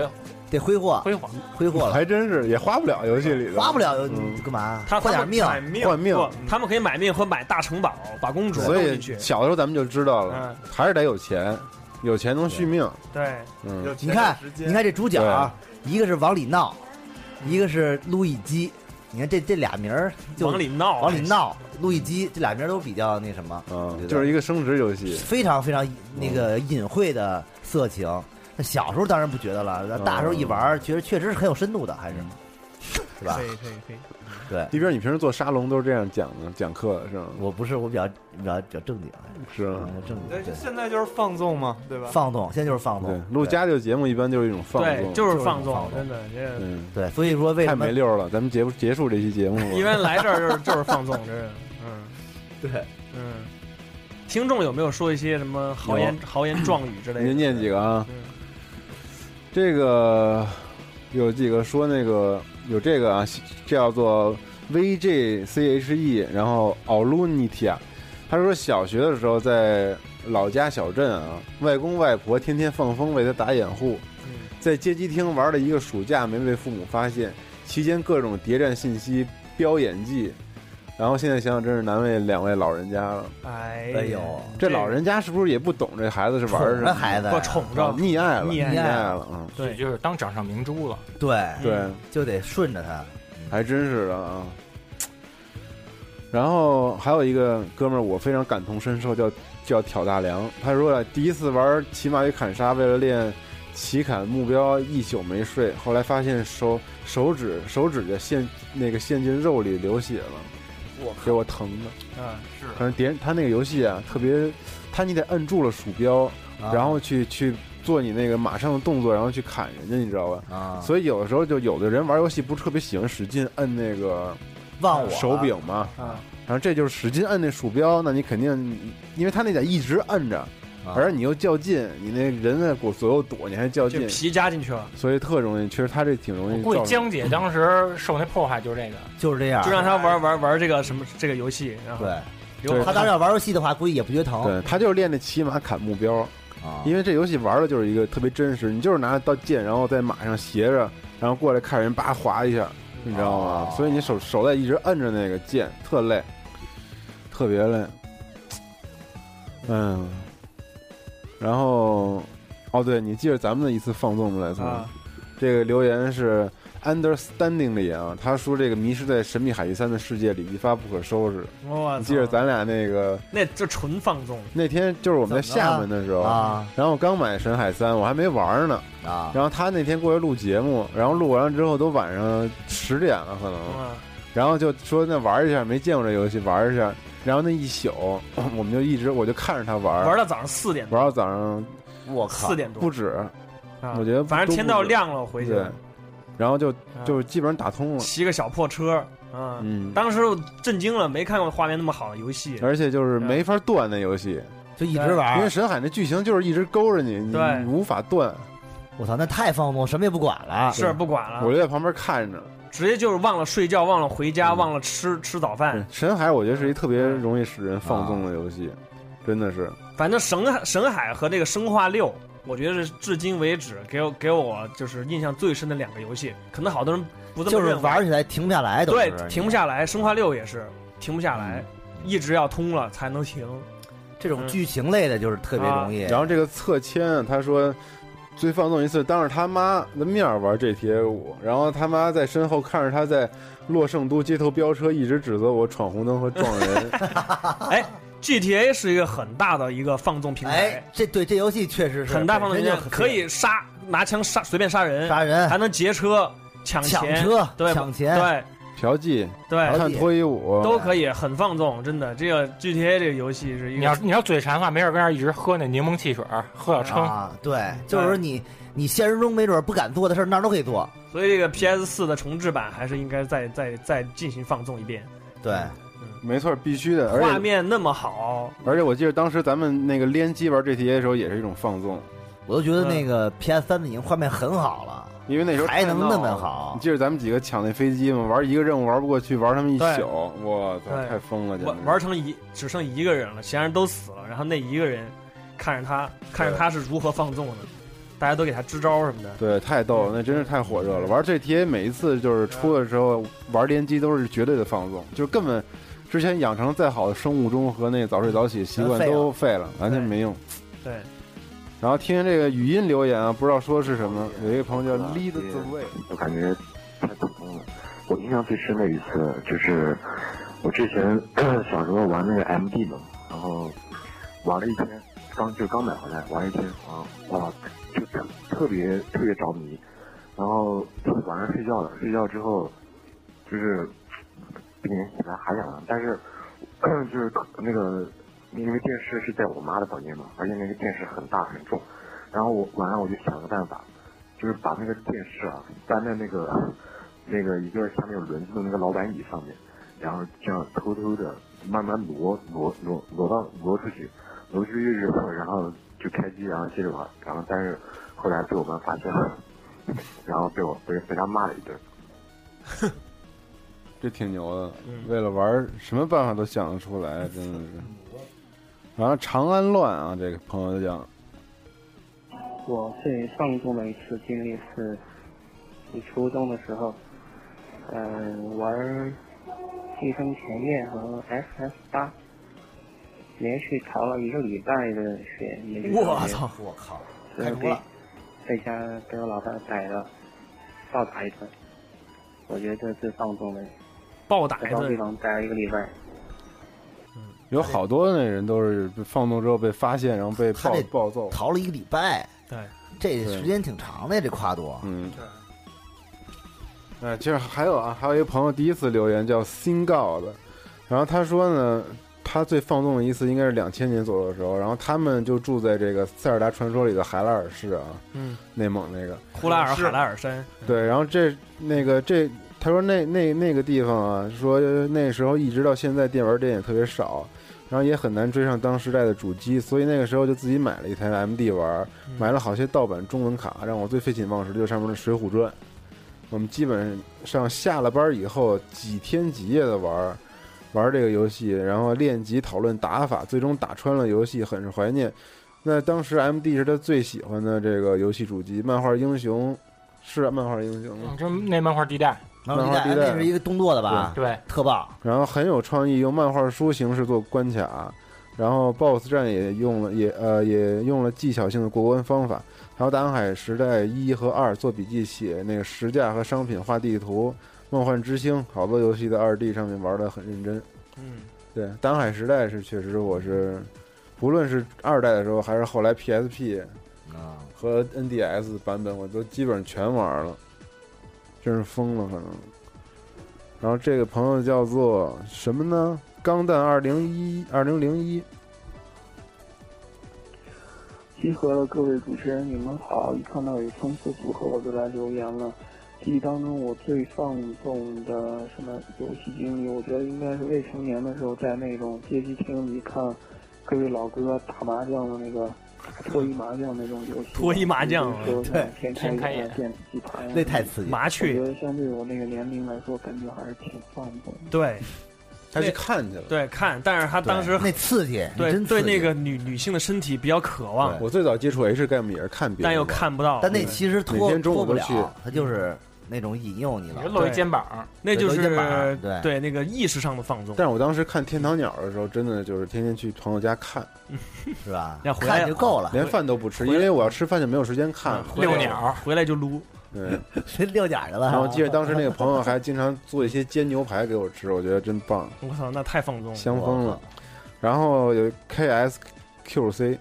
Speaker 11: 得挥霍
Speaker 12: 挥霍。
Speaker 11: 挥霍了，
Speaker 10: 还真是也花不了游戏里的，
Speaker 11: 花不了
Speaker 10: 嗯
Speaker 11: 干嘛？
Speaker 9: 他
Speaker 11: 啊换
Speaker 9: 他
Speaker 11: 点
Speaker 9: 们
Speaker 11: 命，
Speaker 9: 买命
Speaker 10: 换命
Speaker 9: 不他们可以买命和买大城堡，把公主
Speaker 10: 所
Speaker 9: 弄
Speaker 10: 以
Speaker 9: 进去，嗯
Speaker 10: 小的时候咱们就知道了，还是得有钱，有钱能续命。
Speaker 9: 对，
Speaker 10: 嗯，
Speaker 11: 你看，哎你看这主角啊，一个是往里闹，一个是路易基。你看这这俩名儿，就
Speaker 9: 往里闹，
Speaker 11: 往里，闹，路易基这俩名儿都比较那什么，
Speaker 10: 啊
Speaker 11: 我觉，得
Speaker 10: 就是一个升值游戏。
Speaker 11: 非常非常那个隐晦的色情。那小时候当然不觉得了，那大时候一玩
Speaker 10: 嗯
Speaker 11: 儿，觉得确实是很有深度的，还是是吧
Speaker 9: 可？以可以可以，
Speaker 11: 对，
Speaker 10: 地边，你平时做沙龙都是这样讲的，讲课是吗？
Speaker 11: 我不是我比较比较比较正经，啊
Speaker 10: 是啊
Speaker 11: 比
Speaker 10: 吗？
Speaker 11: 较正经，
Speaker 14: 对，
Speaker 11: 对，
Speaker 14: 现在就是放纵嘛，对吧？
Speaker 11: 放纵，现在就是放
Speaker 10: 对
Speaker 11: 纵，，
Speaker 10: 录
Speaker 11: 对
Speaker 10: 家就节目一般就是一种放
Speaker 9: 对，
Speaker 10: 纵，
Speaker 9: 就是放
Speaker 11: 就是放
Speaker 9: 纵，
Speaker 11: 纵
Speaker 9: 真的，这个
Speaker 10: 嗯，
Speaker 11: 对，所以说为
Speaker 10: 太
Speaker 11: 什么
Speaker 10: 没溜儿了。咱们结不结束这期 节目吧，
Speaker 9: 因为来这儿就是就是放纵，真是，嗯
Speaker 11: 对
Speaker 9: 嗯。听众有没有说一些什么豪言豪言壮语之类的？
Speaker 10: 您念几个啊？
Speaker 9: 嗯
Speaker 10: 这个有几个说那个有这个啊，这叫做 V J C H E，然后 Alunitia，他说小学的时候在老家小镇啊，外公外婆天天放风为他打掩护，
Speaker 9: 嗯
Speaker 10: 在街机厅玩了一个暑假，没被父母发现，期间各种谍战信息、飙演技，然后现在想想真是难为两位老人家了。
Speaker 9: 哎
Speaker 11: 哎呦，
Speaker 10: 这老人家是不是也不懂这孩子是玩什
Speaker 11: 宠着
Speaker 10: 么？
Speaker 11: 孩子呀不宠着
Speaker 10: 哦溺爱了，
Speaker 11: 啊溺爱
Speaker 10: 溺爱了，嗯，
Speaker 12: 对，就是当掌上明珠了。
Speaker 11: 对
Speaker 10: 对，
Speaker 11: 就得顺着他。
Speaker 10: 还真是的啊。然后还有一个哥们儿，我非常感同身受，叫叫挑大梁。他说啊，第一次玩骑马与砍杀，为了练骑砍目标，一宿没睡。后来发现手手指手指甲陷那个陷进肉里流血了，给我疼的。
Speaker 9: 嗯，是
Speaker 10: 反正点他那个游戏啊，特别，他你得摁住了鼠标，
Speaker 11: 啊
Speaker 10: 然后去去做你那个马上的动作，然后去砍人家，你知道吧？
Speaker 11: 啊
Speaker 10: 所以有的时候就有的人玩游戏不是特别喜欢使劲摁那个
Speaker 11: 忘我
Speaker 10: 手柄嘛，
Speaker 11: 啊，
Speaker 10: 然后这就是使劲摁那鼠标，那你肯定，因为他那得一直摁着，
Speaker 11: 啊
Speaker 10: 而你又较劲，你那人在左左右躲，你还较
Speaker 9: 这
Speaker 10: 劲，
Speaker 9: 皮夹进去了，
Speaker 10: 所以特容易，其实他这挺容易。
Speaker 8: 估计江姐当时受那迫害就是这个，
Speaker 11: 就是这样啊
Speaker 9: 就让他玩玩玩这个什么这个游戏，啊然后
Speaker 11: 对，
Speaker 9: 留
Speaker 11: 他当时要玩游戏的话，估计也不觉得疼。
Speaker 10: 对他就是练那骑马砍目标
Speaker 11: 啊
Speaker 10: 因为这游戏玩的就是一个特别真实，你就是拿刀剑，然后在马上斜着，然后过来看人叭划一下，你知道
Speaker 11: 哦
Speaker 10: 吗？所以你手手在一直摁着那个剑，特累，特别累。嗯，然后哦，对你记着咱们的一次放纵来从、
Speaker 9: 啊
Speaker 10: 这个留言是 understanding 里啊，他说这个迷失在神秘海域三的世界里一发不可收拾。
Speaker 9: 我
Speaker 10: 你
Speaker 9: 操
Speaker 10: 记，着咱俩那个
Speaker 9: 那这纯放纵，
Speaker 10: 那天就是我们在厦门的时候
Speaker 9: 怎么了啊，
Speaker 10: 然后我刚买《神海三》，我还没玩呢
Speaker 11: 啊。
Speaker 10: 然后他那天过来录节目，然后录完了之后都晚上十点了，可能。
Speaker 9: 嗯
Speaker 10: 然后就说那玩一下，没见过这游戏，玩一下。然后那一宿， 我们就一直我就看着他玩，
Speaker 9: 玩到早上四点多，
Speaker 10: 玩到早上，
Speaker 11: 我
Speaker 9: 靠4点多
Speaker 10: 不止。
Speaker 9: 啊
Speaker 10: 我觉得
Speaker 9: 反正
Speaker 10: 都
Speaker 9: 天
Speaker 10: 不
Speaker 9: 到
Speaker 10: 止
Speaker 9: 亮了我回去啊
Speaker 10: 对
Speaker 9: 了，
Speaker 10: 然后就就基本上打通了。
Speaker 9: 骑个小破车，啊，
Speaker 10: 嗯
Speaker 9: 当时我震惊了，没看过画面那么好的游戏，
Speaker 10: 而且
Speaker 9: 嗯
Speaker 10: 就是没法断那游戏，
Speaker 11: 就一
Speaker 9: 直玩
Speaker 10: 因为神海那剧情就是一直勾着你，你
Speaker 9: 对
Speaker 10: 你无法断。
Speaker 11: 我操，那太放纵，什么也不管了。
Speaker 9: 是不管了
Speaker 10: 我就在旁边看着。
Speaker 9: 直接就是忘了睡觉，忘了回家，忘了吃吃早饭，
Speaker 10: 神海我觉得是一特别
Speaker 9: 嗯
Speaker 10: 容易使人放
Speaker 11: 啊
Speaker 10: 纵的游戏，真的是。
Speaker 9: 反正神海神海和那个生化六。我觉得是至今为止给我给我就是印象最深的两个游戏，可能好多人不这么
Speaker 11: 就是
Speaker 9: 认为。
Speaker 11: 玩起来停不下来，都
Speaker 9: 对
Speaker 11: 是，嗯
Speaker 9: 停不下来。生化六也是停不下来，一直要通了才能停。嗯
Speaker 11: 这种剧情类的就是特别容易。
Speaker 10: 啊然后这个侧签，他说最放纵一次，当着他妈的面儿玩 GTA 五，然后他妈在身后看着他在洛圣都街头飙车，一直指责我闯红灯和撞 人。
Speaker 9: 哎，GTA 是一个很大的一个放纵平台
Speaker 11: 哎，，这对这游戏确实是
Speaker 9: 很大放纵
Speaker 11: 本
Speaker 9: 平
Speaker 11: 身
Speaker 9: 台
Speaker 11: 就，很
Speaker 9: 可以杀拿枪杀随便杀人，
Speaker 11: 杀人
Speaker 9: 还能劫车、抢钱、
Speaker 11: 抢车
Speaker 9: 对
Speaker 11: 抢钱
Speaker 9: 对
Speaker 10: 嫖妓，
Speaker 9: 对
Speaker 10: 看脱衣舞
Speaker 9: 都可以，很放纵，真的。这个 GTA 这个游戏是一个，
Speaker 12: 你要你要嘴馋的话，没事跟那儿一直喝那柠檬汽水儿，喝小撑。
Speaker 11: 啊，对，就是说你你现实中没准不敢做的事儿，那儿都可以做。
Speaker 9: 所以这个 PS 四的重置版还是应该再再再进行放纵一遍，
Speaker 11: 对，
Speaker 10: 嗯没错，必须的。而
Speaker 9: 画
Speaker 10: 且
Speaker 9: 面那么好，
Speaker 10: 而且我记得当时咱们那个联机玩 GTA 的时候也是一种放纵，
Speaker 11: 我都觉得那
Speaker 9: 嗯
Speaker 11: 个 PS 三的已经画面很好了，
Speaker 10: 因为那时候
Speaker 11: 还能那
Speaker 10: 太闹
Speaker 11: 么
Speaker 10: 了
Speaker 11: 好。
Speaker 10: 你记得咱们几个抢那飞机吗？玩一个任务玩不过去，玩他们一
Speaker 9: 对
Speaker 10: 宿，我操，
Speaker 9: 对
Speaker 10: 太疯了，简直
Speaker 9: 玩。玩成一只剩一个人了，其他人都死了，然后那一个人看着他看着他是如何放纵的，大家都给他支招什么的。
Speaker 10: 对，太逗了，那真是太火热了。玩 GTA 每一次就是出的时候玩联机都是绝对的放纵，就是根本之前养成再好的生物钟和那早睡早起习惯
Speaker 9: 全废了
Speaker 10: 都废了，完全没用。
Speaker 9: 对，
Speaker 10: 然后听听这个语音留言啊，不知道说是什么，
Speaker 11: 哎
Speaker 10: 有一个朋友叫 Lead the Way，
Speaker 15: 我感觉太普通了。我印象最深的一次就是我之前 小时候玩那个 MD 嘛，然后玩了一天，刚就刚买回来，玩了一天啊，哇，就特特别特别着迷。然后晚上睡觉了，睡觉之后就是不仅起来还想玩，但是 就是那个因为电视是在我妈的房间嘛，而且那个电视很大很重，然后我晚上我就想了个办法，就是把那个电视啊搬在那个那个一个下面有轮子的那个老板椅上面，然后这样偷偷的慢慢挪挪挪挪到挪出去，挪出去之后，然后就开机，然后接着玩，然后但是后来被我妈发现了， 然后被我被被他骂了一顿。
Speaker 10: 这挺牛的，为了玩什么办法都想得出 来，真啊的是。然后长安乱啊，这个朋友就讲，
Speaker 16: 我最放纵的一次经历是，你初中的时候，嗯、玩寄生前夜和 SS 八，连续逃了一个礼拜的学，也就是
Speaker 11: 我操！哎我靠！
Speaker 16: 然后被在家被我老爸逮了，暴打一顿。我觉得这是放纵的，
Speaker 9: 暴打
Speaker 16: 在高地方待了一个礼拜。
Speaker 10: 有好多那人都是被放纵之后被发现，然后被
Speaker 11: 他
Speaker 10: 暴
Speaker 11: 这
Speaker 10: 暴揍，
Speaker 11: 逃了一个礼拜，
Speaker 9: 对，
Speaker 11: 这时间挺长的呀，这跨度。
Speaker 10: 嗯，哎，其实还有啊，还有一个朋友第一次留言叫新告的，然后他说呢，他最放纵的一次应该是两千年左右的时候，然后他们就住在这个塞尔达传说里的海拉尔市啊，
Speaker 9: 嗯，
Speaker 10: 内蒙那个
Speaker 9: 呼拉尔海拉尔山，嗯
Speaker 10: 对，然后这那个这，他说那那那个地方啊，说那时候一直到现在电玩店也特别少，然后也很难追上当时代的主机，所以那个时候就自己买了一台 MD 玩，
Speaker 9: 嗯
Speaker 10: 买了好些盗版中文卡，让我最废寝忘食的就是上面的《水浒传》，我们基本上下了班以后几天几夜的玩。玩这个游戏，然后练级讨论打法，最终打穿了游戏，很是怀念。那当时 M D 是他最喜欢的这个游戏主机，漫画英雄是啊漫画英雄吗？
Speaker 12: 嗯就那漫画地带，
Speaker 10: 漫画地带
Speaker 11: 那是一个动作的吧？
Speaker 12: 对对，
Speaker 11: 特棒。
Speaker 10: 然后很有创意，用漫画书形式做关卡，然后 BOSS 战也用了也呃也用了技巧性的过关方法，还有《大航海时代一》和二做笔记写那个实价和商品画地图，《梦幻之星》好多游戏在二 D 上面玩的很认真。
Speaker 9: 嗯，
Speaker 10: 对，《大航海时代》是确实我是，不论是二代的时候还是后来 PSP
Speaker 11: 啊
Speaker 10: 和 NDS 版本，我都基本上全玩了，真是疯了可能。然后这个朋友叫做什么呢？钢弹二零一二零零一，
Speaker 17: 集合了各位主持人，你们好！一看到有丰富组合，我就来留言了。记忆当中，我最放纵的什么游戏经历，我觉得应该是未成年的时候，在那种街机厅里看各位老哥打麻将的那个脱衣麻将那种游戏，
Speaker 9: 脱衣麻将
Speaker 17: 对，
Speaker 9: 对
Speaker 17: 天
Speaker 9: 天开眼
Speaker 17: 眼、电子棋盘呀，啊
Speaker 9: 那太刺激了麻雀
Speaker 17: 我觉得相对我那个年龄来说，感觉还是挺放纵的。
Speaker 9: 对，
Speaker 10: 他去看去了，
Speaker 9: 对看，但是他当时
Speaker 11: 那刺激，
Speaker 9: 对
Speaker 10: 真
Speaker 9: 对
Speaker 10: 刺激
Speaker 9: 那个女女性的身体比较渴望，
Speaker 10: 我最早接触 H game 也是看别人玩，
Speaker 9: 但又看不到
Speaker 11: 但那其实
Speaker 10: 每
Speaker 11: 脱
Speaker 10: 天中
Speaker 11: 脱
Speaker 10: 午
Speaker 11: 不
Speaker 10: 都
Speaker 11: 了
Speaker 10: 去，
Speaker 11: 他就是那种引诱你了，
Speaker 9: 对那就是对那个意识上的放纵，
Speaker 10: 但是我当时看《天堂鸟》的时候，真的就是天天去朋友家看，
Speaker 11: 是吧
Speaker 9: 那回来看就够了
Speaker 10: 连饭都不吃，因为我要吃饭就没有时间看。
Speaker 9: 遛鸟回来就撸，
Speaker 10: 对，
Speaker 11: 谁遛鸟去了？
Speaker 10: 然后记得当时那个朋友还经常做一些煎牛排给我吃，我觉得真棒，
Speaker 9: 我操，那太放纵了，
Speaker 10: 香疯了。然后有 KSQC，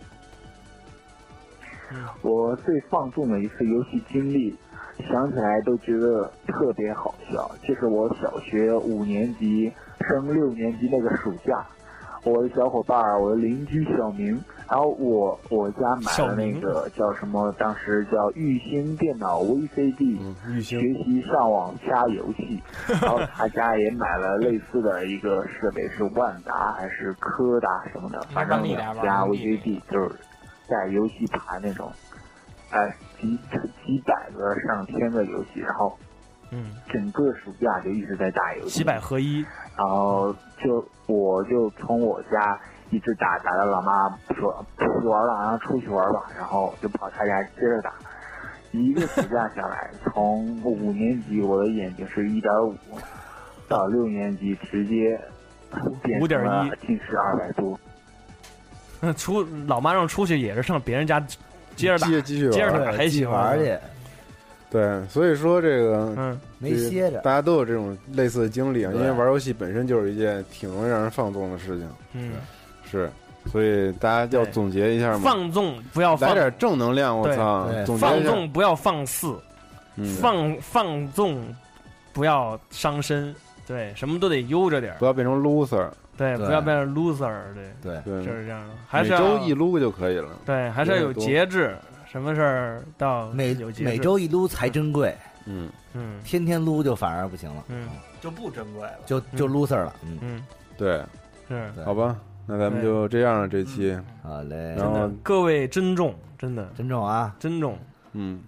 Speaker 13: 我最放纵的一次游戏经历，想起来都觉得特别好笑。就是我小学五年级升六年级那个暑假，我的小伙伴儿，我的邻居小明，然后我我家买了那个叫什么，当时叫玉兴电脑 VCD，、学习上网加游戏，然后他家也买了类似的一个设备，是万达还是科达什么的，反正两家 VCD 就是带游戏盘那种，哎，几几百个上千个游戏，然后
Speaker 9: 嗯，
Speaker 13: 整个暑假就一直在打游戏，
Speaker 9: 几百合一，
Speaker 13: 然后就我就从我家一直打打到老妈说不去玩了，然后出去玩吧，然后就跑他家接着打。一个暑假下来，从五年级我的眼睛是一点五，到六年级直接变
Speaker 9: 五点
Speaker 13: 成
Speaker 9: 一
Speaker 13: 了近视二百多。
Speaker 9: 出老妈让出去也是上别人家接着打，
Speaker 10: 接着继续玩
Speaker 9: 接着打
Speaker 10: 对
Speaker 9: 还喜欢
Speaker 10: 继续玩去对，所以说这个
Speaker 9: 嗯
Speaker 11: 没歇着
Speaker 10: 大家都有这种类似的经历啊，因
Speaker 11: 对
Speaker 10: 为玩游戏本身就是一件挺容易让人放纵的事情，
Speaker 9: 嗯，
Speaker 10: 是，所以大家要总结一下嘛，
Speaker 9: 放纵不要放
Speaker 10: 来点正能量，我
Speaker 9: 对
Speaker 10: 操，总结
Speaker 9: 放
Speaker 10: 一下
Speaker 9: 纵不要放肆，
Speaker 10: 嗯
Speaker 9: 放放纵不要伤身，对，什么都得悠着点儿
Speaker 10: 不要变成 loser，
Speaker 9: 对，不要变成 loser，对，
Speaker 11: 对
Speaker 9: 就是这样的还是
Speaker 10: 每
Speaker 9: 要
Speaker 10: 周一撸就可以了。
Speaker 9: 对，还是要有
Speaker 10: 别的多
Speaker 9: 节制，什么事儿到
Speaker 11: 每
Speaker 9: 有节制
Speaker 11: 每周一撸才珍贵，
Speaker 10: 嗯
Speaker 9: 嗯，
Speaker 11: 天天撸就反而不行了，
Speaker 9: 嗯，就不珍贵了
Speaker 11: 就就 loser 了，
Speaker 9: 嗯，
Speaker 10: 对，
Speaker 9: 是
Speaker 10: 好吧，那咱们就这样了，这期
Speaker 11: 好嘞
Speaker 10: 然后
Speaker 9: 真的各位珍重，真的
Speaker 11: 哎珍重啊，
Speaker 9: 珍重。
Speaker 10: 嗯，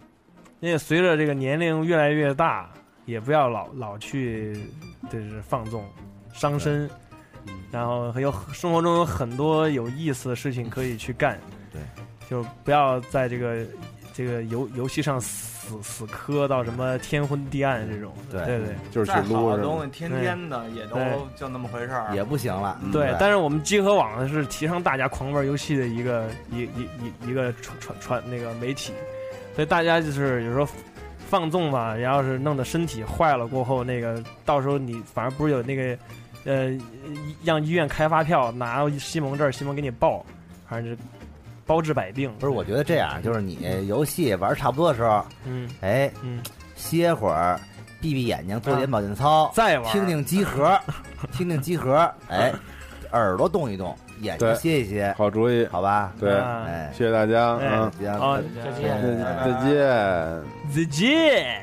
Speaker 9: 因为随着这个年龄越来越大，也不要老老去就是放纵、伤身，然后还有生活中有很多有意思的事情可以去干，
Speaker 11: 对，
Speaker 9: 就不要在这个这个游游戏上死死磕到什么天昏地暗这种，对对对，
Speaker 4: 再好的东西天天的也都
Speaker 9: 对
Speaker 4: 就那么回事儿，
Speaker 11: 也不行了
Speaker 4: 嗯
Speaker 9: 对，但是我们集合网呢是提倡大家狂玩游戏的一个一一一一个传传传那个媒体，所以大家就是有时候放纵吧，然后是弄得身体坏了过后，那个到时候你反正不是有那个呃医让医院开发票拿西蒙证，西蒙给你报，反正就包治百病。
Speaker 11: 不是，我觉得这样就是你游戏玩差不多的时候，
Speaker 9: 嗯，
Speaker 11: 哎，
Speaker 9: 嗯，啊
Speaker 11: 歇会儿，闭闭眼睛，做点保健操，
Speaker 9: 再
Speaker 11: 玩，听听 集合，听听集合，哎，耳朵动一动，眼睛
Speaker 10: 对
Speaker 11: 歇一歇，
Speaker 10: 好主意，
Speaker 11: 好吧？
Speaker 10: 对，
Speaker 11: 哎
Speaker 10: 谢谢大家，
Speaker 11: 哎
Speaker 10: 嗯，
Speaker 11: 好再见
Speaker 10: 再再见。
Speaker 9: 再见。